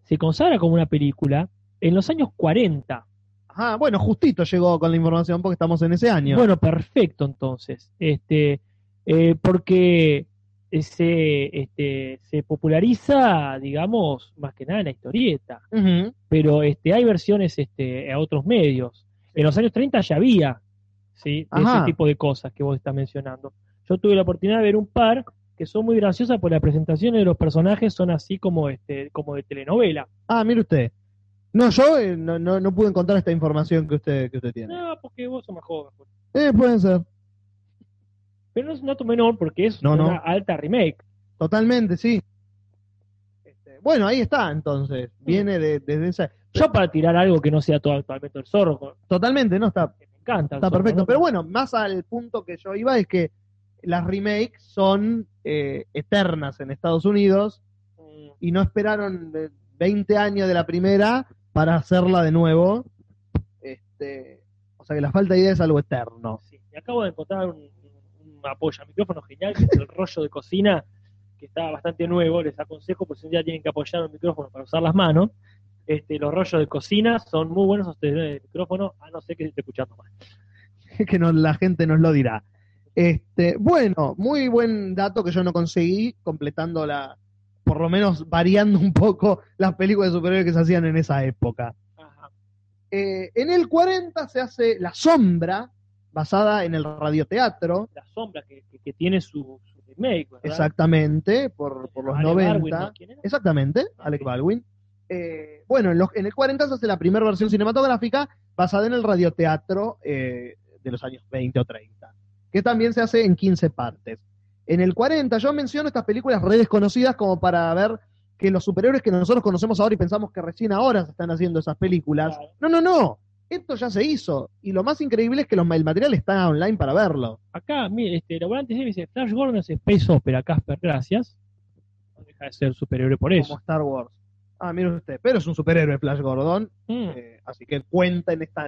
A: se consagra como una película en los años 40.
B: Ajá, Ah, bueno, justito llegó con la información porque estamos en ese año.
A: Bueno, perfecto entonces. Este, eh, porque eh, se, este, se populariza, digamos, más que nada en la historieta.
B: Ujú.
A: Pero este, hay versiones este, a otros medios. En los años 30 ya había ¿sí? de
B: Ajá.
A: ese tipo de cosas que vos estás mencionando. Yo tuve la oportunidad de ver un par que son muy graciosas porque las presentaciones de los personajes son así como, este, como de telenovela.
B: Ah, mire usted. No, yo eh, no, no, no pude encontrar esta información que usted, que usted tiene.
A: No, porque vos sos más joven. Julio.
B: Eh, pueden ser.
A: Pero no es un dato menor porque es
B: No, no.
A: una alta remake.
B: Totalmente, sí. Este, bueno, ahí está, entonces. Viene de- desde esa.
A: Yo para tirar algo que no sea todo actualmente el zorro, con-
B: Totalmente, ¿no? Está,
A: que me encanta. el
B: está
A: zorro,
B: perfecto.
A: ¿no?
B: Pero bueno, más al punto que yo iba es que las remakes son eh, eternas en Estados Unidos.
A: Mm,
B: y no esperaron eh, 20 años de la primera para hacerla de nuevo. Este, o sea que la falta de idea es algo eterno.
A: sí. Y acabo de encontrar un, un apoyo micrófono genial, que es el rollo de cocina, que está bastante nuevo. Les aconsejo, por si un día tienen que apoyar un micrófono para usar las manos. Este, los rollos de cocina son muy buenos sostenedores de micrófono, a no ser que se esté escuchando mal.
B: que no, la gente nos lo dirá. Este, bueno, muy buen dato que yo no conseguí, completando la, por lo menos variando un poco las películas de superhéroes que se hacían en esa época.
A: Ajá.
B: Eh, en el 40 se hace La Sombra, basada en el radioteatro,
A: La sombra que, que- que tiene su, su remake, ¿verdad?
B: exactamente, por, por los
A: Ale
B: 90.
A: Barwin, ¿no? ¿Quién era?
B: Exactamente, Alec Baldwin. Eh, bueno, en, los- en el 40 se hace la primera versión cinematográfica basada en el radioteatro eh, de los años 20 o 30, que también se hace en 15 partes. En el 40 yo menciono estas películas redes conocidas como para ver que los superhéroes que nosotros conocemos ahora y pensamos que recién ahora se están haciendo esas películas.
A: Claro.
B: No, no, no. Esto ya se hizo. Y lo más increíble es que los, el material está online para verlo.
A: Acá, mire, este, Laborante Heavy dice, Flash Gordon es Space Opera, Casper, gracias. No deja de ser superhéroe por
B: Como
A: eso.
B: Star Wars. Ah, mire usted. Pero es un superhéroe Flash Gordon.
A: Mm.
B: Eh, así que cuenta en esta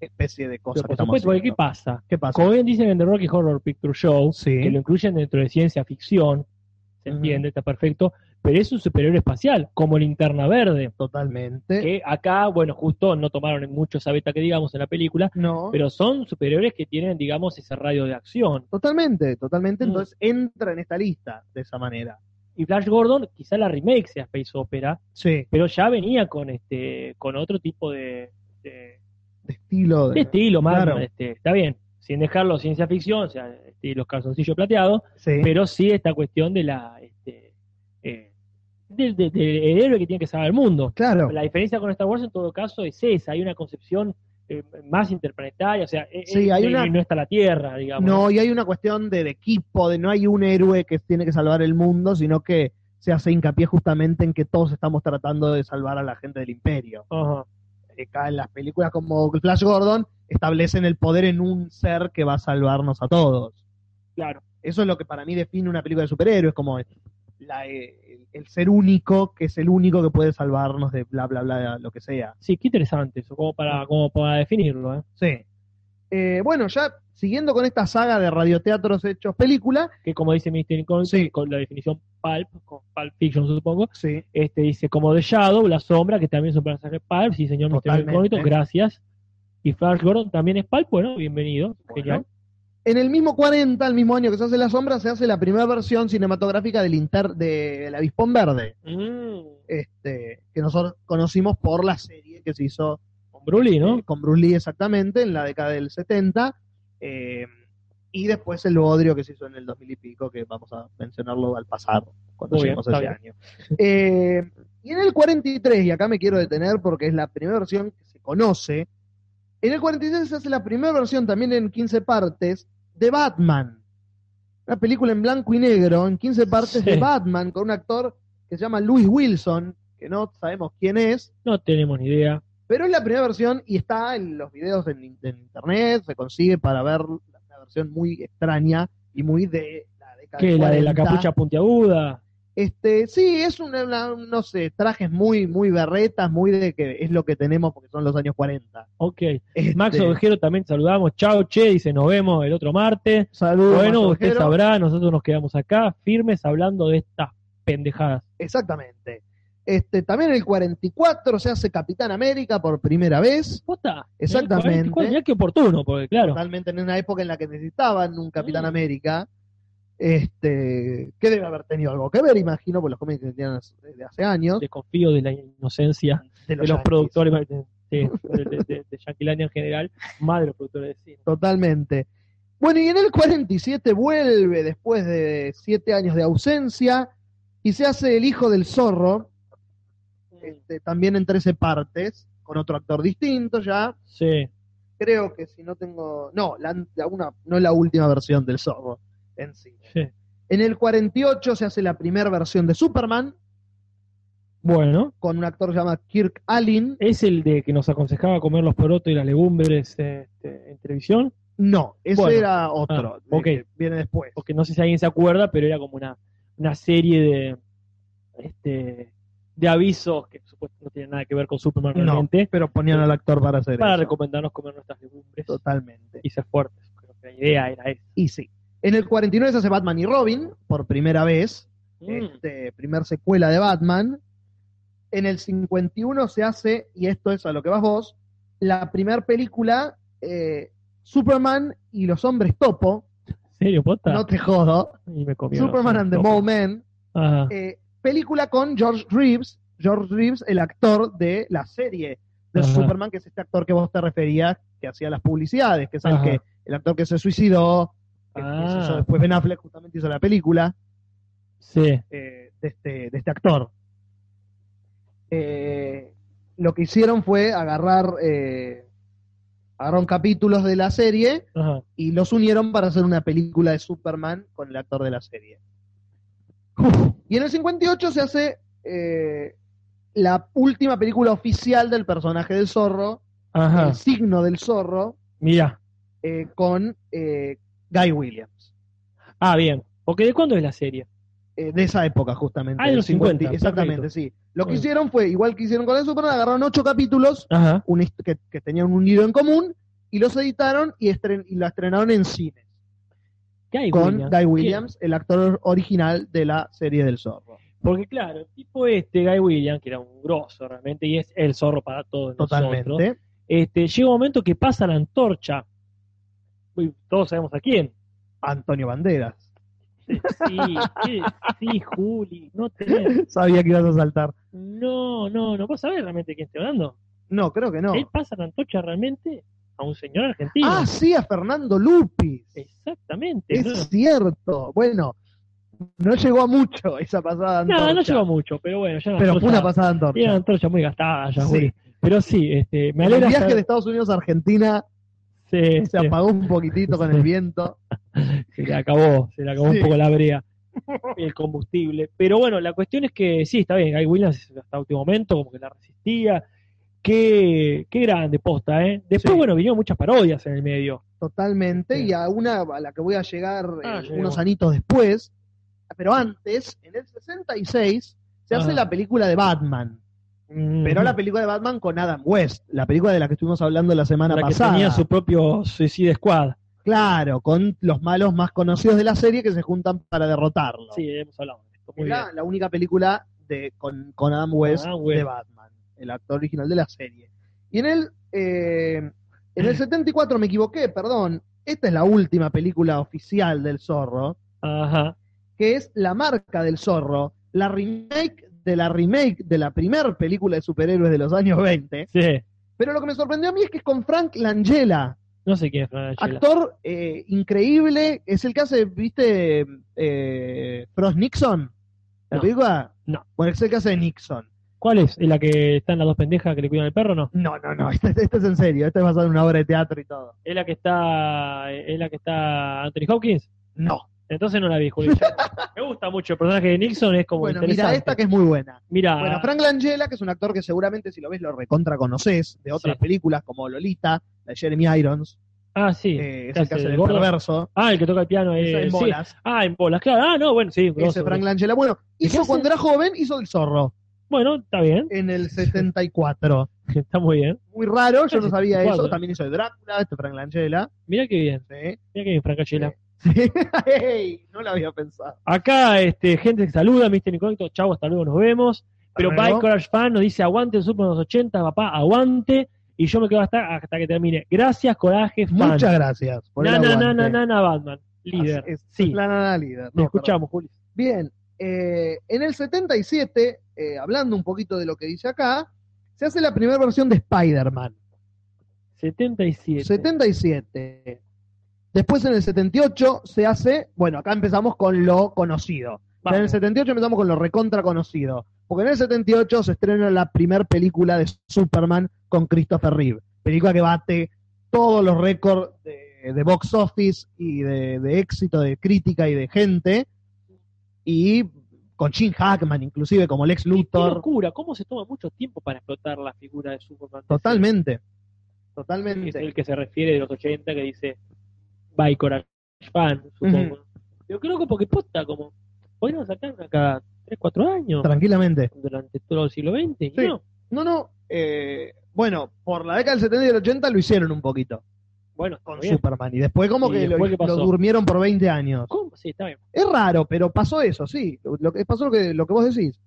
B: especie de cosa
A: Pero
B: que
A: por
B: estamos
A: supuesto, porque ¿qué
B: haciendo.
A: pasa?
B: ¿Qué pasa?
A: Como bien dicen en The Rocky Horror Picture Show,
B: Sí. Mm.
A: que lo incluyen dentro de ciencia ficción, se
B: Ujú.
A: entiende, está perfecto, pero es un superhéroe espacial, como Linterna Verde,
B: Totalmente.
A: que acá, bueno, justo no tomaron en mucho esa beta que digamos en la película,
B: No.
A: pero son superhéroes que tienen, digamos, ese radio de acción.
B: Totalmente, totalmente.
A: Mm.
B: Entonces entra en esta lista de esa manera.
A: Y Flash Gordon, quizá la remake sea Space Opera,
B: Sí.
A: pero ya venía con este con otro tipo de, de-
B: De estilo.
A: de
B: De...
A: estilo más
B: Claro.
A: este, está bien sin dejarlo ciencia ficción, o sea, este, los calzoncillos plateados,
B: Sí.
A: pero sí esta cuestión de la este, eh, del, del- del héroe que tiene que salvar el mundo.
B: claro.
A: La diferencia con Star Wars en todo caso es esa, hay una concepción eh, más interplanetaria, o sea, eh,
B: Sí, hay
A: eh,
B: una-
A: no está la Tierra, digamos.
B: No, y hay una cuestión de, de equipo, de no hay un héroe que tiene que salvar el mundo, sino que se hace hincapié justamente en que todos estamos tratando de salvar a la gente del imperio. Eh,
A: Ajá.
B: Acá en las películas como Flash Gordon establecen el poder en un ser que va a salvarnos a todos.
A: Claro,
B: Eso es lo que para mí define una película de superhéroes, como la, eh, el, el ser único, que es el único que puede salvarnos de bla, bla, bla, lo que sea.
A: sí, qué interesante eso, como para, como para definirlo. ¿eh?
B: Sí. Eh, bueno, ya siguiendo con esta saga de radioteatros hechos película,
A: Que como dice Mr. Incon,
B: Sí.
A: con la definición pulp, con pulp fiction supongo,
B: sí.
A: este dice como The Shadow, La Sombra, que también es un personaje Pulp, sí señor Misterio
B: Totalmente.
A: Incógnito, gracias. Y Flash Gordon también es Pulp, bueno, bienvenido, genial.
B: En el mismo 40, el mismo año que se hace La Sombra, se hace la primera versión cinematográfica del Inter de La Avispón Verde,
A: Mm,
B: este, que nosotros conocimos por la serie que se hizo
A: con Broly, ¿no?
B: eh, con Bruce Lee exactamente en la década del 70, eh, y después el bodrio que se hizo en el 2000 y pico, que vamos a mencionarlo al pasar, cuando
A: Muy bien,
B: lleguemos a
A: está
B: ese año. Eh, y en el 43, y acá me quiero detener porque es la primera versión que se conoce, en el 43 se hace la primera versión también en 15 partes de Batman. Una película en blanco y negro, en 15
A: Sí.
B: partes de Batman, con un actor que se llama Louis Wilson, que no sabemos quién es,
A: No tenemos ni idea.
B: pero es la primera versión y está en los videos en, en internet, se consigue para ver una versión muy extraña y muy de la década
A: que
B: del
A: la de la
B: 40.
A: capucha puntiaguda.
B: Este, sí, es una, una- no sé, trajes muy, muy berretas, muy de que es lo que tenemos porque son los años 40.
A: Ok.
B: Este,
A: Max Ovejero también saludamos. Chao, che, dice, nos vemos el otro martes.
B: saludos,
A: Bueno,
B: Max
A: usted
B: Ovejero.
A: sabrá, nosotros nos quedamos acá firmes hablando de estas pendejadas.
B: Exactamente. Este, también en el 44 se hace Capitán América por primera vez.
A: Posta,
B: Exactamente.
A: ¿eh? ¿Cuál- cuál- Ya que oportuno, porque claro.
B: Totalmente en una época en la que necesitaban un Capitán
A: Mm.
B: América. Este, que debe haber tenido algo que ver, imagino, por los cómics que tenían hace- de hace años.
A: Desconfío de la inocencia de los
B: Yankees.
A: productores de, de, de- de- de Yanquilandia en general, más de los productores de cine.
B: Totalmente. Bueno, y en el 47 vuelve después de siete años de ausencia y se hace El Hijo del Zorro,
A: Mm.
B: este, también en 13 partes, con otro actor distinto ya.
A: Sí,
B: Creo que si no tengo... No, la, la una, no la última versión del Zorro en sí.
A: sí.
B: En el 48 se hace la primera versión de Superman
A: Bueno,
B: con un actor llamado Kirk Allen.
A: es el de que nos aconsejaba comer los porotos y las legumbres este, en televisión.
B: No, ese
A: Bueno.
B: era otro.
A: Ah, ok.
B: que Viene después.
A: porque no sé si alguien se acuerda, pero era como una, una serie de este de avisos que por supuesto no tienen nada que ver con Superman
B: No,
A: realmente,
B: Pero ponían al actor para hacer
A: para
B: eso.
A: recomendarnos comer nuestras legumbres
B: Totalmente.
A: y ser fuertes. Creo que la idea era esa.
B: Y sí. En el 49 se hace Batman y Robin, por primera vez,
A: Mm.
B: este, primer secuela de Batman. En el 51 se hace, y esto es a lo que vas vos, la primera película, eh, Superman y los hombres topo,
A: ¿En serio, posta?
B: no te jodo,
A: y me comió.
B: Superman and the Mole Man,
A: Ajá.
B: eh, película con George Reeves, George Reeves, el actor de la serie de
A: Ajá.
B: Superman, que es este actor que vos te referías, que hacía las publicidades, que es el,
A: Ajá.
B: que, el actor que se suicidó, que
A: Ah.
B: hizo- después Ben Affleck justamente hizo la película
A: Sí.
B: eh, de, este, de este actor. Eh, lo que hicieron fue agarrar, eh, agarraron capítulos de la serie
A: Ajá.
B: y los unieron para hacer una película de Superman con el actor de la serie. Y en el 58 se hace eh, la última película oficial del personaje del zorro,
A: Ajá.
B: el signo del zorro,
A: Mira.
B: eh, con eh, Guy Williams.
A: Ah, bien. Porque ¿de cuándo es la serie?
B: Eh, de esa época, justamente.
A: Ah, de
B: del
A: los 50,
B: Exactamente,
A: perfecto.
B: sí. Lo que
A: Bueno.
B: hicieron fue, igual que hicieron con el Superman, agarraron ocho capítulos
A: Ajá.
B: una hist- que, que tenían un hilo en común y los editaron y, estren- y la estrenaron en cines.
A: ¿Qué hay,
B: con
A: William?
B: Guy
A: ¿Qué?
B: Williams, el actor original de la serie del zorro.
A: Porque claro, el tipo este, Guy Williams, que era un grosso realmente, y es el zorro para todos nosotros.
B: Totalmente.
A: este, llega un momento que pasa la antorcha. Uy, todos sabemos a quién.
B: Antonio Banderas.
A: Sí, sí, sí, Juli. No, tenés-
B: Sabía que ibas a saltar.
A: no, no, no. ¿Vos sabés realmente de quién estoy hablando?
B: No, creo que no.
A: Él pasa la antorcha realmente a un señor argentino.
B: Ah, sí, a Fernando Lupi.
A: Exactamente.
B: Es
A: ¿no?
B: cierto. Bueno, no llegó a mucho esa pasada
A: No,
B: antorcha.
A: no lleva mucho, pero bueno, ya era
B: Pero fue
A: antorcha-
B: una pasada antorcha.
A: era una antorcha muy gastada ya,
B: Sí.
A: Juli. Pero sí, este, me
B: el
A: alegra.
B: viaje de
A: saber- Este.
B: Estados Unidos a Argentina
A: Sí,
B: se
A: sí.
B: apagó un poquitito con el viento.
A: se le acabó, se le acabó
B: Sí.
A: un poco la brea, el combustible. Pero bueno, la cuestión es que sí, está bien, Guy Williams hasta último momento como que la resistía. Qué, qué grande posta, ¿eh? Después,
B: Sí.
A: bueno, vinieron muchas parodias en el medio.
B: Totalmente.
A: Sí.
B: Y a una a la que voy a llegar
A: Ah,
B: eh,
A: llegó.
B: unos anitos después. Pero antes, en el 66, se hace
A: Ah.
B: la película de Batman.
A: Mm,
B: Pero la película de Batman con Adam West, la película de la que estuvimos hablando la semana
A: La que
B: pasada.
A: tenía su propio Suicide Squad.
B: Claro, con los malos más conocidos de la serie que se juntan para derrotarlo.
A: Sí, hemos hablado de esto. Muy
B: Era
A: bien. Ah,
B: la única película de, con, con Adam West
A: Adam West.
B: de Batman, el actor original de la serie. Y en el, eh, en el 74 me equivoqué, perdón. Esta es la última película oficial del Zorro,
A: Ajá.
B: que es La marca del Zorro, la remake de la remake de la primer película de superhéroes de los años 20.
A: Sí.
B: Pero lo que me sorprendió a mí es que es con Frank Langella,
A: No sé quién es Fran Angela.
B: Actor eh, increíble, es el que hace, ¿viste? Eh, Frost Nixon, la
A: No.
B: película.
A: No.
B: Bueno, es el que hace de Nixon.
A: ¿Cuál es? ¿Es la que están las dos pendejas que le cuidan el perro no?
B: No, no, no, este, este es en serio, este es basado en una obra de teatro y todo.
A: ¿Es la que está, es la que está Anthony Hopkins?
B: No.
A: Entonces no la vi, Julio. Me gusta mucho el personaje de Nixon, es como
B: Bueno,
A: interesante. Ah.
B: mira esta que es muy buena.
A: Mira,
B: Bueno, Frank Langella, que es un actor que seguramente si lo ves lo recontra conoces de otras
A: Sí.
B: películas como Lolita, la de Jeremy Irons,
A: ah, sí.
B: eh, es
A: ¿qué
B: el
A: hace,
B: que hace
A: el
B: del
A: gordo?
B: perverso,
A: Ah, el que toca el piano es.
B: esa en
A: sí.
B: bolas,
A: Ah, en bolas, claro. Ah, no, bueno, sí. grosso,
B: ese Frank
A: grosso.
B: Langella. Bueno,
A: qué
B: hizo
A: hace?
B: cuando era joven, hizo El Zorro
A: Bueno, está bien,
B: en el 74.
A: está muy bien.
B: muy raro, yo no
A: Sí,
B: sabía
A: cuadro.
B: eso. También hizo de Drácula, este Frank Langella.
A: Mira qué bien,
B: ¿sí?
A: mira qué bien, Francachela.
B: Sí. Ey, no lo había pensado.
A: Acá, este, gente que saluda, Mr. Incógnito, chau, hasta luego, nos vemos. Pero
B: luego.
A: Bike Courage Fan nos dice, aguante el Super de los 80, papá, aguante. Y yo me quedo hasta, hasta que termine. Gracias, Coraje Fan.
B: Muchas gracias. Por
A: na,
B: el
A: na, na,
B: aguante.
A: na, na, na, Batman, líder.
B: Así es.
A: sí,
B: La nana líder.
A: te
B: No,
A: escuchamos, Julio.
B: perdón. Bien, eh, en el 77, eh, hablando un poquito de lo que dice acá, se hace la primera versión de Spider-Man.
A: 77.
B: 77. Después en el 78 se hace, bueno, acá empezamos con lo conocido. Ya En el
A: Vamos.
B: 78 empezamos con lo recontra conocido. Porque en el 78 se estrena la primera película de Superman con Christopher Reeve. Película que bate todos los récords de, de box office y de, de éxito, de crítica y de gente. Y con Jim Hackman, inclusive como Lex
A: Y Qué
B: Luthor.
A: locura, cómo se toma mucho tiempo para explotar la figura de Superman.
B: Totalmente.
A: Es
B: Totalmente.
A: el que se refiere de los 80 que dice By Courage Fan, supongo. Yo creo que porque posta, como podrían sacar una cada 3, 4 años
B: Tranquilamente.
A: durante todo el siglo XX. y
B: Sí.
A: No.
B: No, no. eh, bueno, por la década del 70 y del 80 lo hicieron un poquito
A: Bueno, está
B: con
A: bien.
B: Superman. Y después como
A: ¿Y
B: que
A: después qué
B: lo,
A: pasó?
B: lo durmieron por 20 años.
A: ¿Cómo? Sí, está bien.
B: Es raro, pero pasó eso, sí. Lo que pasó lo que, lo que vos decís.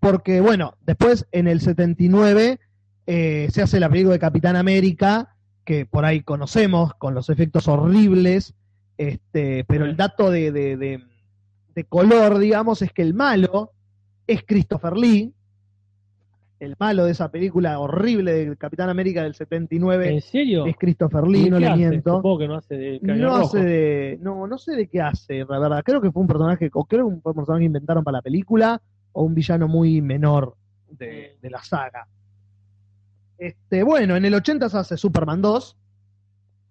B: Porque, bueno, después en el 79 eh, se hace la película de Capitán América, que por ahí conocemos, con los efectos horribles. Este, pero el dato de, de- de- de color, digamos, es que el malo es Christopher Lee. El malo de esa película horrible de Capitán América del 79
A: ¿En serio?
B: es Christopher Lee,
A: ¿Y
B: no
A: qué
B: le
A: hace?
B: miento.
A: Supongo que no hace de Cañón
B: No
A: Rojo.
B: hace de. No, no sé de qué hace, la verdad. Creo que fue un personaje, o creo que fue un personaje que inventaron para la película, o un villano muy menor de, de la saga. Este, bueno, en el 80 se hace Superman 2,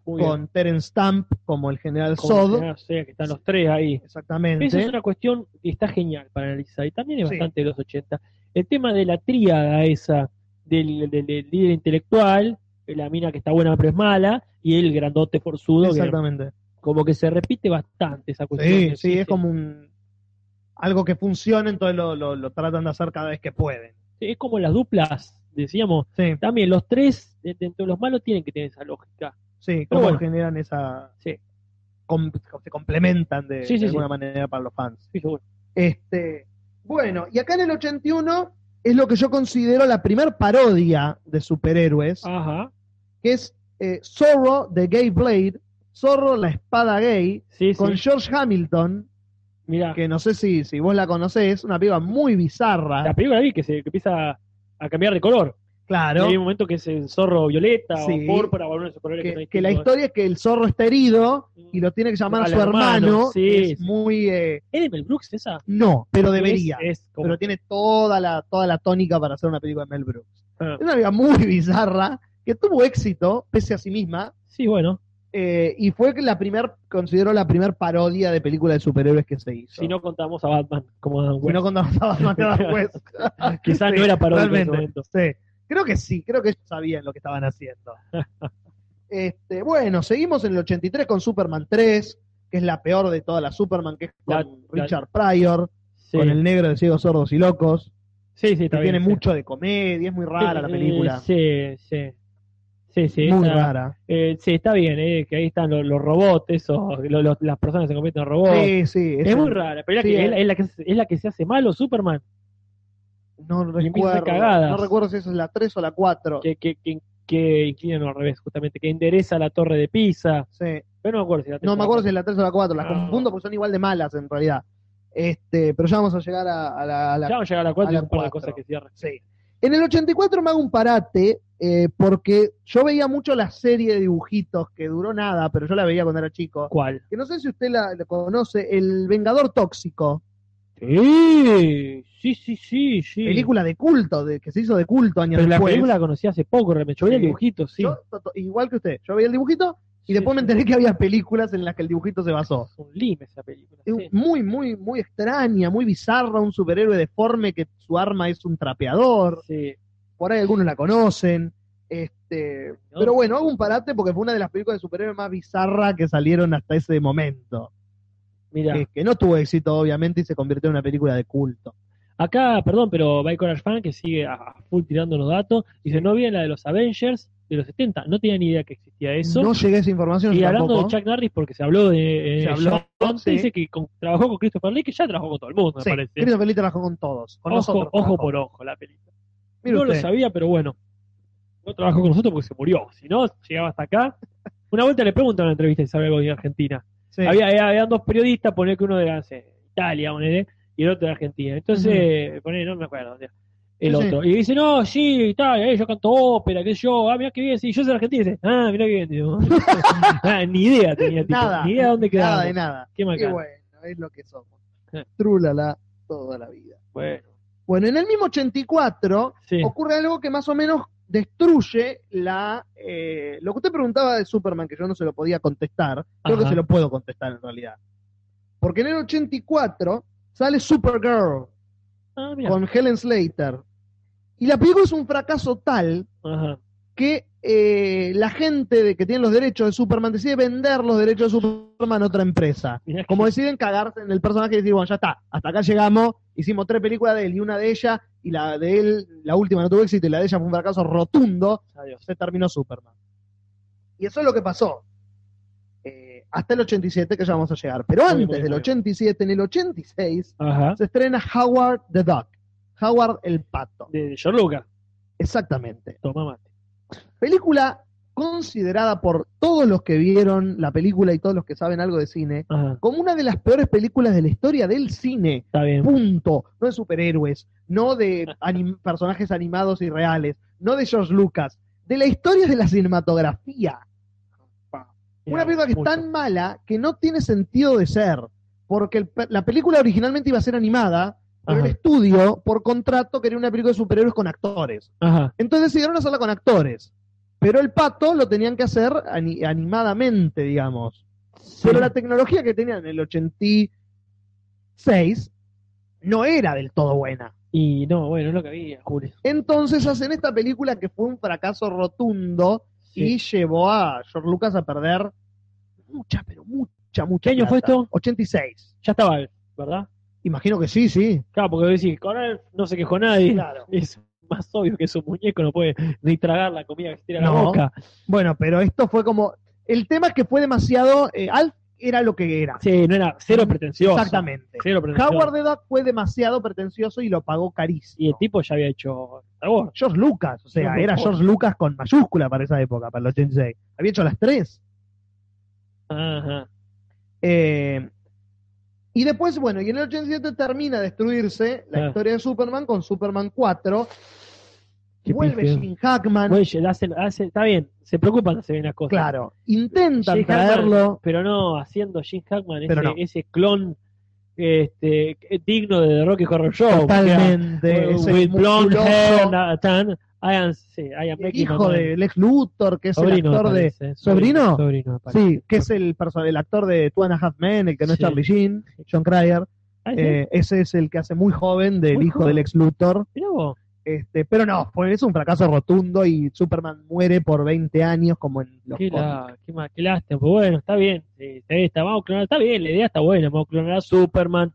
A: Muy bien.
B: con Terence Stamp como el general
A: Como
B: Zod.
A: que, ah, sí, que están los tres ahí. Esa
B: Exactamente.
A: es una cuestión que está genial para analizar y también es
B: Sí.
A: bastante de los 80. El tema de la tríada esa del, del- del líder intelectual, eh, la mina que está buena pero es mala, y el grandote forzudo, que
B: Exactamente.
A: como que se repite bastante esa cuestión.
B: Sí,
A: que
B: sí,
A: existe.
B: es como un. Algo que funciona, entonces lo, lo- lo tratan de hacer cada vez que pueden.
A: Sí, es como las duplas, decíamos.
B: Sí,
A: También los tres, de- dentro de los malos, tienen que tener esa lógica.
B: sí,
A: Pero
B: cómo
A: bueno.
B: generan esa.
A: Sí.
B: com- se complementan de,
A: Sí, sí,
B: de
A: sí.
B: alguna manera para los fans.
A: Sí, seguro.
B: Este, bueno, y acá en el 81 es lo que yo considero la primer parodia de superhéroes,
A: Ajá.
B: que es eh, Zorro de Gay Blade, Zorro la espada gay,
A: Sí,
B: con
A: sí. Ah.
B: George Hamilton,
A: Mira,
B: que no sé si, si vos la conocés, una piba muy
A: la
B: bizarra.
A: película vi que se que empieza a cambiar de color. Y
C: Claro.
A: hay un momento que es el zorro violeta
B: Sí.
A: o púrpura o alguno de esos colores que, no
B: Que,
A: hay
B: que la
A: tipo-
B: historia es que el zorro está herido y lo tiene que llamar a
A: Al
B: su hermano.
A: hermano, sí,
B: que es
A: sí.
B: muy. eh,
A: ¿Es de Mel Brooks esa?
B: no, pero debería.
A: Es, es como-
B: Pero tiene toda la, toda la tónica para hacer una película de Mel Brooks.
A: Ah.
B: Es una película muy bizarra que tuvo éxito, pese a sí misma,
A: Sí, bueno.
B: eh, y fue que la primer, considero la primer parodia de película de superhéroes que se hizo.
A: Si no contamos a Batman como Adam
B: Si
A: West.
B: no contaba más nada después.
A: Quizás
B: Sí,
A: no era paródico en ese
B: Realmente,
A: momento.
B: sí. Creo que sí, creo que ellos sabían lo que estaban haciendo. este, bueno, seguimos en el 83 con Superman 3, que es la peor de todas las Superman, que es con
A: La- la-
B: Richard Pryor,
A: Sí,
B: con el negro de Ciegos Sordos y Locos,
A: sí, sí,
B: que
A: está bien,
B: tiene
A: sí.
B: mucho de comedia, es muy rara la
A: Eh,
B: película.
A: Sí, sí. Sí, sí,
B: muy
A: esa-
B: rara.
A: eh, sí, está bien, eh, que ahí están los, los robots, esos, lo- los- las personas que se convierten en robots.
B: Sí, sí.
A: es
B: ese-
A: muy rara, pero es la,
B: Sí,
A: que, es,
B: eh.
A: la, es la que, es la que se hace malo, Superman,
B: No
A: mil
B: recuerdo,
A: cagadas.
B: no recuerdo si esa es la 3 o la 4.
A: que, que, que, que inclina no, al revés, justamente, que endereza la torre de Pisa.
B: Sí.
A: Pero no me acuerdo si la
B: No me acuerdo si es la 3 o la 4, las
A: Ah.
B: confundo porque son igual de malas en realidad. Este, pero ya vamos a llegar a, a la- a la
A: Ya vamos a llegar a la
B: a
A: 4 y
B: la
A: un par de
B: cuatro.
A: cosas que cierran.
B: Sí. En el 84 me hago un parate eh, porque yo veía mucho la serie de dibujitos que duró nada, pero yo la veía cuando era chico.
A: ¿Cuál?
B: Que no sé si usted la, la conoce, El Vengador Tóxico,
A: Sí, sí, sí, sí. sí.
B: película de culto, de, que se hizo de culto años
A: Pero la
B: después.
A: película la conocí hace poco, realmente. Yo vi
B: Sí.
A: el dibujito, sí.
B: Yo, to- to- igual que usted, yo veía el dibujito
A: Sí,
B: y después me
A: sí.
B: enteré que había películas en las que el dibujito se basó.
A: Es un lime esa película.
B: Es
A: sí.
B: muy, muy, muy extraña, muy bizarra, un superhéroe deforme que su arma es un trapeador.
A: Sí.
B: por ahí algunos la conocen. Este, pero bueno, hago un parate porque fue una de las películas de superhéroes más bizarras que salieron hasta ese momento.
A: Mira,
B: Que, que no tuvo éxito, obviamente, y se convirtió en una película de culto.
A: acá, perdón, pero By Courage Fan, que sigue a a full tirando los datos, dice: No vi la de los Avengers de los 70. No tenía ni idea que existía eso.
B: No llegué a esa información.
A: y
B: yo
A: hablando
B: tampoco.
A: de Chuck Norris, porque se habló de. eh,
B: Se habló,
A: John,
B: sí.
A: Dice que con- trabajó con Christopher Lee, que ya trabajó con todo el mundo,
B: Sí,
A: me parece.
B: Christopher Lee trabajó con todos. Con
A: ojo
B: nosotros.
A: ojo
B: trabajó.
A: por ojo la película.
B: Mire
A: no lo
B: usted.
A: sabía, pero bueno. No trabajó con nosotros porque se murió. Si no, llegaba hasta acá. Una vuelta le preguntan en una entrevista de Isabel Godín Argentina.
B: Sí.
A: Había, había- habían dos periodistas, poner que uno era no sé, Italia, ponele, y el otro de Argentina. Entonces, ponele, no me acuerdo. dónde era, El
B: Sí, sí.
A: otro. Y dice, no, sí, Italia, eh, yo canto ópera, qué sé yo, ah, mirá qué bien, sí, yo soy de Argentina. Y dice, ah, mirá qué bien. digo. Ah, ni idea tenía, tipo,
B: Nada.
A: ni idea de dónde quedaba.
B: Nada de nada.
A: Qué
B: Qué
A: macana.
B: bueno, es lo que somos.
A: Eh.
B: Trúlala toda la vida.
A: Bueno,
B: Bueno, en el mismo 84,
A: sí.
B: ocurre algo que más o menos destruye la eh, lo que usted preguntaba de Superman que yo no se lo podía contestar creo
A: Ajá.
B: que se lo puedo contestar en realidad porque en el 84 sale Supergirl
A: Ah, mirá.
B: con Helen Slater y la película es un fracaso tal
A: Ajá.
B: que eh, la gente de que tiene los derechos de Superman decide vender los derechos de Superman a otra empresa
A: Mirá
B: como
A: que-
B: deciden cagarse en el personaje y decir, bueno, ya está, hasta acá llegamos, hicimos tres películas de él y una de ella, y la de él, la última no tuvo éxito y la de ella fue un fracaso rotundo,
A: Adiós.
B: se terminó Superman. Y eso es lo que pasó. Eh, hasta el 87 que ya vamos a llegar. Pero
A: Muy bien,
B: antes
A: muy bien,
B: del
A: muy bien.
B: 87, en el 86,
A: Ajá.
B: se estrena Howard the Duck, Howard el Pato.
A: De, de George Lucas.
B: Exactamente.
A: Toma mate.
B: Película considerada por todos los que vieron la película y todos los que saben algo de cine
A: Ajá.
B: como una de las peores películas de la historia del cine.
A: Está bien.
B: punto, no de superhéroes, no de anim- personajes animados y reales, no de George Lucas, de la historia de la cinematografía. Una
A: Mirá,
B: película que
A: mucho.
B: es tan mala que no tiene sentido de ser, porque el pe- la película originalmente iba a ser animada, pero
A: Ajá.
B: el estudio, por contrato, quería una película de superhéroes con actores.
A: Ajá.
B: Entonces decidieron hacerla con actores. Pero el pato lo tenían que hacer ani- animadamente, digamos. Pero
A: Sí.
B: la tecnología que tenían en el 86 no era del todo buena.
A: Y no, bueno, es lo que había, Julio.
B: Entonces hacen esta película que fue un fracaso rotundo y
A: Sí.
B: llevó a George Lucas a perder mucha, pero mucha, mucha.
A: ¿Qué año
B: plata.
A: fue esto?
B: 86.
A: Ya estaba, ¿verdad?
B: Imagino que sí, sí.
A: Claro, porque decís, con él no se quejó nadie.
B: Claro.
A: Es más obvio que su muñeco no puede ni tragar la comida que se tira a la
B: No.
A: boca.
B: Bueno, pero esto fue como. El tema es que fue demasiado. eh, Alf era lo que era.
A: Sí, no era cero pretencioso.
B: Mm, Exactamente.
A: Cero pretencioso.
B: Howard the Duck fue demasiado pretencioso y lo pagó carísimo.
A: Y el tipo ya había hecho Star Wars.
B: George Lucas, o sea,
A: George
B: era
A: Lucas.
B: George Lucas con mayúscula para esa época, para el 86. Había hecho las tres.
A: Ajá.
B: Eh, y después, bueno, y en el 87 termina de destruirse la
A: Ah.
B: historia de Superman con Superman 4,
A: Qué
B: Vuelve
A: pifia.
B: Jim Hackman.
A: Güey, le hace- hace- está bien, se preocupan, hace bien las cosas.
B: Ah, Claro, intentan
A: Jim Hackman, oh,
B: traerlo.
A: Pero no haciendo Jim Hackman ese,
B: Pero no.
A: ese clon este, eh, digno de The Rocky Horror Show.
B: Totalmente.
A: porque, eh,
B: ese
A: with blonde
B: musculoso,
A: hair, na- tan, I am, sí, I am
B: el
A: making
B: hijo
A: my
B: de Lex Luthor, que es
A: Sobrino,
B: el actor de.
A: parece,
B: ¿Sobrino?
A: Sobrino, parece.
B: Sí, que es el, perso- el actor de Two and a Half Men, el que no es
A: Sí.
B: Charlie Sheen, John Cryer.
A: Ah, sí,
B: Eh, ese es el que hace muy joven del
A: Muy
B: hijo
A: joven.
B: del ex Luthor.
A: mirá vos.
B: Este, pero no, fue- es un fracaso rotundo y Superman muere por 20 años como en los
A: Qué,
B: cómics.
A: la, qué, ma- qué lástima. Pues bueno, está bien. sí, está, bien, está- vamos a clonar, está bien, la idea está buena. Vamos a clonar a Superman.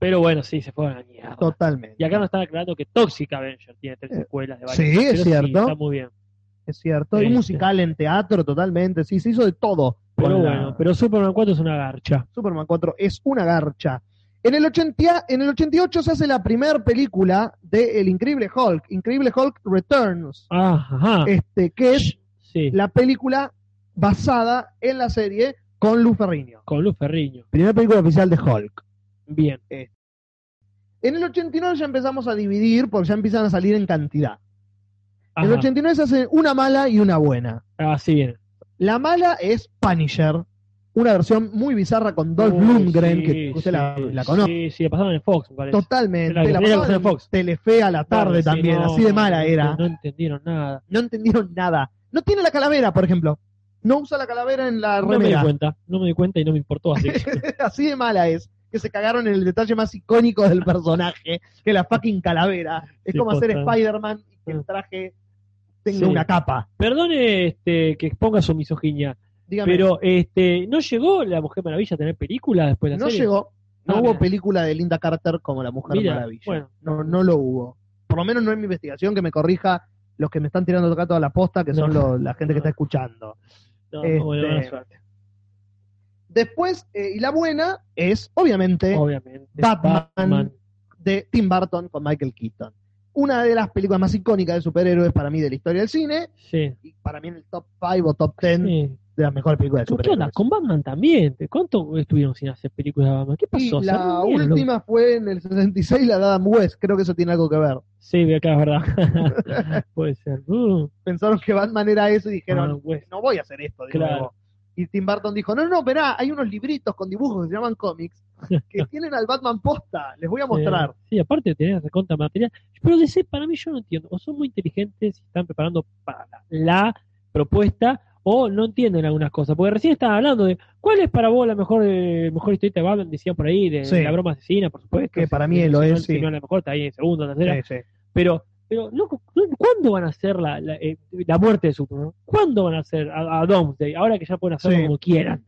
A: Pero bueno, sí, se fueron a la mierda.
B: Totalmente.
A: Y acá nos están aclarando que Toxic Avenger tiene tres secuelas de varias
B: Eh, sí, es
A: pero
B: cierto.
A: está muy bien.
B: Es cierto. Hay
A: Este.
B: musical en teatro, totalmente. Sí, se hizo de todo.
A: Pero
B: con la-
A: bueno, pero Superman 4 es una garcha.
B: Superman 4 es una garcha. En el, 80, en el 88 se hace la primera película de El Increíble Hulk, Increíble Hulk Returns,
A: Ah, ajá.
B: este, que es
A: sí,
B: la película basada en la serie con Luz Ferrigno.
A: con Luz Ferriño.
B: Primera película oficial de Hulk.
A: Bien.
B: En el 89 ya empezamos a dividir porque ya empiezan a salir en cantidad.
A: Ajá.
B: En el 89 se hace una mala y una buena.
A: Así viene.
B: La mala es Punisher, una versión muy bizarra con Dolph
A: Uy,
B: Lundgren,
A: sí,
B: que usted la,
A: sí,
B: la conoce.
A: Sí, sí, la pasaron en Fox, me parece.
B: Totalmente.
A: Era la
B: la
A: primera
B: pasaban
A: versión de
B: en
A: Fox.
B: Telefe a la tarde
A: Sí,
B: también,
A: no,
B: así de
A: no,
B: mala
A: no,
B: era.
A: No entendieron nada.
B: No entendieron nada. No tiene la calavera, por ejemplo. No usa la calavera en la
A: No me di
B: remera.
A: cuenta, no me di cuenta y no me importó así. que-
B: así de mala es. Que se cagaron en el detalle más icónico del personaje, que la fucking calavera. Es
A: Sí,
B: como hacer
A: posta. Ah.
B: Spider-Man y que el traje tenga
A: Sí.
B: una capa.
A: Perdone este, que exponga su misoginia,
B: Dígame,
A: pero este, ¿no llegó La Mujer Maravilla a tener película después de la
B: no
A: serie?
B: llegó. No
A: Ah,
B: hubo
A: mira.
B: película de Linda Carter como La Mujer
A: Mira,
B: Maravilla.
A: bueno.
B: No, no lo hubo. Por lo menos no en mi investigación, que me corrija los que me están tirando acá toda la posta, que son
A: No.
B: los- la gente que
A: No.
B: está escuchando.
A: No,
B: Este,
A: bueno, buena suerte.
B: Después, eh, y la buena es, obviamente,
A: Obviamente.
B: Batman. de Tim Burton con Michael Keaton. Una de las películas más icónicas de superhéroes para mí de la historia del cine,
A: Sí.
B: y para mí en el top 5 o top 10
A: sí.
B: de las mejores películas de
A: ¿Pero ¿Qué onda?
B: superhéroes.
A: Con Batman también. ¿Cuánto estuvieron sin hacer películas de Batman? ¿Qué
B: Y
A: pasó? Se
B: la
A: reunieron, loco.
B: última fue en el 66, la de Adam West. Creo que eso tiene algo que ver.
A: Sí, ve acá, es verdad. Puede ser. Uh,
B: Pensaron que Batman era eso y dijeron,
A: ah, güey.
B: no voy a hacer esto de
A: Claro.
B: nuevo. Y Tim Burton dijo, no, no, no, verá, hay unos libritos con dibujos que se llaman cómics que tienen al Batman posta, les voy a mostrar.
A: Eh, sí, aparte de tener recontra material. Pero DC, para mí, yo no entiendo. O son muy inteligentes y están preparando para la, la propuesta, o no entienden algunas cosas. Porque recién estaban hablando de cuál es para vos la mejor eh, mejor historieta de Batman, decían por ahí, de
B: Sí.
A: la broma asesina, por supuesto.
B: Que para mí
A: si
B: lo
A: no-
B: es,
A: si
B: sí.
A: no la mejor, está ahí en segundo, tercera.
B: Sí, sí.
A: Pero, pero loco, ¿cuándo van a hacer la, la, eh, la muerte de Superman? ¿Cuándo van a hacer a, a Doomsday? Ahora que ya pueden hacerlo
B: Sí.
A: como quieran.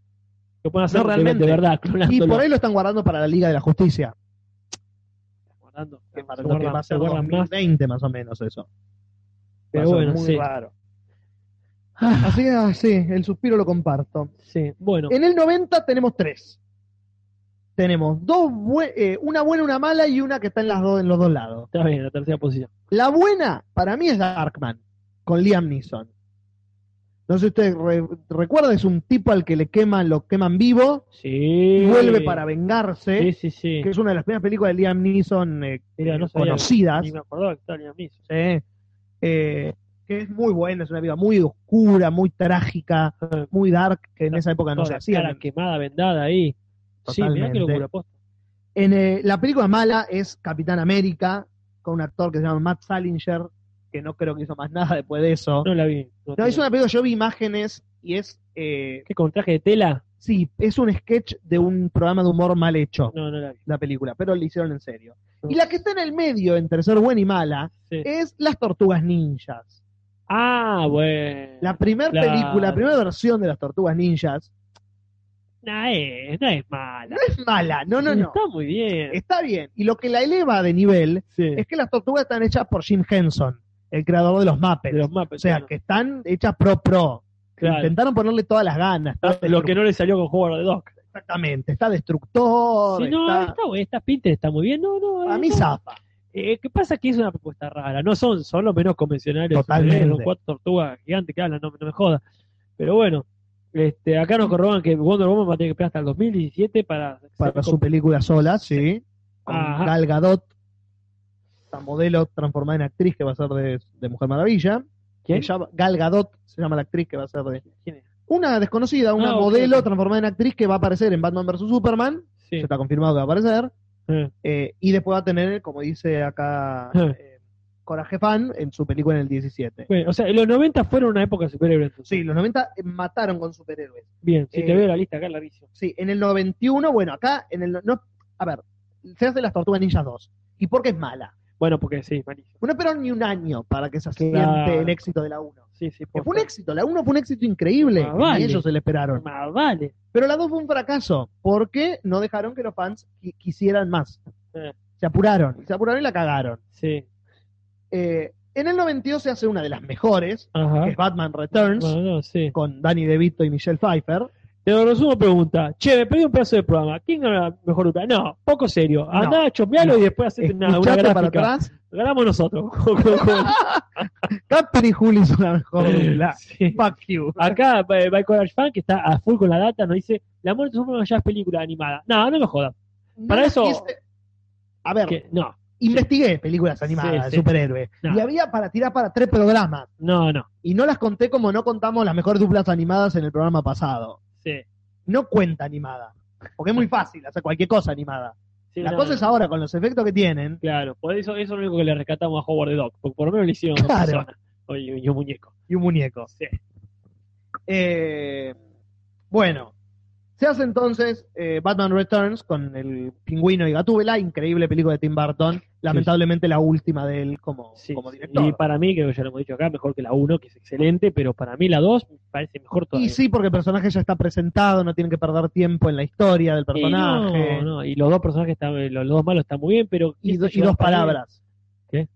A: Lo pueden hacer
B: No, realmente.
A: realmente, de verdad, clonándolo.
B: Y por ahí lo están guardando para la Liga de la Justicia,
A: Guardando,
B: que para
A: se
B: lo que
A: guardan-
B: va a
A: se
B: ser
A: guardan más,
B: 2020 más o menos eso.
A: pero
B: Va a ser
A: bueno,
B: muy
A: sí,
B: raro. Así que, ah, sí, el suspiro lo comparto.
A: sí, bueno,
B: En el 90 tenemos tres. Tenemos dos bue- eh, una buena, una mala y una que está en, las dos en los dos lados.
A: está bien, la tercera posición.
B: La buena para mí es Darkman, con Liam Neeson. No sé si usted re- recuerda, es un tipo al que le queman, lo queman vivo
A: Sí.
B: y vuelve para
A: Sí,
B: vengarse,
A: sí, sí.
B: que es una de las primeras películas de Liam Neeson eh,
A: Mira, no
B: eh,
A: sabía-
B: conocidas,
A: Ni me acordaba que estaba Liam Neeson.
B: eh, eh, que es muy buena, es una película muy oscura, muy trágica, muy dark, que en esa época no
A: Toda
B: se
A: la
B: hacía.
A: cara quemada, vendada ahí. Sí, mirá
B: Totalmente.
A: qué locura, posta.
B: En, eh, la película mala es Capitán América, con un actor que se llama Matt Salinger, que no creo que hizo más nada después de eso.
A: No la vi. No
B: No,
A: tengo-
B: es una película, yo vi imágenes y es, eh,
A: ¿Qué con traje de tela?
B: sí, es un sketch de un programa de humor mal hecho,
A: No, no la vi.
B: la película, pero lo hicieron en serio.
A: No.
B: Y la que está en el medio entre ser buena y mala
A: Sí.
B: es Las Tortugas Ninjas.
A: Ah, bueno.
B: La primera
A: Claro.
B: película, la primera versión de Las Tortugas Ninjas,
A: No es, no es mala.
B: no es mala, no, no, no.
A: Está muy bien.
B: Está bien. Y lo que la eleva de nivel
A: Sí.
B: es que las tortugas están hechas por Jim Henson, el creador de los
A: de
B: Muppets.
A: los mapas.
B: o sea, que están hechas pro pro. Intentaron ponerle todas las ganas. Está
A: Lo que
B: destructor-
A: no le salió con Howard the Dog.
B: Exactamente, está destructor.
A: Si no,
B: está-
A: está bueno, está Pinter, está muy bien. No, no.
B: A
A: eh,
B: mí
A: no.
B: zafa.
A: Eh, ¿Qué pasa? Que es una propuesta rara. No son, son los menos convencionales.
B: Totalmente.
A: Son cuatro tortugas gigantes que hablan, no, no me joda. Pero bueno, este, acá nos corroban que Wonder Woman va a tener que esperar hasta el 2017 para.
B: Para su película sola, sí. Con
A: Ajá.
B: Gal Gadot. esta modelo transformada en actriz que va a ser de, de Mujer Maravilla.
A: ¿Quién?
B: Que ya va- Gal Gadot se llama la actriz que va a ser de...
A: ¿Quién es?
B: Una desconocida, una
A: Ah, ok,
B: modelo
A: ok.
B: transformada en actriz que va a aparecer en Batman vs. Superman.
A: Sí.
B: Ya está confirmado que va a aparecer.
A: Eh,
B: Eh, y después va a tener, como dice acá
A: Eh.
B: eh, Coraje Fan, en su película en el 17.
A: bueno, o sea, los 90 fueron una época superhéroe. entonces.
B: Sí, los 90 mataron con superhéroes.
A: Bien, si te
B: Eh,
A: veo la lista acá, larguísimo.
B: Sí, en el 91, bueno, acá, en el. No, a ver, se hace las Tortugas Ninjas 2. ¿Y por qué es mala?
A: Bueno, porque sí, malísimo.
B: No esperaron ni un año para que se asiente
A: Claro.
B: el éxito de la 1.
A: Sí, sí,
B: Que
A: posta.
B: fue un éxito, la 1 fue un éxito increíble.
A: Ah, vale.
B: Y ellos se le esperaron.
A: Más vale.
B: Pero la 2 fue un fracaso, porque no dejaron que los fans qui- quisieran más.
A: Eh.
B: Se apuraron, se apuraron y la cagaron.
A: Sí.
B: Eh, en el 92 se hace una de las mejores,
A: Ajá.
B: que es Batman Returns,
A: Bueno, no, sí.
B: con Danny DeVito y Michelle Pfeiffer.
A: Te resumo pregunta. Che, me pedí un pedazo de programa. ¿Quién gana la mejor ruta? No, poco serio. Andá, chopealo
B: no.
A: y después hacete una, una
B: Escuchaste para
A: gráfica.
B: atrás,
A: Ganamos nosotros. Con- con- con-
B: Captain y Juli son la mejor. la-
A: Sí.
B: Fuck you.
A: Acá, eh, by Courage Fan, que está a full con la data, nos dice: La muerte de Superman ya es película animada. No, no me jodas. Para
B: No
A: eso-
B: quise- A ver,
A: Que- no,
B: investigué películas animadas
A: Sí,
B: de
A: sí.
B: superhéroes.
A: No.
B: Y había para tirar para tres programas.
A: no, no.
B: Y no las conté como no contamos las mejores duplas animadas en el programa pasado.
A: Sí,
B: No cuenta animada. Porque es muy fácil hacer cualquier cosa animada.
A: sí,
B: la
A: no,
B: cosa
A: no.
B: es ahora, con los efectos que tienen,
A: Claro, por eso, eso es lo único que le rescatamos a Howard the Dog. Porque por lo menos le hicieron una
B: Claro.
A: persona. O- Y y un muñeco.
B: y un muñeco.
A: Sí.
B: Eh, bueno, se hace entonces eh, Batman Returns con el pingüino y Gatúbela, increíble película de Tim Burton, lamentablemente la última de él como,
A: Sí,
B: como
A: sí.
B: director.
A: Y para mí, creo que ya lo hemos dicho acá, mejor que la 1, que es excelente, pero para mí la 2 me parece mejor
B: Y,
A: todavía.
B: sí, porque el personaje ya está presentado, no tienen que perder tiempo en la historia del
A: Y
B: personaje.
A: no, no, y los dos personajes, están, los, los dos malos están muy bien, pero.
B: Y, do- y
A: qué sé yo,
B: dos
A: para mí-
B: palabras.
A: ¿Qué?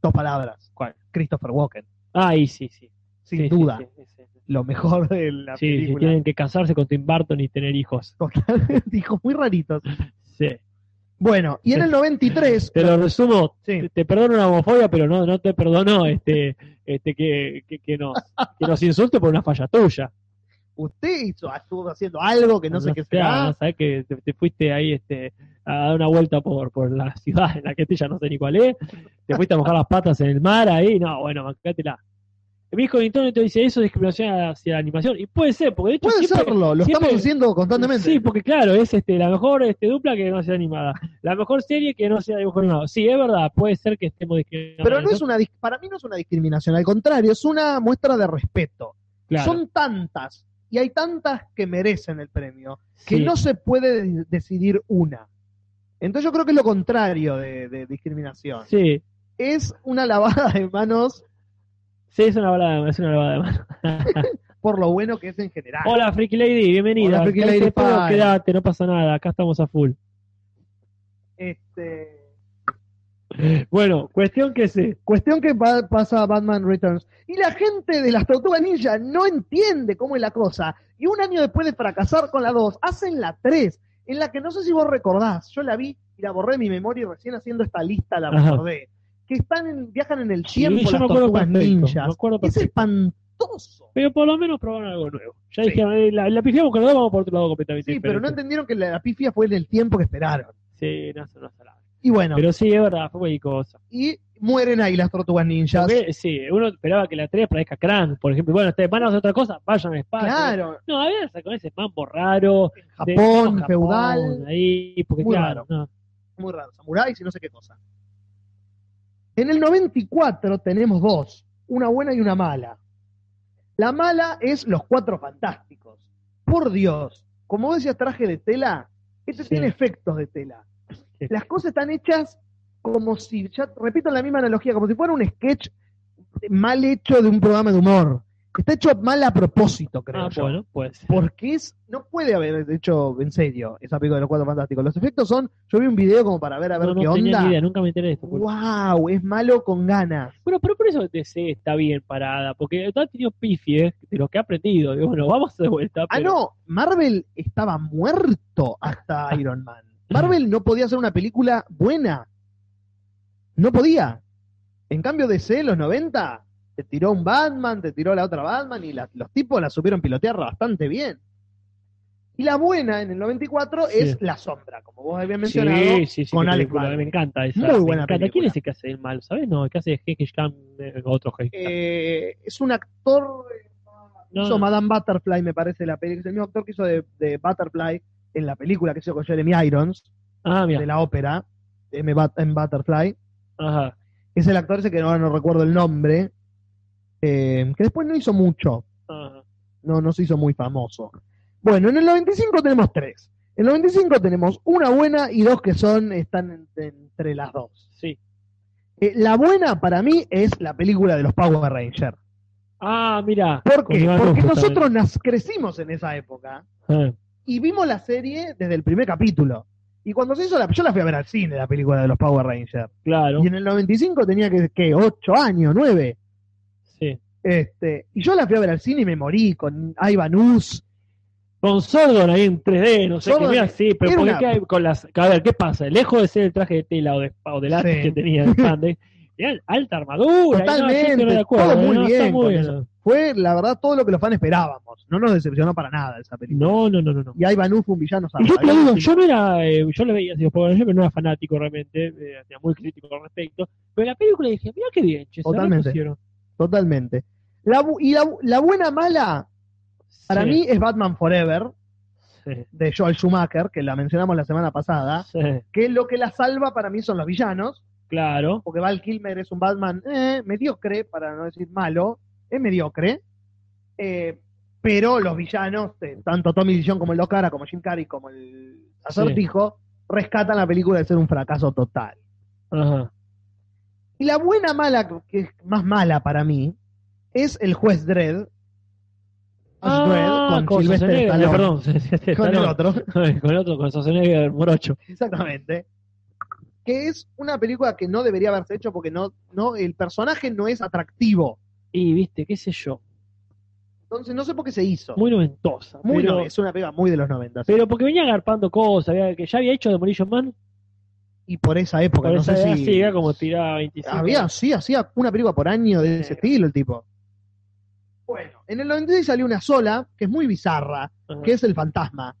B: Dos palabras.
A: ¿Cuál?
B: Christopher Walken,
A: Ah, y sí, sí.
B: sin
A: Sí, sí,
B: duda,
A: Sí, sí, sí.
B: lo mejor de la
A: Sí, sí,
B: película.
A: tienen que casarse con Tim Burton y tener hijos.
B: Dijo, muy raritos.
A: Sí.
B: Bueno, y en el 93...
A: Te lo resumo,
B: Sí.
A: te, te perdono la homofobia, pero no, no te perdono este, este que, que, que nos, que nos insulte por una falla tuya.
B: usted hizo, estuvo haciendo algo que no, sé qué
A: claro,
B: será.
A: no sabés que te, te fuiste ahí este, a dar una vuelta por, por la ciudad en la que este ya no sé ni cuál es, te fuiste a mojar las patas en el mar ahí, no, bueno, bancátela. Mi hijo Nintendo te dice eso es discriminación hacia la animación, y puede ser, porque de hecho
B: Puede
A: siempre-
B: serlo, lo
A: siempre-
B: estamos haciendo constantemente.
A: Sí, porque claro, es este, la mejor este, dupla que no sea animada, la mejor serie que no sea dibujo animado. Sí, es verdad, puede ser que estemos discriminando.
B: pero no es una dis- para mí no es una discriminación, al contrario, es una muestra de respeto.
A: Claro,
B: Son tantas y hay tantas que merecen el premio que
A: sí.
B: no se puede de- decidir una. Entonces yo creo que es lo contrario de, de discriminación.
A: Sí,
B: Es una lavada de manos
A: sí, es una balada, es una lavada de mano.
B: por lo bueno que es en general.
A: Hola, Freaky Lady, bienvenida.
B: Ah. Hola, Freaky
A: Quédate
B: Lady,
A: todo,
B: pa.
A: quédate, no pasa nada, acá estamos a full.
B: Este,
A: Bueno, cuestión que sí.
B: Cuestión que pa- pasa Batman Returns. Y la gente de las Tortugas Ninja no entiende cómo es la cosa. Y un año después de fracasar con la 2, hacen la 3, en la que no sé si vos recordás, yo la vi y la borré de mi memoria y recién haciendo esta lista la
A: Ajá.
B: recordé. Que están en- viajan en el
A: yo
B: tiempo
A: me
B: las
A: acuerdo
B: Tortugas
A: perfecto,
B: Ninjas.
A: me acuerdo
B: es
A: perfecto.
B: espantoso.
A: Pero por lo menos probaron algo nuevo. Ya
B: Sí.
A: dijeron, eh, la, la pifiamos con los dos, vamos por otro lado completamente
B: Sí, pero no
A: diferente.
B: entendieron que la, la pifia fue en el tiempo que esperaron.
A: Sí, no, eso no es salado.
B: Y bueno,
A: Pero sí, es verdad, fue cosa.
B: y mueren ahí las Tortugas Ninjas.
A: Porque, sí, uno esperaba que la 3 parezca Cran, por ejemplo. Bueno, ustedes van a hacer otra cosa, vayan al espacio.
B: Claro,
A: No, a ver, con ese mambo raro. de-
B: Japón,
A: no, Japón,
B: feudal.
A: Ahí, porque
B: Muy
A: claro,
B: raro.
A: no.
B: muy raro, samuráis y no sé qué cosa. En el 94 tenemos dos, una buena y una mala. La mala es Los Cuatro Fantásticos. Por Dios, como vos decías, traje de tela, este
A: Sí.
B: tiene efectos de tela.
A: Sí.
B: Las cosas están hechas como si, ya repito la misma analogía, como si fuera un sketch mal hecho de un programa de humor. Está hecho mal a propósito, creo
A: Ah,
B: yo.
A: bueno, pues.
B: Porque es, no puede haber hecho en serio esa película de los cuatro fantásticos. Los efectos son, yo vi un video como para ver a ver
A: no, no
B: qué
A: tenía
B: onda.
A: ni idea, nunca me enteré de esto.
B: wow, es malo con ganas.
A: Bueno, pero por eso DC está bien parada, porque no ha tenido pifies de lo que ha aprendido. Digo, bueno, vamos de vuelta.
B: Ah,
A: pero-
B: no, Marvel estaba muerto
A: Ah.
B: hasta Iron Man. Marvel no podía hacer una película buena. No podía. En cambio, DC, los 90, te tiró un Batman, te tiró la otra Batman y la- los tipos la supieron pilotear bastante bien. Y la buena en el 94
A: Sí.
B: es La Sombra, como vos habías mencionado.
A: sí, sí,
B: con
A: qué
B: Alex
A: película,
B: Baldwin.
A: Me encanta esa.
B: Muy
A: me
B: buena
A: encanta. ¿Quién
B: película.
A: es el que hace el mal? ¿Sabes? No, el que hace Hegesh Khan, otro Hegesh Khan.
B: Eh, es un actor, eh,
A: No,
B: hizo
A: no.
B: Madame Butterfly, me parece, la película. Es el mismo actor que hizo de, de Butterfly en la película que hizo con Jeremy Irons,
A: Ah, mira.
B: de la ópera, M But- en Butterfly.
A: Ajá.
B: Es el actor ese que ahora no recuerdo el nombre, eh, que después no hizo mucho,
A: ajá.
B: no, no se hizo muy famoso. Bueno, en el 95 tenemos tres. En el 95 tenemos una buena y dos que son están en- entre las dos.
A: Sí.
B: Eh, la buena para mí es la película de los Power Rangers.
A: Ah, mira.
B: ¿Por
A: con
B: qué?
A: Iván
B: Porque
A: Rufo
B: nosotros nas- crecimos en esa época
A: también. Ah,
B: y vimos la serie desde el primer capítulo. Y cuando se hizo la... Yo la fui a ver al cine, la película de los Power Rangers.
A: claro.
B: Y en el 95 tenía que, ¿qué? 8 años, 9.
A: Sí.
B: Este, y yo la fui a ver al cine y me morí con Ivan Us,
A: Con Sordon ahí en 3D, no sé qué.
B: Sordon
A: Mira, sí, pero
B: era
A: ¿por qué
B: una-
A: que hay con las. A ver, ¿qué pasa? Lejos de ser el traje de tela o de, o de látex
B: Sí.
A: que tenía el Pande. Mirá, alta armadura. y no, yo estoy
B: Totalmente,
A: de acuerdo, ¿eh?
B: todo muy
A: no,
B: bien
A: está muy
B: con
A: bien.
B: eso. fue la verdad todo lo que los fans esperábamos. No nos decepcionó para nada esa película.
A: No, no, no, no. no.
B: Y Ivan Us fue un villano
A: Y yo te lo
B: zarpado.
A: digo, yo no era, eh, yo lo veía, digo, Power Rangers, pero no era fanático realmente, eh, era muy crítico al respecto. Pero en la película dije, mira qué bien, che, se
B: Totalmente.
A: repusieron.
B: Totalmente. La, bu- y la, bu- la buena mala para
A: Sí,
B: mí es Batman Forever
A: sí,
B: de Joel Schumacher, que la mencionamos la semana pasada,
A: ah, sí,
B: que lo que la salva para mí son los villanos,
A: claro,
B: porque Val Kilmer es un Batman eh, mediocre, para no decir malo, es mediocre, eh, pero los villanos, eh, tanto Tommy Dillon como el Locara, como Jim Carrey, como el Acertijo, rescatan la película de ser un fracaso total.
A: ajá,
B: Y la buena mala, que es más mala para mí, es el juez Dredd. Judge Dredd
A: Ah,
B: con
A: con
B: Sylvester
A: Schwarzenegger,
B: Stallone.
A: perdón, Sylvester
B: Con el
A: Stallone.
B: otro.
A: con el otro, con Schwarzenegger, morocho,
B: Exactamente. Que es una película que no debería haberse hecho porque no, no, el personaje no es atractivo.
A: y viste, qué sé yo,
B: Entonces no sé por qué se hizo. Muy,
A: muy noventosa, pero,
B: no- es una película muy de los 90. sí.
A: pero porque venía agarpando cosas, había- que ya había hecho Demolition Man,
B: y por esa época,
A: por
B: no
A: esa
B: sé
A: edad
B: si.
A: sí, era como tiraba 25,
B: había, sí, hacía una película por año de ese
A: Sí.
B: estilo el tipo. Bueno, en el 96 salió una sola que es muy bizarra,
A: Ajá.
B: que es El Fantasma,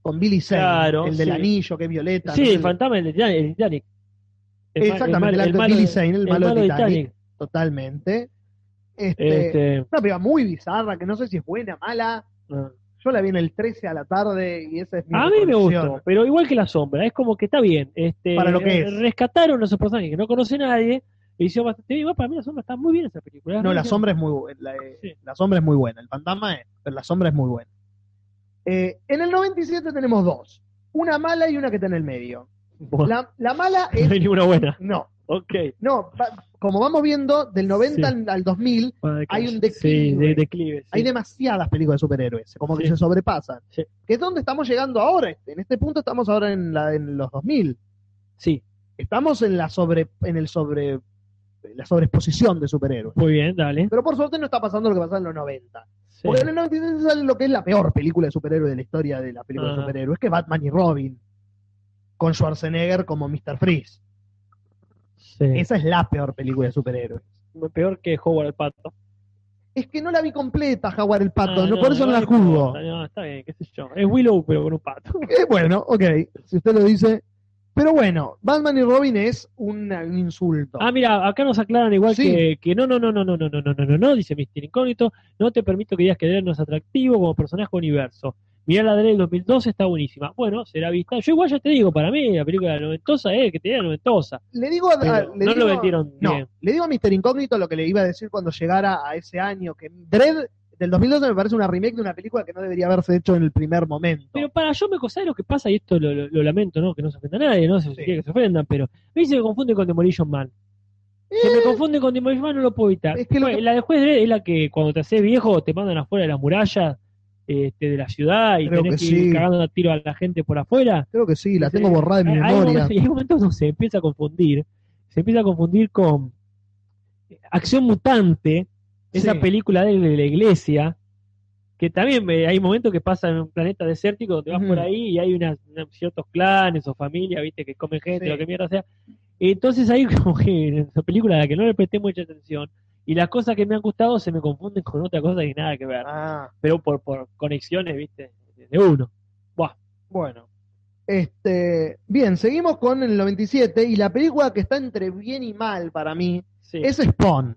B: con Billy Zane,
A: Claro,
B: el del
A: sí.
B: anillo, que es violeta.
A: sí,
B: ¿no?
A: el fantasma, el de Titanic, el Titanic. El ma- el
B: Exactamente,
A: mal-
B: el,
A: el
B: actor
A: malo
B: Billy
A: de-
B: Zane, el, malo de Titanic,
A: Titanic.
B: totalmente. Este,
A: Este,
B: Una película muy bizarra, que no sé si es buena, mala.
A: no.
B: Yo la vi en el 13 a la tarde y esa es mi
A: ah, A mí me
B: reproducción.
A: gustó, pero igual que La Sombra, es como que está bien. Este,
B: Para lo que es.
A: Rescataron a esos personajes que no conoce nadie y hicieron bastante bien. Igual para mí La Sombra está muy bien esa película.
B: No, la
A: Realmente-
B: sombra es muy buena. La, eh,
A: Sí.
B: la sombra es muy buena. El fantasma es, pero la sombra es muy buena. Eh, en el 97 tenemos dos. Una mala y una que está en el medio.
A: Bueno,
B: La, la mala
A: No
B: es...
A: hay ninguna buena.
B: No,
A: Ok.
B: no. va- como vamos viendo, del 90
A: Sí.
B: al, al 2000 Hay un declive.
A: Sí, de, declive. sí.
B: hay demasiadas películas de superhéroes. Como que
A: Sí.
B: se sobrepasan.
A: Sí.
B: Que es donde estamos llegando ahora. En este punto estamos ahora en, la, en los 2000.
A: Sí,
B: estamos en la sobre en el sobre la sobreexposición de superhéroes.
A: muy bien, dale.
B: Pero por suerte no está pasando lo que pasaba en los 90.
A: Sí.
B: Porque en los 96 sale lo que es la peor película de superhéroes de la historia de la película de
A: Ajá.
B: superhéroes, que es Batman y Robin, con Schwarzenegger como Mr. Freeze.
A: Sí.
B: Esa es la peor película de superhéroes.
A: Peor que Howard el Pato.
B: Es que no la vi completa, Jaguar el Pato,
A: Ah,
B: no, por eso no la
A: igual
B: juzgo.
A: importa, No, está bien, qué sé yo. Es Willow, pero con un pato.
B: Eh, bueno, ok, si usted lo dice. Pero bueno, Batman y Robin es un, un insulto.
A: Ah, mira, acá nos aclaran igual
B: Sí.
A: que, que no, no, no, no, no, no, no, no, no, no, no, dice Mr. Incógnito, no te permito que digas que Dredd no es atractivo como personaje o universo. Mirá la Dredd del 2012, está buenísima. Bueno, será vista. Yo igual ya te digo, para mí la película de la noventosa es que tenía la noventosa.
B: le digo a,
A: Pero
B: a- Ah, le
A: no lo
B: digo-
A: vendieron
B: No,
A: bien.
B: le digo a Mr. Incógnito lo que le iba a decir cuando llegara a ese año, que Dread del 2012 me parece una remake de una película que no debería haberse hecho en el primer momento.
A: Pero para yo me cosa lo que pasa, y esto lo, lo- lo lamento, ¿no? Que no se ofenda a nadie, no sé si
B: Sí.
A: quiere que se ofendan, pero me dice que confunde con Demolition Man. Se me confunde con Demolition Man, no lo puedo evitar.
B: Eh, Es que lo
A: Fue-
B: que-
A: La de Juez Dredd es la que cuando te haces viejo te mandan afuera de las murallas este, de la ciudad y
B: Creo
A: tenés
B: que
A: que, ir
B: sí.
A: cagando a tiro a la gente por afuera.
B: Creo que sí, la
A: Sí.
B: tengo borrada en mi
A: Hay- hay
B: memoria.
A: momentos- Y hay momentos donde se empieza a confundir, se empieza a confundir con eh, Acción Mutante, esa
B: Sí.
A: película de, de la iglesia, que también me- hay momentos que pasa en un planeta desértico donde vas
B: Ujú.
A: por ahí y hay unas, unas- ciertos clanes o familias, viste, que comen gente,
B: Sí.
A: lo que mierda sea. Entonces ahí como que en esa película a la que no le presté mucha atención y las cosas que me han gustado se me confunden con otra cosa que nada que ver,
B: Ah,
A: pero por, por conexiones, viste, de uno. Bueno,
B: Este, bien, seguimos con el 97 y la película que está entre bien y mal para mí
A: sí.
B: es Spawn,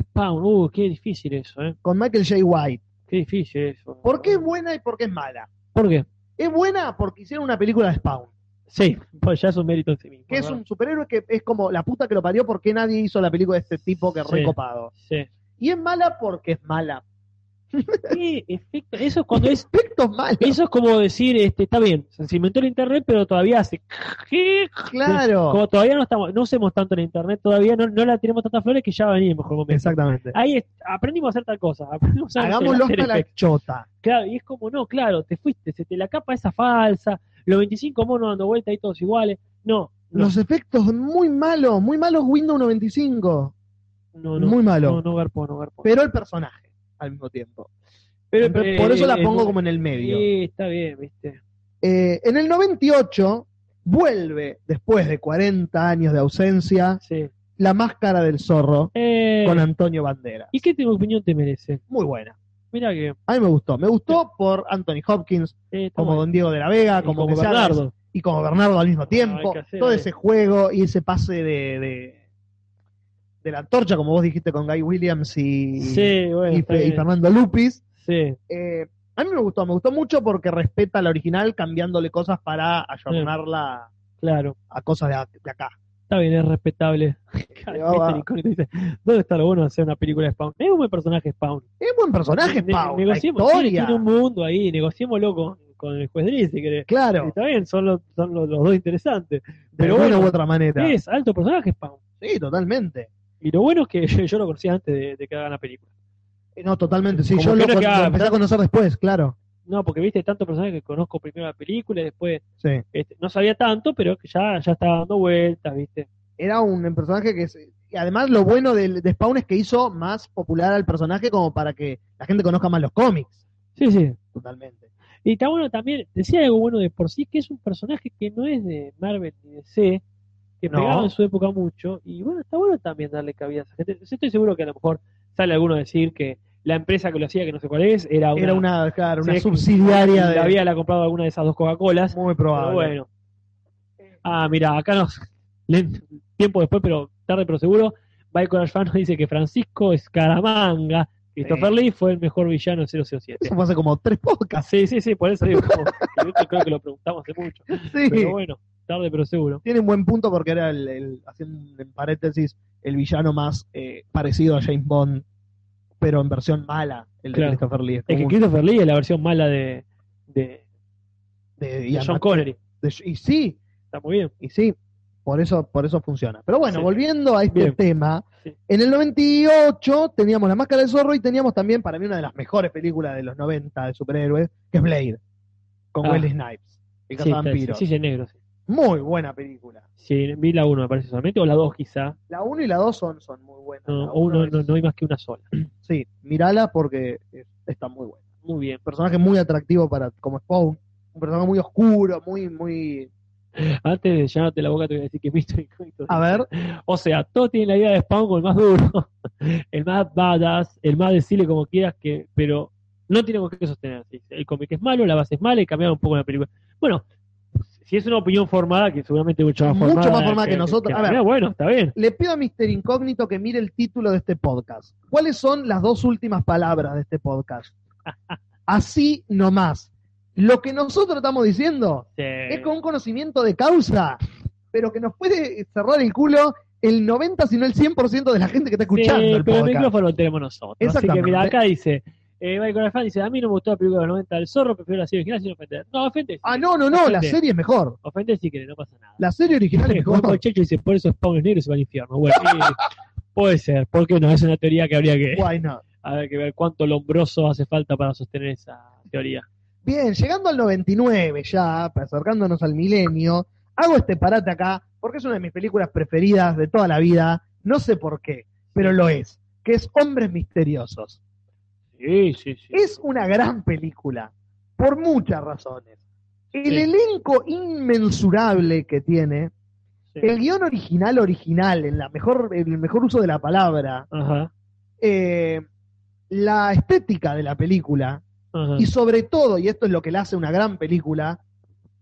A: Spawn, uh, qué difícil eso, ¿eh?
B: con Michael J. White.
A: Qué difícil eso.
B: ¿Por qué es buena y por qué es mala?
A: ¿Por qué?
B: Es buena porque hicieron una película de Spawn,
A: Sí, pues ya es un mérito en sí mismo.
B: que es
A: ¿verdad?
B: un superhéroe que es como la puta que lo parió porque nadie hizo la película de este tipo que es
A: Sí.
B: recopado.
A: Sí.
B: Y es mala porque es mala.
A: Qué efecto- Eso es cuando es.
B: Efecto es malo.
A: Eso es como decir, este, está bien, se inventó el internet, pero todavía hace.
B: Claro.
A: Como todavía no estamos, no usemos tanto el internet, todavía no, no la tenemos tantas flores que ya venía el mejor momento.
B: Exactamente.
A: Ahí es- aprendimos a hacer tal cosa. aprendimos a hacer
B: Hagámoslo
A: After
B: hasta la
A: Effects.
B: chota.
A: Claro, y es como, no, claro, te fuiste, se te la capa esa falsa, los 25 monos dando vuelta ahí todos iguales. No, no,
B: Los efectos muy malos, muy malos Windows 95.
A: no, no,
B: muy malo.
A: no, no garpó, no garpó.
B: Pero el personaje al mismo tiempo. por eso la
A: eh,
B: pongo
A: eh,
B: como en el medio.
A: Sí, está bien, viste.
B: Eh, en el 98 vuelve, después de 40 años de ausencia,
A: Sí.
B: La Máscara del Zorro
A: Eh,
B: con Antonio Bandera.
A: ¿Y qué te- opinión te merece?
B: Muy buena.
A: Mira que.
B: A mí me gustó. Me gustó por Anthony Hopkins,
A: eh, está
B: como
A: bueno.
B: Don Diego de la Vega,
A: Y
B: como,
A: como
B: que sea-
A: Bernardo.
B: y como Bernardo al mismo tiempo.
A: Ah, hay que hacer
B: todo
A: ahí.
B: ese juego y ese pase de, de, de la antorcha, como vos dijiste con Guy Williams y,
A: Sí, bueno.
B: y,
A: está
B: Fe- y
A: bien.
B: Fernando Lupis.
A: Sí,
B: Eh, a mí me gustó, me gustó mucho porque respeta la original cambiándole cosas para ayornarla
A: claro.
B: a cosas de, a- de acá.
A: Está bien, es respetable.
B: va.
A: Viste, Nicole te dice, ¿Dónde está lo bueno de hacer una película de Spawn? Es un buen personaje Spawn.
B: Es buen personaje,
A: Ne-
B: Pau. La
A: negociemos, sí,
B: historia.
A: tiene un mundo ahí, negociémoslo con, con el juez Dries, si querés.
B: Claro,
A: Está bien, son, los, son los, los dos interesantes.
B: de
A: Pero
B: alguna
A: bueno,
B: u otra manera.
A: es alto personaje Spawn.
B: Sí, totalmente.
A: Y lo bueno es que yo, yo lo conocía antes de, de que hagan la película.
B: Eh, No, totalmente. Sí,
A: Como
B: yo
A: que
B: lo,
A: no
B: con-
A: queda-
B: lo empecé a conocer después, claro.
A: No, porque viste tanto personaje que conozco primero la película y después
B: Sí.
A: este, no sabía tanto, pero que ya, ya estaba dando vueltas, viste.
B: Era un personaje que. se- y además, lo bueno del- de, Spawn es que hizo más popular al personaje como para que la gente conozca más los cómics.
A: Sí, sí.
B: Totalmente.
A: Y está bueno también, decía algo bueno de por sí, que es un personaje que no es de Marvel ni DC, que
B: No.
A: pegaba en su época mucho, y bueno, está bueno también darle cabida a esa gente. Yo estoy seguro que a lo mejor sale alguno a decir que la empresa que lo hacía, que no sé cuál es, era una,
B: Era una, claro, una
A: Ah, Sí,
B: subsidiaria
A: la
B: de.
A: había la comprado alguna de esas dos Coca-Colas,
B: Muy
A: pero
B: probable.
A: bueno. Ah, mira, acá nos, len- tiempo después, pero tarde pero seguro, By Coraje Fan nos dice que Francisco Escaramanga, Christopher Lee, fue el mejor villano en 007.
B: Eso fue hace como tres podcasts.
A: Ah, Sí, sí, sí, por eso digo, como- de hecho, creo que lo preguntamos hace mucho.
B: Sí.
A: Pero bueno, tarde pero seguro.
B: Tiene un buen punto porque era el, el- haciendo en paréntesis, el villano más eh, parecido a James Bond, pero en versión mala, el de
A: Claro.
B: Christopher Lee. Es
A: Es que
B: como
A: Christopher Lee es la versión mala de, de,
B: un- de
A: de
B: Ian
A: John
B: Mc-
A: Connery.
B: de- y sí,
A: Está muy bien.
B: y sí, por eso, por eso funciona. Pero bueno,
A: Sí.
B: volviendo a este
A: Bien.
B: tema,
A: Sí.
B: en el 98 teníamos La Máscara del Zorro y teníamos también, para mí, una de las mejores películas de los 90 de superhéroes, que es Blade, con
A: Ah.
B: Wesley Snipes, el
A: Sí, está-
B: cazavampiro.
A: sí, sí, es negro. Sí.
B: Muy buena película.
A: Sí, vi la 1 me parece solamente, o la 2 quizá.
B: La 1 y la 2 son, son muy buenas.
A: No,
B: La
A: o
B: uno
A: uno,
B: es-
A: no, no hay más que una sola.
B: Sí, mirala porque eh, está muy buena.
A: Muy bien.
B: Personaje muy atractivo para como Spawn. Un personaje muy oscuro, muy, muy.
A: Antes de llenarte la boca te voy a decir que Mr. Incógnito.
B: A ver,
A: O sea, todos tienen la idea de Spawn como el más duro, el más badass, el más decirle como quieras, que, pero no tiene con qué sostenerse. El cómic es malo, la base es mala y cambiaron un poco la película. Bueno, si es una opinión formada, que seguramente es mucho más
B: Mucho
A: formada.
B: más formada que nosotros.
A: la
B: A ver.
A: mía, bueno, está bien.
B: le pido a Mr. Incógnito que mire el título de este podcast. ¿Cuáles son las dos últimas palabras de este podcast? Así nomás. Lo que nosotros estamos diciendo es con un conocimiento de causa, pero que nos puede cerrar el culo el 90, si no el 100% de la gente que está escuchando
A: Sí,
B: el
A: pero el
B: podcast.
A: micrófono lo tenemos nosotros. Así que
B: Exactamente.
A: mira, acá dice, eh, Michael Fan dice, a mí no me gustó la película de los 90 del zorro, prefiero la serie original sin ofender. No, ofende.
B: Ah, no, no, no, la serie es mejor.
A: Ofende si querés, no pasa nada.
B: La serie original es
A: Juan
B: mejor.
A: Pacheco dice, por eso Spawn es negro y se va al infierno. Bueno, y puede ser, porque no, es una teoría que habría que,
B: Why not?
A: habrá que ver cuánto lombroso hace falta para sostener esa teoría.
B: Bien, llegando al 99 ya, pues, acercándonos al milenio, hago este parate acá porque es una de mis películas preferidas de toda la vida, no sé por qué, pero lo es, que es Hombres Misteriosos.
A: Sí, sí, sí.
B: Es una gran película, por muchas razones. El
A: Sí.
B: elenco inmensurable que tiene,
A: Sí.
B: el guión original original, en la mejor, en el mejor uso de la palabra,
A: Ajá,
B: eh, la estética de la película,
A: ajá.
B: y sobre todo, y esto es lo que le hace una gran película,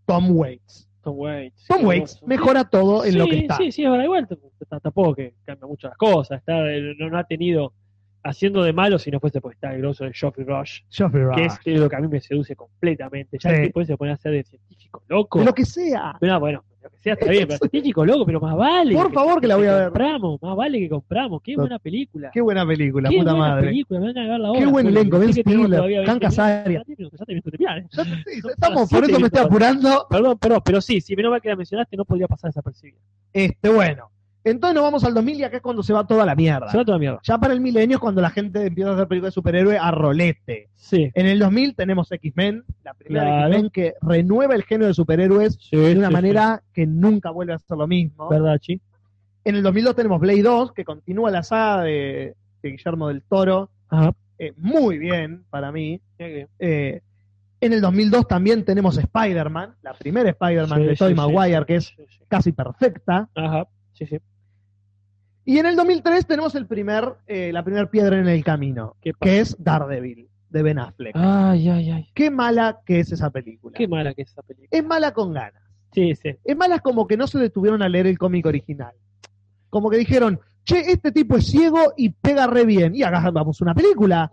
B: Tom Waits.
A: Tom Waits.
B: Tom Waits
A: hermoso.
B: mejora todo en
A: sí,
B: lo que está.
A: Sí, sí, es verdad. Igual t- t- tampoco que cambia mucho las cosas. Está, eh, no, no ha tenido haciendo de malo si no fuese porque está el grosso de Geoffrey Rush,
B: Geoffrey Rush.
A: que es lo que a mí me seduce completamente. Ya
B: Sí.
A: el tipo se pone a hacer de científico loco.
B: De lo que sea.
A: Pero, ah, bueno, lo que sea está bien, pero científico loco, pero más vale.
B: Por favor, que la voy a ver.
A: Compramos, más vale que compramos. Qué
B: No.
A: buena película.
B: Qué buena película,
A: Qué
B: puta
A: buena
B: madre.
A: película, me van a cagar la
B: Qué
A: hora,
B: buen
A: Julio.
B: elenco,
A: Sé
B: Ben
A: que tenemos todavía
B: Stiller, Han
A: 20 minutos,
B: Kazarian.
A: ya termino, ya termino de terminar, ¿eh?
B: Ya- sí,
A: Son
B: estamos,
A: las
B: por
A: siete
B: eso me
A: y
B: estoy
A: cuarto.
B: apurando.
A: Perdón, perdón, pero sí, si menos mal que la mencionaste, no podía pasar desapercibida.
B: Este, bueno. Entonces nos vamos al 2000 y acá es cuando se va toda la mierda.
A: Se va toda mierda.
B: Ya para el milenio es cuando la gente empieza a hacer películas de superhéroe a rolete.
A: Sí,
B: En el 2000 tenemos X-Men, la primera de
A: Claro.
B: X-Men que renueva el género de superhéroes
A: sí,
B: de una
A: sí,
B: manera que nunca vuelve a ser lo
A: sí.
B: mismo.
A: ¿Verdad, Chi?
B: En el 2002 tenemos Blade 2, que continúa la saga de, de Guillermo del Toro,
A: Ajá.
B: eh, muy bien para mí. Eh, en el 2002 también tenemos Spider-Man, la primera Spider-Man
A: Sí,
B: de
A: sí,
B: Tobey
A: sí,
B: Maguire,
A: sí,
B: que es
A: sí, sí.
B: casi perfecta.
A: Ajá, sí, sí.
B: Y en el 2003 tenemos el primer, eh, la primera piedra en el camino,
A: ¿Qué pasa?
B: que es Daredevil, de Ben Affleck.
A: Ay, ay, ay.
B: Qué mala que es esa película.
A: Ah. Qué mala que es esa película.
B: Es mala con ganas.
A: Sí, sí.
B: Es mala como que no se detuvieron a leer el cómic original. Como que dijeron, che, este tipo es ciego y pega re bien. Y hagamos una película.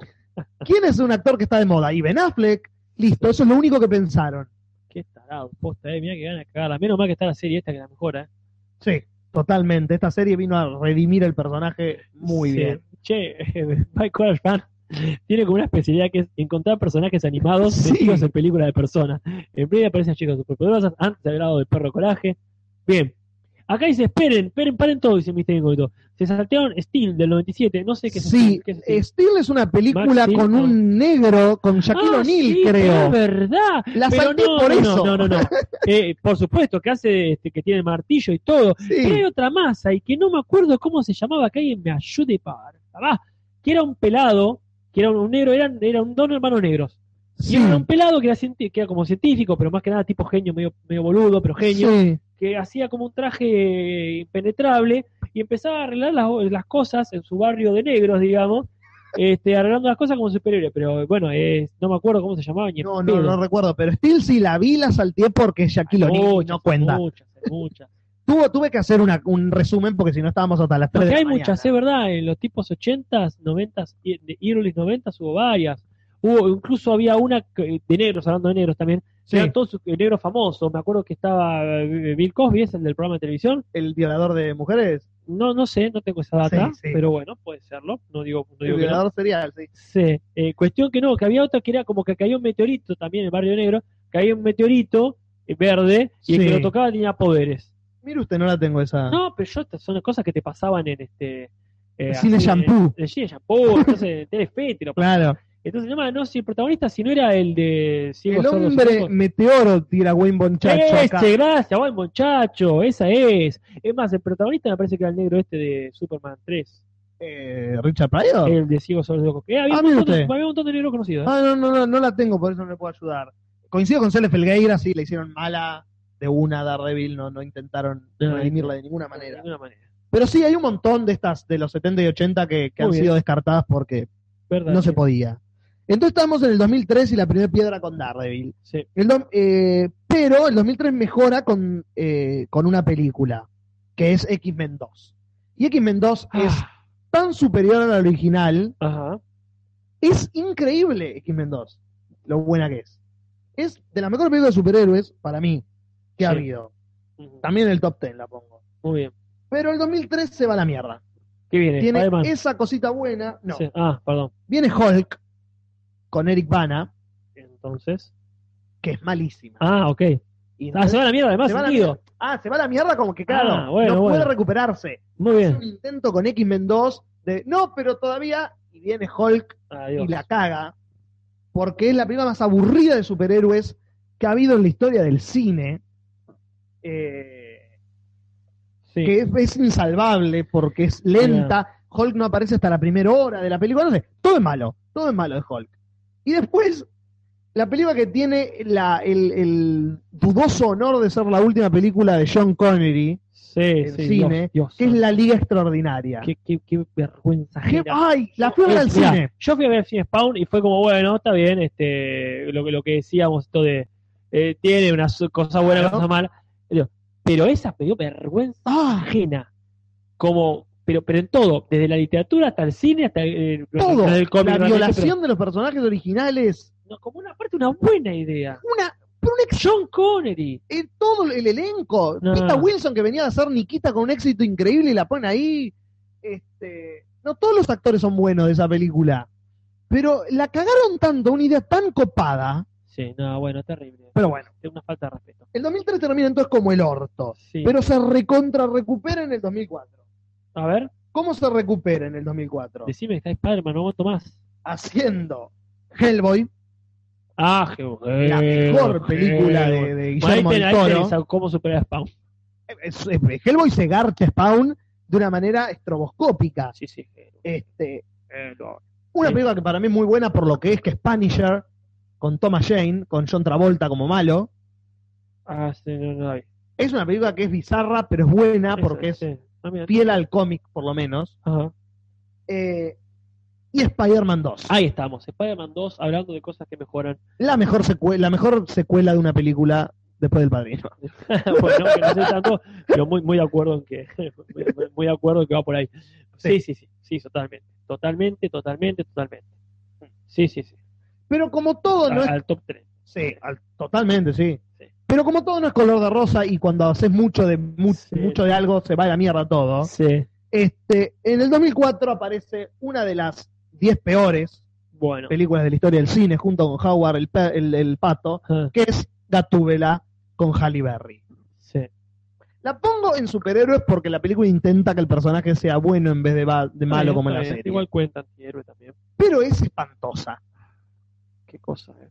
B: ¿Quién es un actor que está de moda? Y Ben Affleck. Listo, eso es lo único que pensaron.
A: Qué tarado, posta, eh. Mirá que gana de cagarla. Menos mal que está la serie esta que la mejora, eh.
B: Sí, totalmente. Esta serie vino a redimir el personaje muy
A: Sí.
B: bien.
A: Che, Michael Ashman tiene como una especialidad que es encontrar personajes animados
B: Sí.
A: metidos en películas de personas. En breve aparecen chicas superpoderosas, antes había hablado de Perro Coraje. Bien. Acá dice, esperen, esperen, paren todo, dice Mister Incógnito. Se saltearon Steel del 97, no sé qué es
B: Sí,
A: Steel, qué es Steel.
B: Steel es una película
A: Max Steel,
B: con
A: ¿no?
B: un negro, con Shaquille
A: Ah,
B: O'Neal,
A: sí,
B: creo.
A: Es verdad.
B: La
A: Pero
B: salté
A: no,
B: por
A: no,
B: eso.
A: no, no, no. Eh, por supuesto, que hace este, que tiene el martillo y todo. Pero hay
B: Sí,
A: otra masa y que no me acuerdo cómo se llamaba, que alguien me ayude para. Ah, que era un pelado, que era un, un negro, eran, era un dos hermanos negros.
B: sí,
A: Y era un pelado que era, cienti- que era como científico, pero más que nada tipo genio, medio, medio boludo, pero genio,
B: sí.
A: que hacía como un traje impenetrable y empezaba a arreglar las, las cosas en su barrio de negros, digamos, este, arreglando las cosas como superhéroe. Pero bueno, eh, no me acuerdo cómo se llamaba ni en
B: No, no,
A: pedo.
B: no recuerdo. Pero Steel sí la vi, la salteé porque es Shaquille O'Neal y no
A: Muchas,
B: cuenta.
A: muchas, muchas.
B: Tuvo, tuve que hacer una- un resumen porque si no estábamos hasta las 3
A: Porque
B: de la
A: hay
B: mañana.
A: muchas, ¿eh? es verdad, en los tipos 80s, 90s, y- de Irulis 90s hubo varias. Hubo, incluso había una que- de negros, hablando de negros también,
B: Sí,
A: eran todos eh, negros famosos. Me acuerdo que estaba eh, Bill Cosby, es el del programa de televisión.
B: el violador de mujeres,
A: No no sé, no tengo esa data,
B: Sí, sí.
A: pero bueno, puede serlo. No digo, no
B: el
A: digo que no.
B: violador serial, sí.
A: Sí. Eh, cuestión que no, que había otra que era como que caía un meteorito también en el barrio negro, caía un meteorito eh, verde y el
B: Sí.
A: que lo tocaba tenía poderes.
B: Mire usted, no la tengo esa.
A: No, pero yo, estas son las cosas que te pasaban en este. eh,
B: Cine
A: así,
B: shampoo.
A: En, en cine shampoo, entonces en Telefe, te lo
B: Claro.
A: Entonces, no, no, si el protagonista, si no era el de. Ciego,
B: El
A: Sordo,
B: hombre
A: Ciego.
B: meteoro tira Wayne Bonchacho acá.
A: Este, gracias, buen muchacho, esa es. Es más, el protagonista me parece que era el negro este de Superman 3,
B: Eh, Richard Pryor.
A: el de Ciego Sordo Loco. Que había,
B: Ah,
A: un
B: mire
A: montón de,
B: usted.
A: había un montón de negros conocidos. ¿eh?
B: Ah, no, no, no, no la tengo, por eso no le puedo ayudar. Coincido con Cele Felgueira, sí, le hicieron mala de una Daredevil, no, no intentaron
A: No,
B: redimirla de ninguna
A: De
B: manera.
A: ninguna manera.
B: Pero sí, hay un montón de estas de los 70 y 80 que, que han
A: Muy bien.
B: sido descartadas porque
A: Verdad,
B: no se
A: sí.
B: podía. Entonces estamos en el 2003 y la primera piedra con Daredevil.
A: Sí.
B: El dom- eh, pero el 2003 mejora con, eh, con una película, que es X-Men 2. Y X-Men 2 es
A: Ah,
B: tan superior a la original,
A: Ajá.
B: es increíble X-Men 2, lo buena que es. Es de las mejores películas de superhéroes, para mí, que ha
A: Sí.
B: habido.
A: Ujú.
B: También en el top 10 la pongo.
A: Muy bien.
B: Pero el 2003 se va a la mierda.
A: ¿Qué viene?
B: Tiene
A: Spider-Man.
B: esa cosita buena. No.
A: Sí. Ah, perdón.
B: Viene Hulk con Eric Bana,
A: Entonces.
B: que es malísima.
A: Ah, ok.
B: Y
A: Ah, se
B: entonces-
A: va a la mierda, además,
B: Se va a la
A: sentido.
B: ah, se va a la mierda como que, claro,
A: Ah, bueno,
B: no puede
A: bueno.
B: recuperarse.
A: Muy
B: Hace
A: bien.
B: un intento con X-Men 2 de, no, pero todavía, y viene Hulk
A: Adiós.
B: y la caga, porque es la película más aburrida de superhéroes que ha habido en la historia del cine, eh,
A: Sí.
B: que es, es insalvable porque es lenta, Hulk no aparece hasta la primera hora de la película, no sé, todo es malo, todo es malo de Hulk. Y después, la película que tiene la- el, el dudoso honor de ser la última película de John Connery,
A: Sí,
B: el
A: sí,
B: cine,
A: Dios, Dios
B: que es La Liga Extraordinaria.
A: Qué, qué- qué vergüenza.
B: Qué-
A: ajena.
B: ¡Ay! La fui a ver
A: Es-
B: al
A: mirá,
B: cine.
A: Yo fui a ver el cine Spawn y fue como, bueno, está bien, este, lo, que- lo que decíamos, esto de eh, tiene una su- cosa buena,
B: Claro.
A: cosa mala. Digo, Pero esa me dio vergüenza
B: Ah,
A: ajena. Como, pero, pero en todo, desde la literatura hasta el cine, hasta el,
B: Todo.
A: hasta el cómic,
B: la
A: realmente,
B: violación de los personajes originales.
A: pero, no, como una parte, una buena idea.
B: Una, pero un ex-
A: John Connery.
B: eh, todo el elenco.
A: No.
B: Pita Wilson que venía a hacer Nikita con un éxito increíble y la ponen ahí. Este, no todos los actores son buenos de esa película. Pero la cagaron tanto, una idea tan copada.
A: Sí, no, bueno, terrible.
B: Pero bueno,
A: Es una falta de respeto.
B: el 2003 termina entonces como el orto.
A: Sí.
B: Pero se recontra recupera en el 2004.
A: A ver,
B: ¿Cómo se recupera en el 2004?
A: decime que está Spider-Man, no voto más.
B: Haciendo Hellboy,
A: Ah,
B: la
A: eh,
B: mejor película de, de Guillermo del Toro.
A: ¿Cómo superar a Spawn?
B: Es- es- Hellboy se garcha a Spawn de una manera estroboscópica.
A: Ah, Sí, sí. Hellboy.
B: Este, una
A: Sí.
B: película que para mí es muy buena por lo que es que es Punisher, con Thomas Jane, con John Travolta como malo.
A: Ah, sí, no, no, ahí.
B: Es una película que es bizarra, pero es buena
A: Eso,
B: porque es eh,
A: sí. Ah, mira.
B: fiel al cómic, por lo menos.
A: Ajá.
B: Eh, y Spider-Man 2.
A: Ahí estamos, Spider-Man 2, hablando de cosas que mejoran.
B: La mejor, secue- la mejor secuela de una película después del Padrino.
A: bueno, que no sé tanto, pero muy, muy de acuerdo en que muy, muy de acuerdo en que va por ahí. Sí, sí, sí, sí, totalmente. Totalmente, totalmente, totalmente. Sí, sí, sí.
B: Pero como todo no
A: Al-
B: es
A: Al top 3.
B: Sí, al- totalmente, sí.
A: Sí.
B: Pero como todo no es color de rosa y cuando haces mucho de mu-
A: Sí.
B: mucho de algo se va a la mierda todo.
A: Sí.
B: Este, en el 2004 aparece una de las 10 peores
A: Bueno.
B: películas de la historia del cine junto con Howard el, pe- el, el pato,
A: Ah,
B: que es Gatúbela con Halle Berry.
A: sí.
B: La pongo en superhéroes porque la película intenta que el personaje sea bueno en vez de, va- de malo
A: Está
B: como en la
A: bien, está bien.
B: serie.
A: Igual cuentan héroe también.
B: Pero es espantosa.
A: Qué cosa, eh.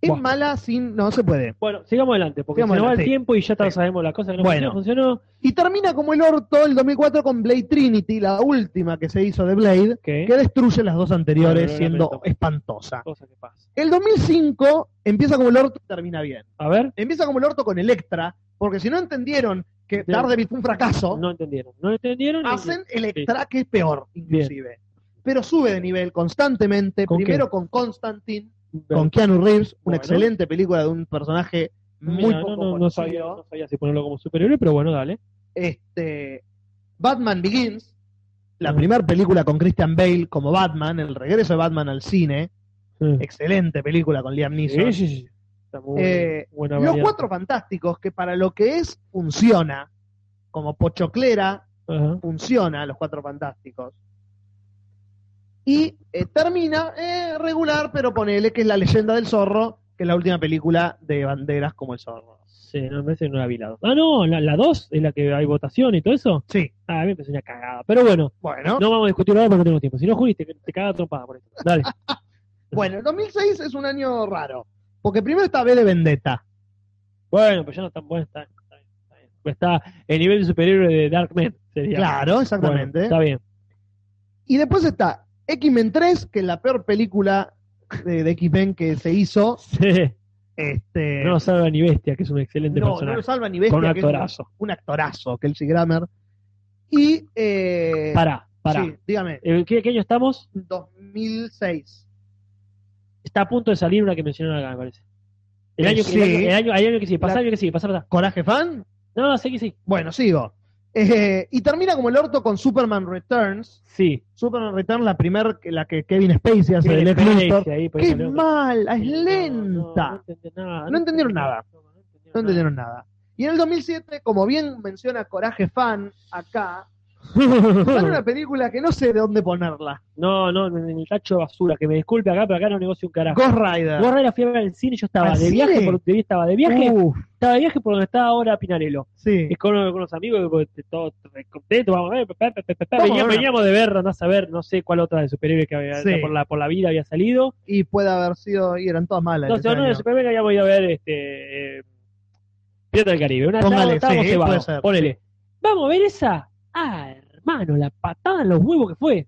B: Es
A: Buah.
B: mala sin no se puede.
A: Bueno, sigamos adelante, porque
B: Sigamos
A: se nos va el
B: adelante, sí.
A: tiempo y ya tal
B: Sí.
A: sabemos las cosas que no
B: Bueno.
A: funcionó.
B: Y termina como el orto el 2004 con Blade Trinity, la última que se hizo de Blade,
A: ¿Qué?
B: que destruye las dos anteriores
A: Bueno,
B: siendo
A: lamento.
B: espantosa.
A: Cosas que pasan.
B: El 2005 empieza como el orto y termina bien.
A: A ver,
B: Empieza como el orto con Electra, porque si no entendieron que
A: Bien.
B: Daredevil fue un fracaso,
A: no entendieron. No entendieron.
B: hacen Electra que es peor, inclusive. Pero sube de nivel constantemente,
A: ¿Con
B: primero con Constantine, con Keanu Reeves, una
A: Bueno.
B: excelente película de un personaje muy
A: Mira,
B: poco
A: no, no, no
B: conocido.
A: sabía, no sabía si ponerlo como superhéroe, pero bueno, dale.
B: este, Batman Begins, la
A: Mm.
B: primera película con Christian Bale como Batman, el regreso de Batman al cine,
A: Sí,
B: excelente película con Liam Neeson.
A: sí, sí. Está muy
B: Eh,
A: buena
B: Los
A: variante.
B: Cuatro Fantásticos, que para lo que es, funciona. Como Pochoclera,
A: Ajá.
B: funciona Los Cuatro Fantásticos. Y eh, termina eh, regular, pero ponele que es La Leyenda del Zorro, que es la última película de banderas como el zorro.
A: Sí, no, me parece que no la vi la dos. Ah, no, la, la 2 es la que hay votación y todo eso.
B: Sí,
A: Ah, a mí me parece una cagada. Pero bueno,
B: bueno.
A: no vamos a discutir ahora porque no tenemos tiempo. Si no, Juli, te, te caga trompada por eso. Dale.
B: Bueno, el 2006 es un año raro. Porque primero está B de Vendetta.
A: Bueno, pero ya no tan buena. Está, está, está, bien. está el nivel superhéroe de Darkman. Sería.
B: Claro,
A: Bueno,
B: exactamente.
A: está bien.
B: y después está X-Men 3, que es la peor película de, de X-Men que se hizo.
A: Sí.
B: Este,
A: No lo salva ni Bestia, que es un excelente
B: no, no
A: personaje.
B: lo salva ni Bestia,
A: Con un
B: que es un-
A: actorazo.
B: un actorazo, Kelsey Grammer. Y. Eh,
A: Pará, pará.
B: sí, dígame,
A: Eh, ¿Qué, qué año estamos?
B: 2006.
A: Está a punto de salir una que mencionaron acá, me parece. El
B: Eh,
A: año,
B: sí.
A: que, el año, el año- hay año que sigue, pasa
B: La-
A: el año que sigue, pasa la otra.
B: ¿Coraje fan?
A: No, no, sé que sí.
B: Bueno, sigo. Eh, y termina como el orto con Superman Returns.
A: Sí.
B: Superman Returns, la primera la que Kevin Spacey hace de
A: Tiene
B: Lex
A: experiencia
B: Luthor.
A: ahí, por
B: ¡Qué
A: eso leo que-
B: mal! ¡Es
A: No, no, no
B: lenta!
A: entendí nada,
B: No entendieron nada. No
A: entendieron
B: entendieron nada. Y en el 2007, como bien menciona Coraje Fan acá, sale
A: nada.
B: una película que no sé de dónde ponerla.
A: No, no, en el tacho de basura, que me disculpe acá, pero acá no negocio un carajo.
B: Ghost Rider.
A: Gorra era fiebre del cine, yo estaba
B: ¿Al
A: de
B: cine? Uh.
A: viaje, por, de- estaba de viaje,
B: Uf,
A: estaba de viaje por donde está ahora Pinarello.
B: sí.
A: Es con, con los amigos, pues, porque todos contentos, vamos a ver, pa, pa, pa, pa, pa.
B: Vamos a
A: Veníamos,
B: ver.
A: veníamos de ver, andás a ver, no sé cuál otra de superhéroe que había,
B: Sí.
A: por, la, por la vida había salido.
B: Y puede haber sido. Y eran todas malas.
A: No,
B: en ese
A: no, no,
B: año.
A: de Superman habíamos ido a ver este, eh, Pirata del Caribe. Una
B: Póngale,
A: estábamos
B: sí,
A: cebados,
B: puede ser,
A: ponele. Vamos a ver esa. Ah, hermano, la patada en los huevos que fue.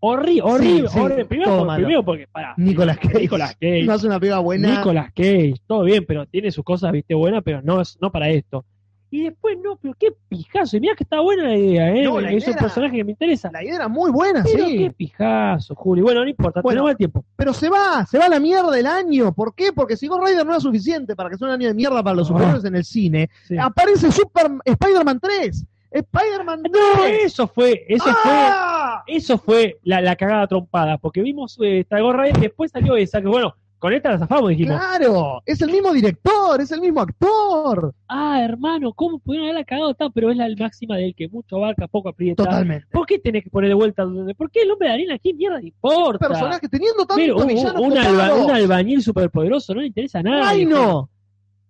A: Horrible, horrible,
B: sí,
A: horrible. Primero,
B: todo
A: por-
B: malo.
A: primero porque, pará.
B: Nicolas Cage.
A: Nicolas Cage.
B: No hace una película buena.
A: Nicolas Cage, todo bien, pero tiene sus cosas, viste, buenas, pero no, es- no para esto. Y después, no, pero qué pijazo. Y mirá que está buena la idea, ¿eh?
B: No, la
A: es
B: idea
A: un
B: era-
A: personaje que me interesa.
B: La idea era muy buena,
A: Pero
B: sí.
A: qué pijazo, Juli. Bueno, no importa,
B: Bueno.
A: tenemos el tiempo.
B: Pero se va, se va a la mierda del año. ¿Por qué? Porque si Ghost Rider no era suficiente para que sea un año de mierda para
A: Ah.
B: los superhéroes en el cine,
A: Sí.
B: aparece Super Spider-Man 3. Spider-Man 3.
A: No, eso fue, eso fue,
B: ¡Ah!
A: eso fue la, la cagada trompada, porque vimos eh, esta gorra y después salió esa, que bueno, con esta la zafamos, dijimos.
B: Claro, es el mismo director, es el mismo actor.
A: Ah, hermano, ¿cómo pudieron haberla cagado tan? Pero es la máxima del que mucho abarca, poco aprieta.
B: Totalmente.
A: ¿Por qué tenés que poner de vuelta? donde- ¿Por qué el hombre de arena? ¿Qué mierda le importa?
B: Este Personaje teniendo tanto
A: Pero un,
B: villano
A: un alba-
B: copado.
A: un albañil superpoderoso no le interesa nada.
B: Ay, no.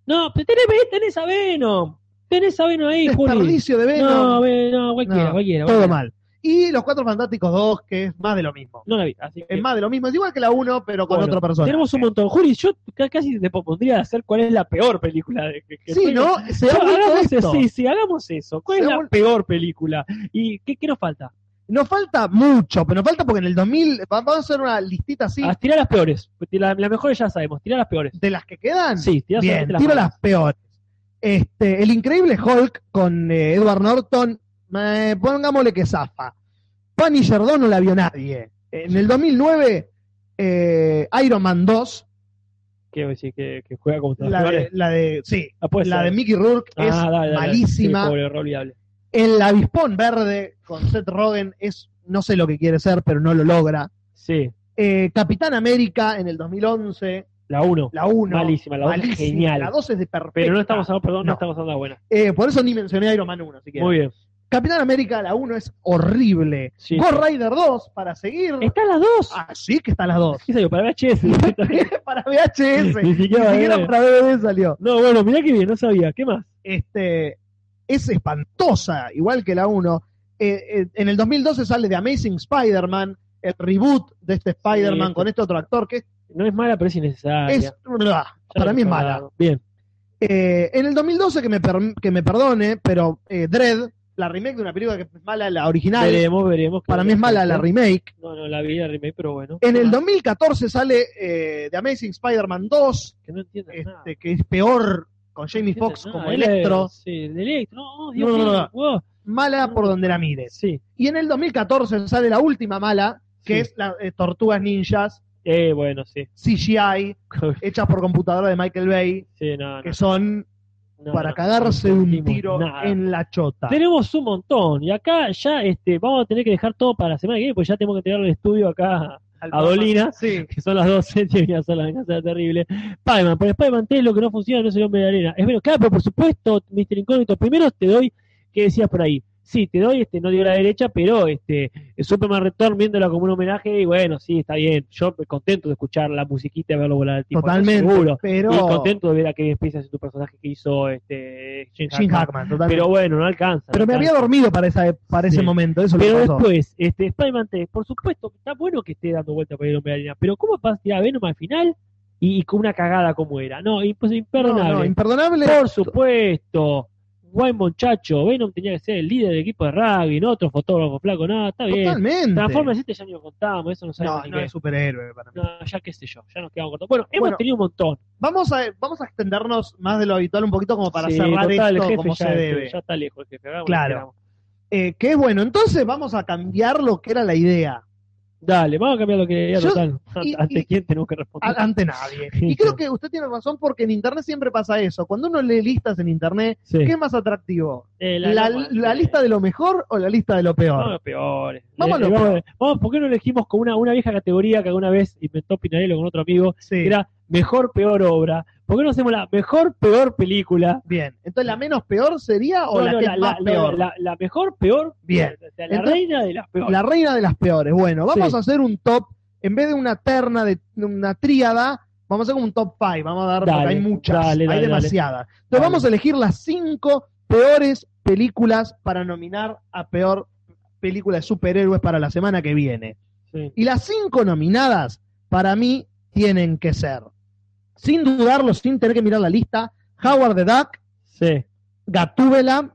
A: No, pero tenés, tenés a Venom. Tenés a Venom ahí, Juli.
B: Desperdicio de
A: No,
B: Venom.
A: Venom, cualquiera,
B: No,
A: cualquiera.
B: todo
A: cualquiera.
B: mal. Y Los Cuatro Fantásticos 2, que es más de lo mismo.
A: No la vi, así que-
B: Es más de lo mismo. Es igual que la 1, pero con
A: Bueno,
B: otra persona.
A: Tenemos un montón. Juli, yo ca- casi te propondría hacer cuál es la peor película. de- que- que
B: Sí,
A: estoy-
B: ¿no? Se
A: No,
B: ha vuelto
A: hagamos
B: esto.
A: eso, sí, sí, hagamos eso. ¿Cuál
B: Se
A: es
B: ha
A: la
B: vuelto-
A: peor película? ¿Y qué, qué nos falta?
B: Nos falta mucho, pero nos falta porque en el 2000 va- vamos a hacer una listita así
A: Ah, tirá las peores. La- Las mejores ya sabemos. Tirá las peores.
B: de las que quedan.
A: Sí, tirá
B: Bien,
A: solamente
B: tiro
A: malas.
B: las peores. Este, el increíble Hulk con eh, Edward Norton, eh, pongámosle que zafa. Punisher 2 no la vio nadie. En el 2009, eh, Iron Man 2,
A: ¿Qué voy a decir? Que, que juega como
B: la de, la de- sí,
A: Ah, puede
B: la
A: ser.
B: de Mickey Rourke
A: Ah,
B: es
A: dale, dale, dale.
B: malísima.
A: Sí, pobre, re olvidable.
B: El avispón verde con Seth Rogen es, no sé lo que quiere ser, pero no lo logra.
A: Sí,
B: Eh, Capitán América en el 2011,
A: la 1.
B: la 1.
A: Malísima, la 1 genial.
B: La 2 es de perfecta.
A: Pero no estamos hablando, perdón, no,
B: No.
A: estamos hablando de la buena.
B: Eh, por eso ni mencioné Iron Man 1, si quieren.
A: Muy bien.
B: Capitán América, la 1 es horrible.
A: Sí.
B: Ghost Rider 2, para seguir.
A: Están las dos.
B: Así que están las dos.
A: ¿Qué salió? Para VHS.
B: para VHS. Ni
A: Ni siquiera,
B: siquiera
A: eh.
B: para DVD salió.
A: No, bueno, mirá que bien, no sabía. ¿Qué más?
B: Este, es espantosa, igual que la 1. Eh, eh, en el 2012 sale The Amazing Spider-Man, el reboot de este Spider-Man
A: Sí.
B: con este otro actor que
A: No es mala, pero es innecesaria.
B: es.
A: Ya
B: blah,
A: la
B: para mí es mala.
A: recordaba. Bien.
B: Eh, en el 2012, que me, per- que me perdone, pero eh, Dread, la remake de una película que es mala, la original.
A: Veremos, veremos.
B: para mí es mala la remake.
A: No, no, la vi la remake, pero bueno.
B: En el
A: Ah,
B: 2014 sale eh, The Amazing Spider-Man 2,
A: Que no entiendo nada.
B: este, que es peor con Jamie
A: No entiendo
B: Foxx
A: nada.
B: como
A: Él es-
B: Electro,
A: Sí, el Electro. No, Dios
B: No, no,
A: mío.
B: no.
A: wow. Eh,
B: mala por donde la mires.
A: Sí.
B: Y en el 2014 sale la última mala, que
A: Sí.
B: es la, eh, Tortugas Ninjas,
A: Eh, bueno, sí.
B: CGI, hechas por computadora de Michael Bay,
A: sí, no,
B: que
A: no,
B: son
A: no,
B: para
A: no,
B: cagarse
A: no
B: un
A: entendimos
B: tiro
A: nada.
B: en la chota.
A: Tenemos un montón. Y acá ya este, vamos a tener que dejar todo para la semana que viene, porque ya tenemos que entregar el estudio acá,
B: Al-
A: a Dolina.
B: Sí.
A: que son las 12, tiene que hacer la venganza de la terrible. Spider-Man, por Spider-Man 3 lo que no funciona no es el hombre de arena. Es menos claro, pero por supuesto, Mr. Incógnito, primero te doy, ¿qué decías por ahí? Sí, te doy, este, no digo la derecha, pero este, Superman Return viéndola como un homenaje, y bueno, sí, está bien. Yo contento de escuchar la musiquita y verlo volar al tipo.
B: Totalmente,
A: seguro.
B: pero
A: Y contento de ver a Kevin Spacey haciendo tu personaje que hizo este, Jim
B: Jim
A: Hackman.
B: Hackman, totalmente.
A: Pero
B: Pero,
A: bueno, no alcanza. no
B: me había
A: alcanza.
B: dormido para, esa, e-, para ese
A: Sí.
B: momento, eso
A: Pero
B: lo pasó.
A: después, este, Spider-Man 3, por supuesto, está bueno que esté dando vuelta por el hombre de arena, pero ¿cómo vas a tirar a Venom al final y, y con una cagada como era? No, y pues imperdonable.
B: No, no, imperdonable.
A: por supuesto. Buen muchacho, Venom tenía que ser el líder del equipo de rugby, no otro fotógrafo flaco, nada, está bien.
B: Totalmente.
A: Transformers este ya ni lo contábamos, eso no sabemos
B: No,
A: ni
B: no
A: qué.
B: es superhéroe para mí.
A: No, ya qué sé yo, ya nos quedamos cortos. Bueno, hemos
B: Bueno,
A: tenido un montón.
B: Vamos a, vamos a extendernos más de lo habitual un poquito como para
A: Sí,
B: cerrar
A: total, el
B: esto
A: jefe
B: como
A: ya,
B: se
A: el
B: debe.
A: jefe ya está lejos, el jefe, hagamos lo que
B: Claro.
A: queramos.
B: Eh, que es bueno, entonces vamos a cambiar lo que era la idea.
A: Dale, vamos a cambiar lo que era
B: Yo-
A: total.
B: y-
A: Ante
B: y-
A: quién tenemos que responder.
B: a- ante nadie. Y creo que usted tiene razón porque en internet siempre pasa eso. Cuando uno lee listas en internet,
A: Sí.
B: ¿qué es más atractivo?
A: Eh,
B: ¿La, la lista de lo mejor o la lista de lo
A: Vamos a
B: peor?
A: los peores.
B: Vamos a
A: Eh,
B: los
A: vamos, vamos, ¿por qué no elegimos con una, una vieja categoría que alguna vez inventó Pinarello con otro amigo?
B: Sí.
A: Que era mejor, peor obra. ¿Por qué no hacemos la mejor, peor película?
B: Bien. Entonces, ¿la menos peor sería o
A: No,
B: la
A: no,
B: que es más
A: la-
B: peor?
A: la- la mejor, peor.
B: Bien.
A: O sea, la
B: Entonces-
A: reina de las peores.
B: La reina de las peores. Bueno, vamos
A: Sí.
B: a hacer un top, en vez de una terna, de de una tríada, vamos a hacer como un top five. Vamos a dar, porque
A: Dale,
B: hay muchas,
A: dale, dale,
B: hay
A: dale.
B: demasiadas. Entonces
A: Dale.
B: vamos a elegir las cinco peores películas para nominar a peor película de superhéroes para la semana que viene.
A: Sí.
B: Y las cinco nominadas, para mí, tienen que ser, sin dudarlo, sin tener que mirar la lista, Howard the Duck,
A: Sí.
B: Gatúbela,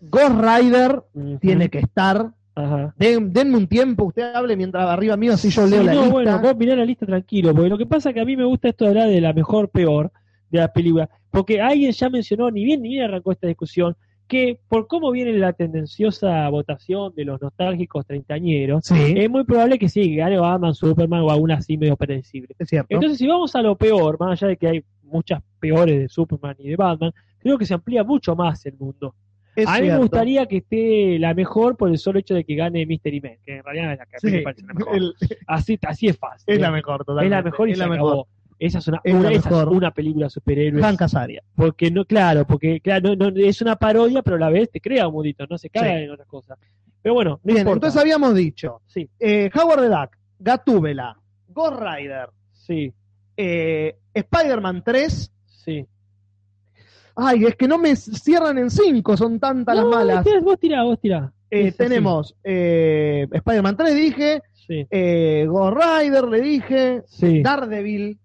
B: Ghost Rider, tiene que estar.
A: Ajá.
B: Den- denme un tiempo, usted hable mientras arriba mío, así yo leo
A: Sí,
B: la
A: no,
B: lista.
A: bueno, vos mirá la lista tranquilo, porque lo que pasa es que a mí me gusta esto de hablar de la mejor, peor de las películas. Porque alguien ya mencionó, ni bien ni bien arrancó esta discusión, que por cómo viene la tendenciosa votación de los nostálgicos treintañeros,
B: Sí,
A: es muy probable que sí, gane Batman, Superman o alguna así medio predecible.
B: es cierto.
A: Entonces, si vamos a lo peor, más allá de que hay muchas peores de Superman y de Batman, creo que se amplía mucho más el mundo.
B: es
A: a mí me
B: cierto.
A: gustaría que esté la mejor por el solo hecho de que gane Mystery Man, que en realidad es la que a mí
B: Sí,
A: me parece la mejor.
B: el-
A: Así, así es fácil.
B: es
A: ¿eh?
B: la mejor,
A: Es
B: totalmente.
A: la mejor y se acabó. Esa es una,
B: Es la
A: una, esa es
B: mejor.
A: una película de superhéroes.
B: Hank Azaria.
A: Porque no, claro, porque claro, no, no, es una parodia, pero a la vez te crea un mundito, no se caga
B: Sí.
A: en otras cosas. Pero bueno, no
B: Bien,
A: importa.
B: entonces habíamos dicho
A: Sí,
B: eh, Howard the Duck, Gatúbela, Ghost Rider,
A: sí,
B: eh, Spider-Man 3.
A: sí.
B: Ay, es que no me cierran en 5, son tantas
A: No,
B: las malas.
A: tirá, vos tirá, vos tirá.
B: Eh,
A: Es así.
B: tenemos eh, Spider-Man 3, dije,
A: Sí,
B: eh, Ghost Rider, le dije,
A: sí.
B: Daredevil.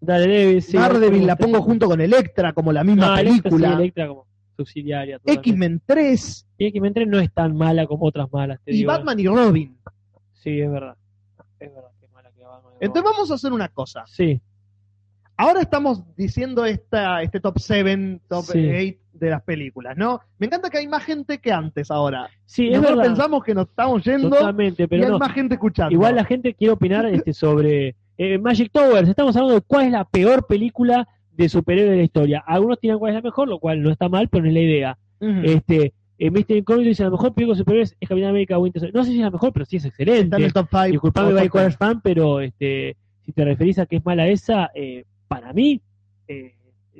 A: Daredevil, sí.
B: Daredevil
A: Daredevil
B: la pongo junto con Electra como la misma
A: No, Electra,
B: película.
A: sí, Electra como subsidiaria. totalmente.
B: X-Men 3
A: Y X-Men 3 no es tan mala como otras malas, te
B: y
A: digo. ¿eh?
B: Batman y Robin.
A: Sí, es verdad. Es verdad, qué mala que Batman.
B: Entonces vamos a hacer una cosa.
A: Sí,
B: Ahora estamos diciendo esta, este top 7, top
A: Sí.
B: 8 de las películas, ¿no? Me encanta que hay más gente que antes ahora.
A: sí, es
B: Nosotros
A: verdad.
B: pensamos que nos estamos yendo
A: Totalmente,
B: y
A: pero
B: hay
A: no.
B: más gente escuchando.
A: Igual la gente quiere opinar este, sobre eh, Magic Towers. Estamos hablando de cuál es la peor película de superhéroes de la historia. Algunos tiran cuál es la mejor, lo cual no está mal, pero no es la idea.
B: Ujú.
A: Este, eh, Mr. Incógnito dice, la mejor película de superhéroes es Capitán América Winter Soldier. No sé si es la mejor, pero sí es
B: Está en
A: excelente.
B: el top 5.
A: Disculpame, Bay Colors Fan, pero este, si te referís a que es mala esa, eh, para mí, eh,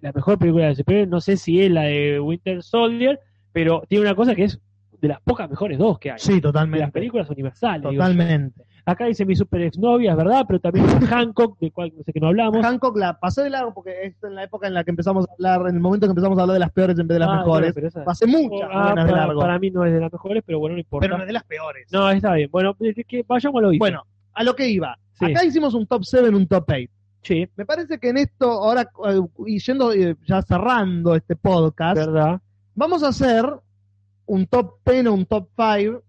A: la mejor película de superhéroes, no sé si es la de Winter Soldier, pero tiene una cosa que es de las pocas mejores dos que hay.
B: Sí,
A: de las
B: totalmente.
A: películas universales. digo
B: Totalmente.
A: Acá dice mi super exnovia, es verdad, pero también está Hancock, de cual no sé que no hablamos.
B: Hancock la pasé de largo porque es en la época en la que empezamos a hablar, en el momento que empezamos a hablar de las peores en vez de las
A: Ah, bueno,
B: mejores.
A: pero esa-
B: Pasé muchas
A: Ah,
B: buenas de
A: para,
B: largo,
A: para mí no es de las mejores, pero bueno, no importa.
B: pero no de las peores.
A: No, está bien. Bueno, desde que vayamos a lo mismo.
B: Bueno, a lo que iba.
A: Sí.
B: Acá hicimos un top 7, un top 8.
A: sí,
B: Me parece que en esto, ahora, eh, y yendo eh, ya cerrando este podcast,
A: verdad.
B: vamos a hacer un top 10 o un top 5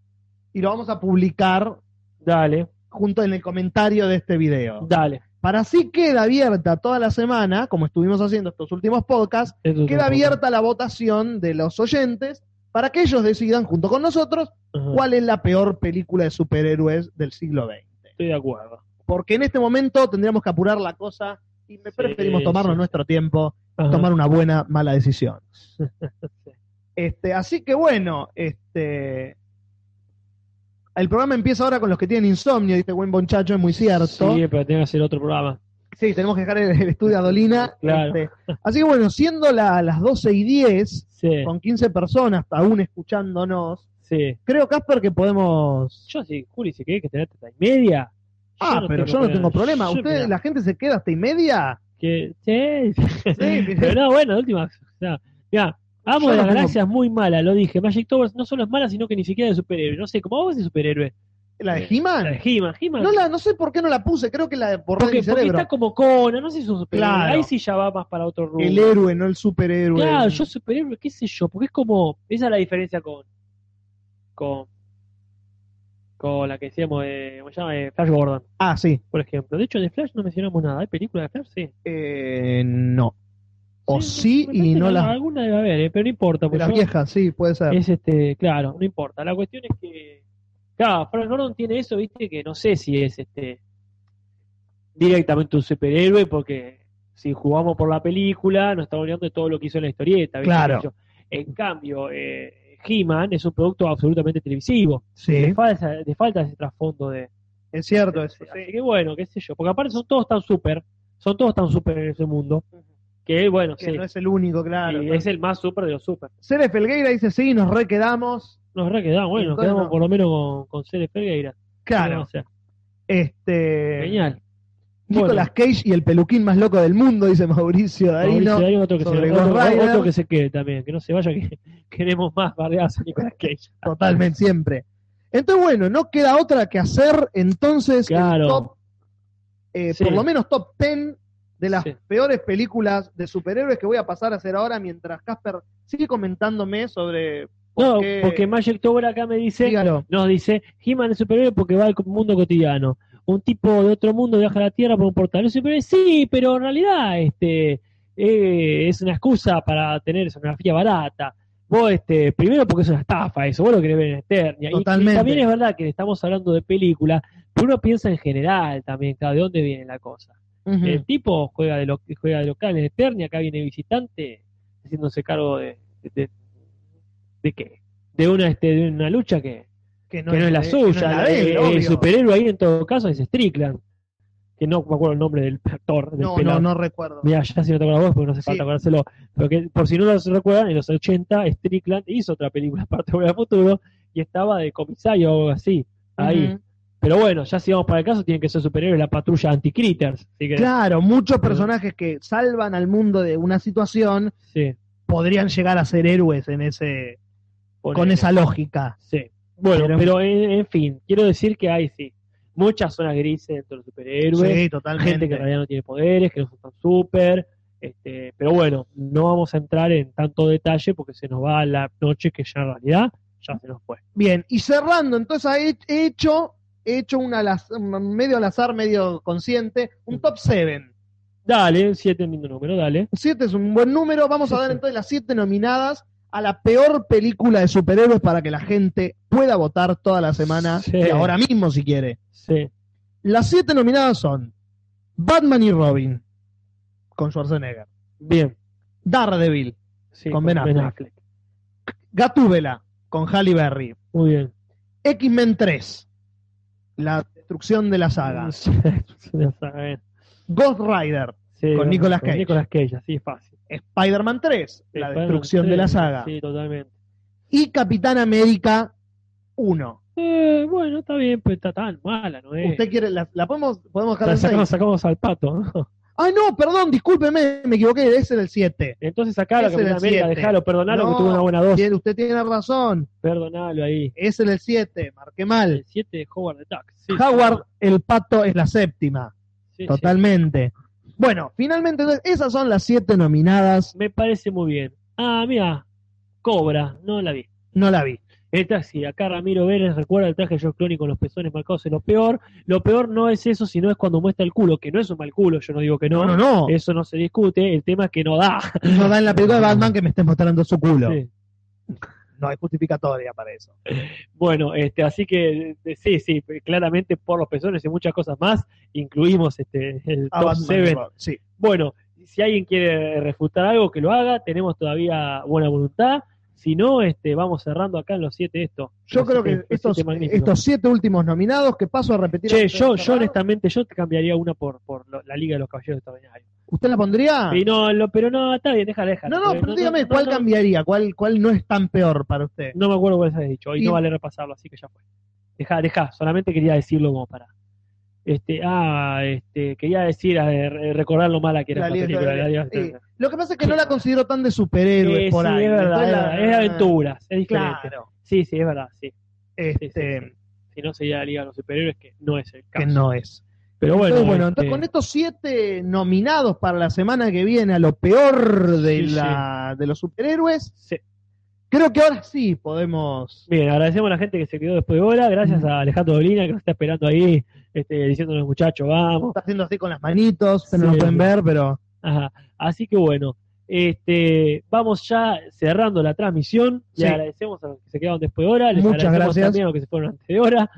B: y lo vamos a publicar
A: Dale,
B: junto en el comentario de este video.
A: dale.
B: Para así queda abierta toda la semana, como estuvimos haciendo estos últimos podcasts,
A: Eso es
B: queda
A: un
B: abierta la votación de los oyentes para que ellos decidan junto con nosotros
A: poco- Ajá,
B: cuál es la peor película de superhéroes del siglo XX.
A: Estoy de acuerdo.
B: Porque en este momento tendríamos que apurar la cosa y me
A: Sí,
B: preferimos tomarnos
A: sí.
B: nuestro tiempo,
A: Ajá.
B: tomar una buena, mala decisión. Este, así que bueno, este el programa empieza ahora con los que tienen insomnio, dice buen bonchacho, es muy cierto.
A: Sí, pero tengo que hacer otro programa.
B: Sí, tenemos que dejar el, el estudio a Dolina.
A: Claro.
B: este. así que bueno, siendo la- las 12 y 10,
A: Sí,
B: con 15 personas aún escuchándonos,
A: sí.
B: creo, Casper, que podemos...
A: Yo sí, Juli, si querés que tenés hasta y media.
B: Ah, pero yo no tengo problema.
A: Yo,
B: ¿Usted,
A: mira,
B: la gente se queda hasta y media?
A: que- sí.
B: Sí,
A: Pero no, bueno, de última. Ya, ya. Amo de
B: Yo no
A: las
B: tengo-
A: Galaxias muy mala, lo dije. Magic Towers no solo es mala, sino que ni siquiera es de superhéroe. No sé, ¿cómo vos de superhéroe?
B: ¿La de
A: La
B: He-Man?
A: de He-Man, He-Man.
B: No, la, no sé por qué no la puse, creo que la borré de
A: porque,
B: mi
A: porque
B: cerebro.
A: está como Conan, no sé si es un superhéroe.
B: Claro.
A: Ahí sí ya va más para otro rumbo.
B: El héroe, no el superhéroe.
A: Claro, yo superhéroe, qué sé yo, porque es como. Esa es la diferencia con. con. con la que decíamos, eh, ¿cómo se llama? Eh, Flash Gordon,
B: Ah, sí.
A: por ejemplo. De hecho, de Flash no mencionamos nada. ¿Hay película de Flash? Sí.
B: Eh, no. O
A: Sí,
B: sí,
A: me
B: y
A: parece
B: no
A: que
B: las
A: Alguna debe haber, eh, pero no importa.
B: de
A: porque
B: las
A: yo-
B: viejas, sí, puede ser.
A: Es este, claro, no importa. La cuestión es que, claro, Frank Gordon tiene eso, viste, que no sé si es este directamente un superhéroe, porque si jugamos por la película, nos estamos olvidando de todo lo que hizo en la historieta, ¿viste?
B: Claro.
A: Qué sé yo. En cambio, eh, He-Man es un producto absolutamente televisivo.
B: Sí,
A: Le falta, le falta ese trasfondo de.
B: es cierto. es-
A: Así que bueno, qué sé yo. Porque aparte son todos tan super, son todos tan super en ese mundo, que bueno,
B: que
A: sí,
B: no es el único, claro.
A: y es el más super de los super.
B: Cere Felgueira dice sí, nos requedamos.
A: Nos re quedamos, bueno, nos
B: Entonces,
A: quedamos
B: no.
A: por lo menos con, con Ceres Ferreira.
B: Claro.
A: O sea,
B: Este.
A: genial.
B: Nicolas Cage y el peluquín más loco del mundo, dice
A: Mauricio,
B: Mauricio Darino.
A: hay otro que, se,
B: sobre
A: otro-
B: Ghost Rider.
A: otro que se quede también, que no se vaya, que queremos más bardeadas a Nicolas Cage.
B: Totalmente, siempre. Entonces, bueno, no queda otra que hacer entonces el
A: Claro.
B: top, eh,
A: Sí.
B: por lo menos top 10 de las
A: Sí.
B: peores películas de superhéroes que voy a pasar a hacer ahora mientras Casper sigue comentándome sobre. por
A: No,
B: qué-
A: porque Magic Tower acá me dice,
B: Dígalo.
A: nos dice, He-Man es superhéroe porque va al co- mundo cotidiano. Un tipo de otro mundo viaja a la Tierra por un portal. ¿Es superhéroe? Sí, pero en realidad este eh, es una excusa para tener sonografía barata. Vos, este, primero porque es una estafa eso, vos lo querés ver en Eternia. Y- Y,
B: Totalmente.
A: también es verdad que le estamos hablando de película, pero uno piensa en general también, claro, de dónde viene la cosa.
B: Ujú.
A: El tipo juega de, lo- juega de local en Eternia, acá viene visitante, haciéndose cargo de, de, de- de qué? De una, este, de una lucha que,
B: que
A: que no es la
B: de-
A: suya.
B: que no es la
A: la-
B: de él,
A: el,
B: obvio.
A: superhéroe ahí en todo caso es Strickland, que no me acuerdo el nombre del actor, del
B: No,
A: pelado.
B: no, no recuerdo.
A: Mira, ya si no te acuerdas vos, porque no hace
B: Sí.
A: falta acordárselo. Pero que, por si no lo recuerdan, en los 80 Strickland hizo otra película, aparte de Volver al Futuro, y estaba de comisario o algo así, ahí.
B: Ujú.
A: Pero bueno, ya si vamos para el caso, tienen que ser superhéroes la patrulla anti-critters. Así que,
B: Claro, muchos personajes que salvan al mundo de una situación
A: sí,
B: podrían llegar a ser héroes en ese con
A: ponele.
B: esa lógica.
A: Sí. Bueno, pero,
B: Pero-
A: en, en fin, quiero decir que hay, sí, muchas zonas grises dentro de los superhéroes.
B: Sí,
A: Hay
B: totalmente.
A: gente que en realidad no tiene poderes, que no son tan súper. Este, pero bueno, no vamos a entrar en tanto detalle porque se nos va la noche que ya en realidad ya se nos fue.
B: Bien, y cerrando, entonces he- he hecho, he hecho un al azar- medio al azar, medio consciente, un top 7.
A: Dale, 7 es lindo número, dale.
B: 7 es un buen número, vamos a
A: Sí,
B: dar
A: sí.
B: entonces las 7 nominadas a la peor película de superhéroes para que la gente pueda votar toda la semana
A: Sí.
B: y ahora mismo si quiere.
A: Sí.
B: Las 7 nominadas son Batman y Robin con Schwarzenegger,
A: Bien.
B: Daredevil,
A: Sí,
B: Con Ben Affleck. Gatúbela con Halle Berry,
A: Muy bien.
B: X-Men 3, la destrucción de la saga,
A: Sí, ya saben.
B: Ghost Rider,
A: Sí,
B: Con Nicolas Cage.
A: Nicolas Cage, así es fácil.
B: Spider-Man 3, la
A: Spider-Man
B: destrucción de la
A: 3,
B: saga,
A: Sí, totalmente.
B: y Capitán América 1.
A: Eh, bueno, está bien, pero está tan mala, ¿no es?
B: ¿Usted quiere? ¿La, la podemos, podemos dejar
A: La
B: en seis?
A: sacamos, sacamos al pato, ¿no?
B: Ah, no, perdón, discúlpeme, me equivoqué, ese era el 7.
A: Entonces sacalo,
B: Ese
A: Capitán
B: era el
A: América,
B: siete.
A: dejalo, perdonalo
B: No.
A: que tuvo una buena dosis.
B: Bien, Usted tiene razón,
A: Perdonalo ahí.
B: ese era el 7, marqué mal.
A: El 7 de Howard the Duck. Sí,
B: Howard el Pato es la séptima,
A: sí, sí.
B: totalmente. Bueno, finalmente entonces, esas son las 7 nominadas,
A: Me parece muy bien. Ah, mira, Cobra, no la vi.
B: no la vi.
A: Esta sí, acá Ramiro Vélez recuerda el traje de George Clooney con los pezones marcados es lo peor. Lo peor no es eso, sino es cuando muestra el culo, que no es un mal culo, yo no digo que no. Eh,
B: No, no, no.
A: Eso no se discute, el tema es que no da.
B: Y no da en la película de Batman que me estés mostrando su culo.
A: Sí.
B: No hay justificatoria para eso.
A: Bueno, este, así que eh, sí, sí, claramente por los pezones y muchas cosas más, incluimos este, el
B: A
A: top
B: Batman,
A: 7
B: sí.
A: Bueno, si alguien quiere refutar algo, que lo haga. Tenemos todavía buena voluntad. Si no, este, vamos cerrando acá en los siete esto.
B: Yo
A: Los
B: creo
A: siete-
B: que
A: los
B: estos,
A: siete magníficos.
B: estos siete últimos nominados que paso a repetir.
A: Che,
B: antes de
A: yo, yo
B: cerrar,
A: honestamente, yo te cambiaría una por, por lo- la Liga de los Caballeros Extraordinarios.
B: ¿Usted la pondría?
A: Y no, lo- pero no, está bien, déjala, déjala.
B: Ah. No, no,
A: Eh,
B: pero dígame
A: no,
B: cuál
A: no,
B: cambiaría, cuál, cuál no es tan peor para usted.
A: No me acuerdo cuál has dicho, y
B: Y-
A: no vale repasarlo, así que ya fue. Dejá, dejá, solamente quería decirlo como para. Este, ah, este, quería decir, eh, re- recordar lo mala que era
B: La
A: la,
B: Liga
A: película. de la Liga de los
B: Sí.
A: Extraordinarios.
B: Lo que pasa es que no la considero tan de superhéroes
A: Eh,
B: por
A: sí,
B: ahí.
A: es verdad, es,
B: Entonces,
A: verdad, es de aventuras, es diferente.
B: Claro.
A: Sí, sí, es verdad, sí.
B: Este,
A: sí, Si no sería la Liga de los Superhéroes, que no es el
B: Que
A: caso.
B: no es.
A: Pero bueno,
B: entonces, bueno,
A: este,
B: entonces con estos siete nominados para la semana que viene a lo peor de,
A: Sí,
B: la, de los superhéroes,
A: sí.
B: creo que ahora sí podemos.
A: Bien, agradecemos a la gente que se quedó después de hora. Gracias a Alejandro Dolina que nos está esperando ahí, este, diciéndonos, muchachos, vamos.
B: Está haciendo así con las manitos, ustedes no
A: Sí.
B: lo pueden ver, pero
A: Ajá. Así que bueno, este, vamos ya cerrando la transmisión.
B: Sí.
A: Le agradecemos a los que se quedaron después de hora. Les
B: Muchas
A: agradecemos
B: gracias.
A: también a los que se fueron antes de hora.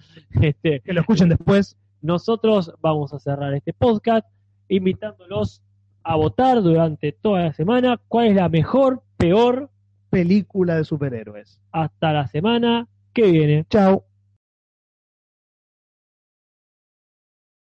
A: Este,
B: que lo escuchen después.
A: Nosotros vamos a cerrar este podcast invitándolos a votar durante toda la semana cuál es la mejor, peor,
B: Película de superhéroes.
A: hasta la semana que viene.
B: Chao.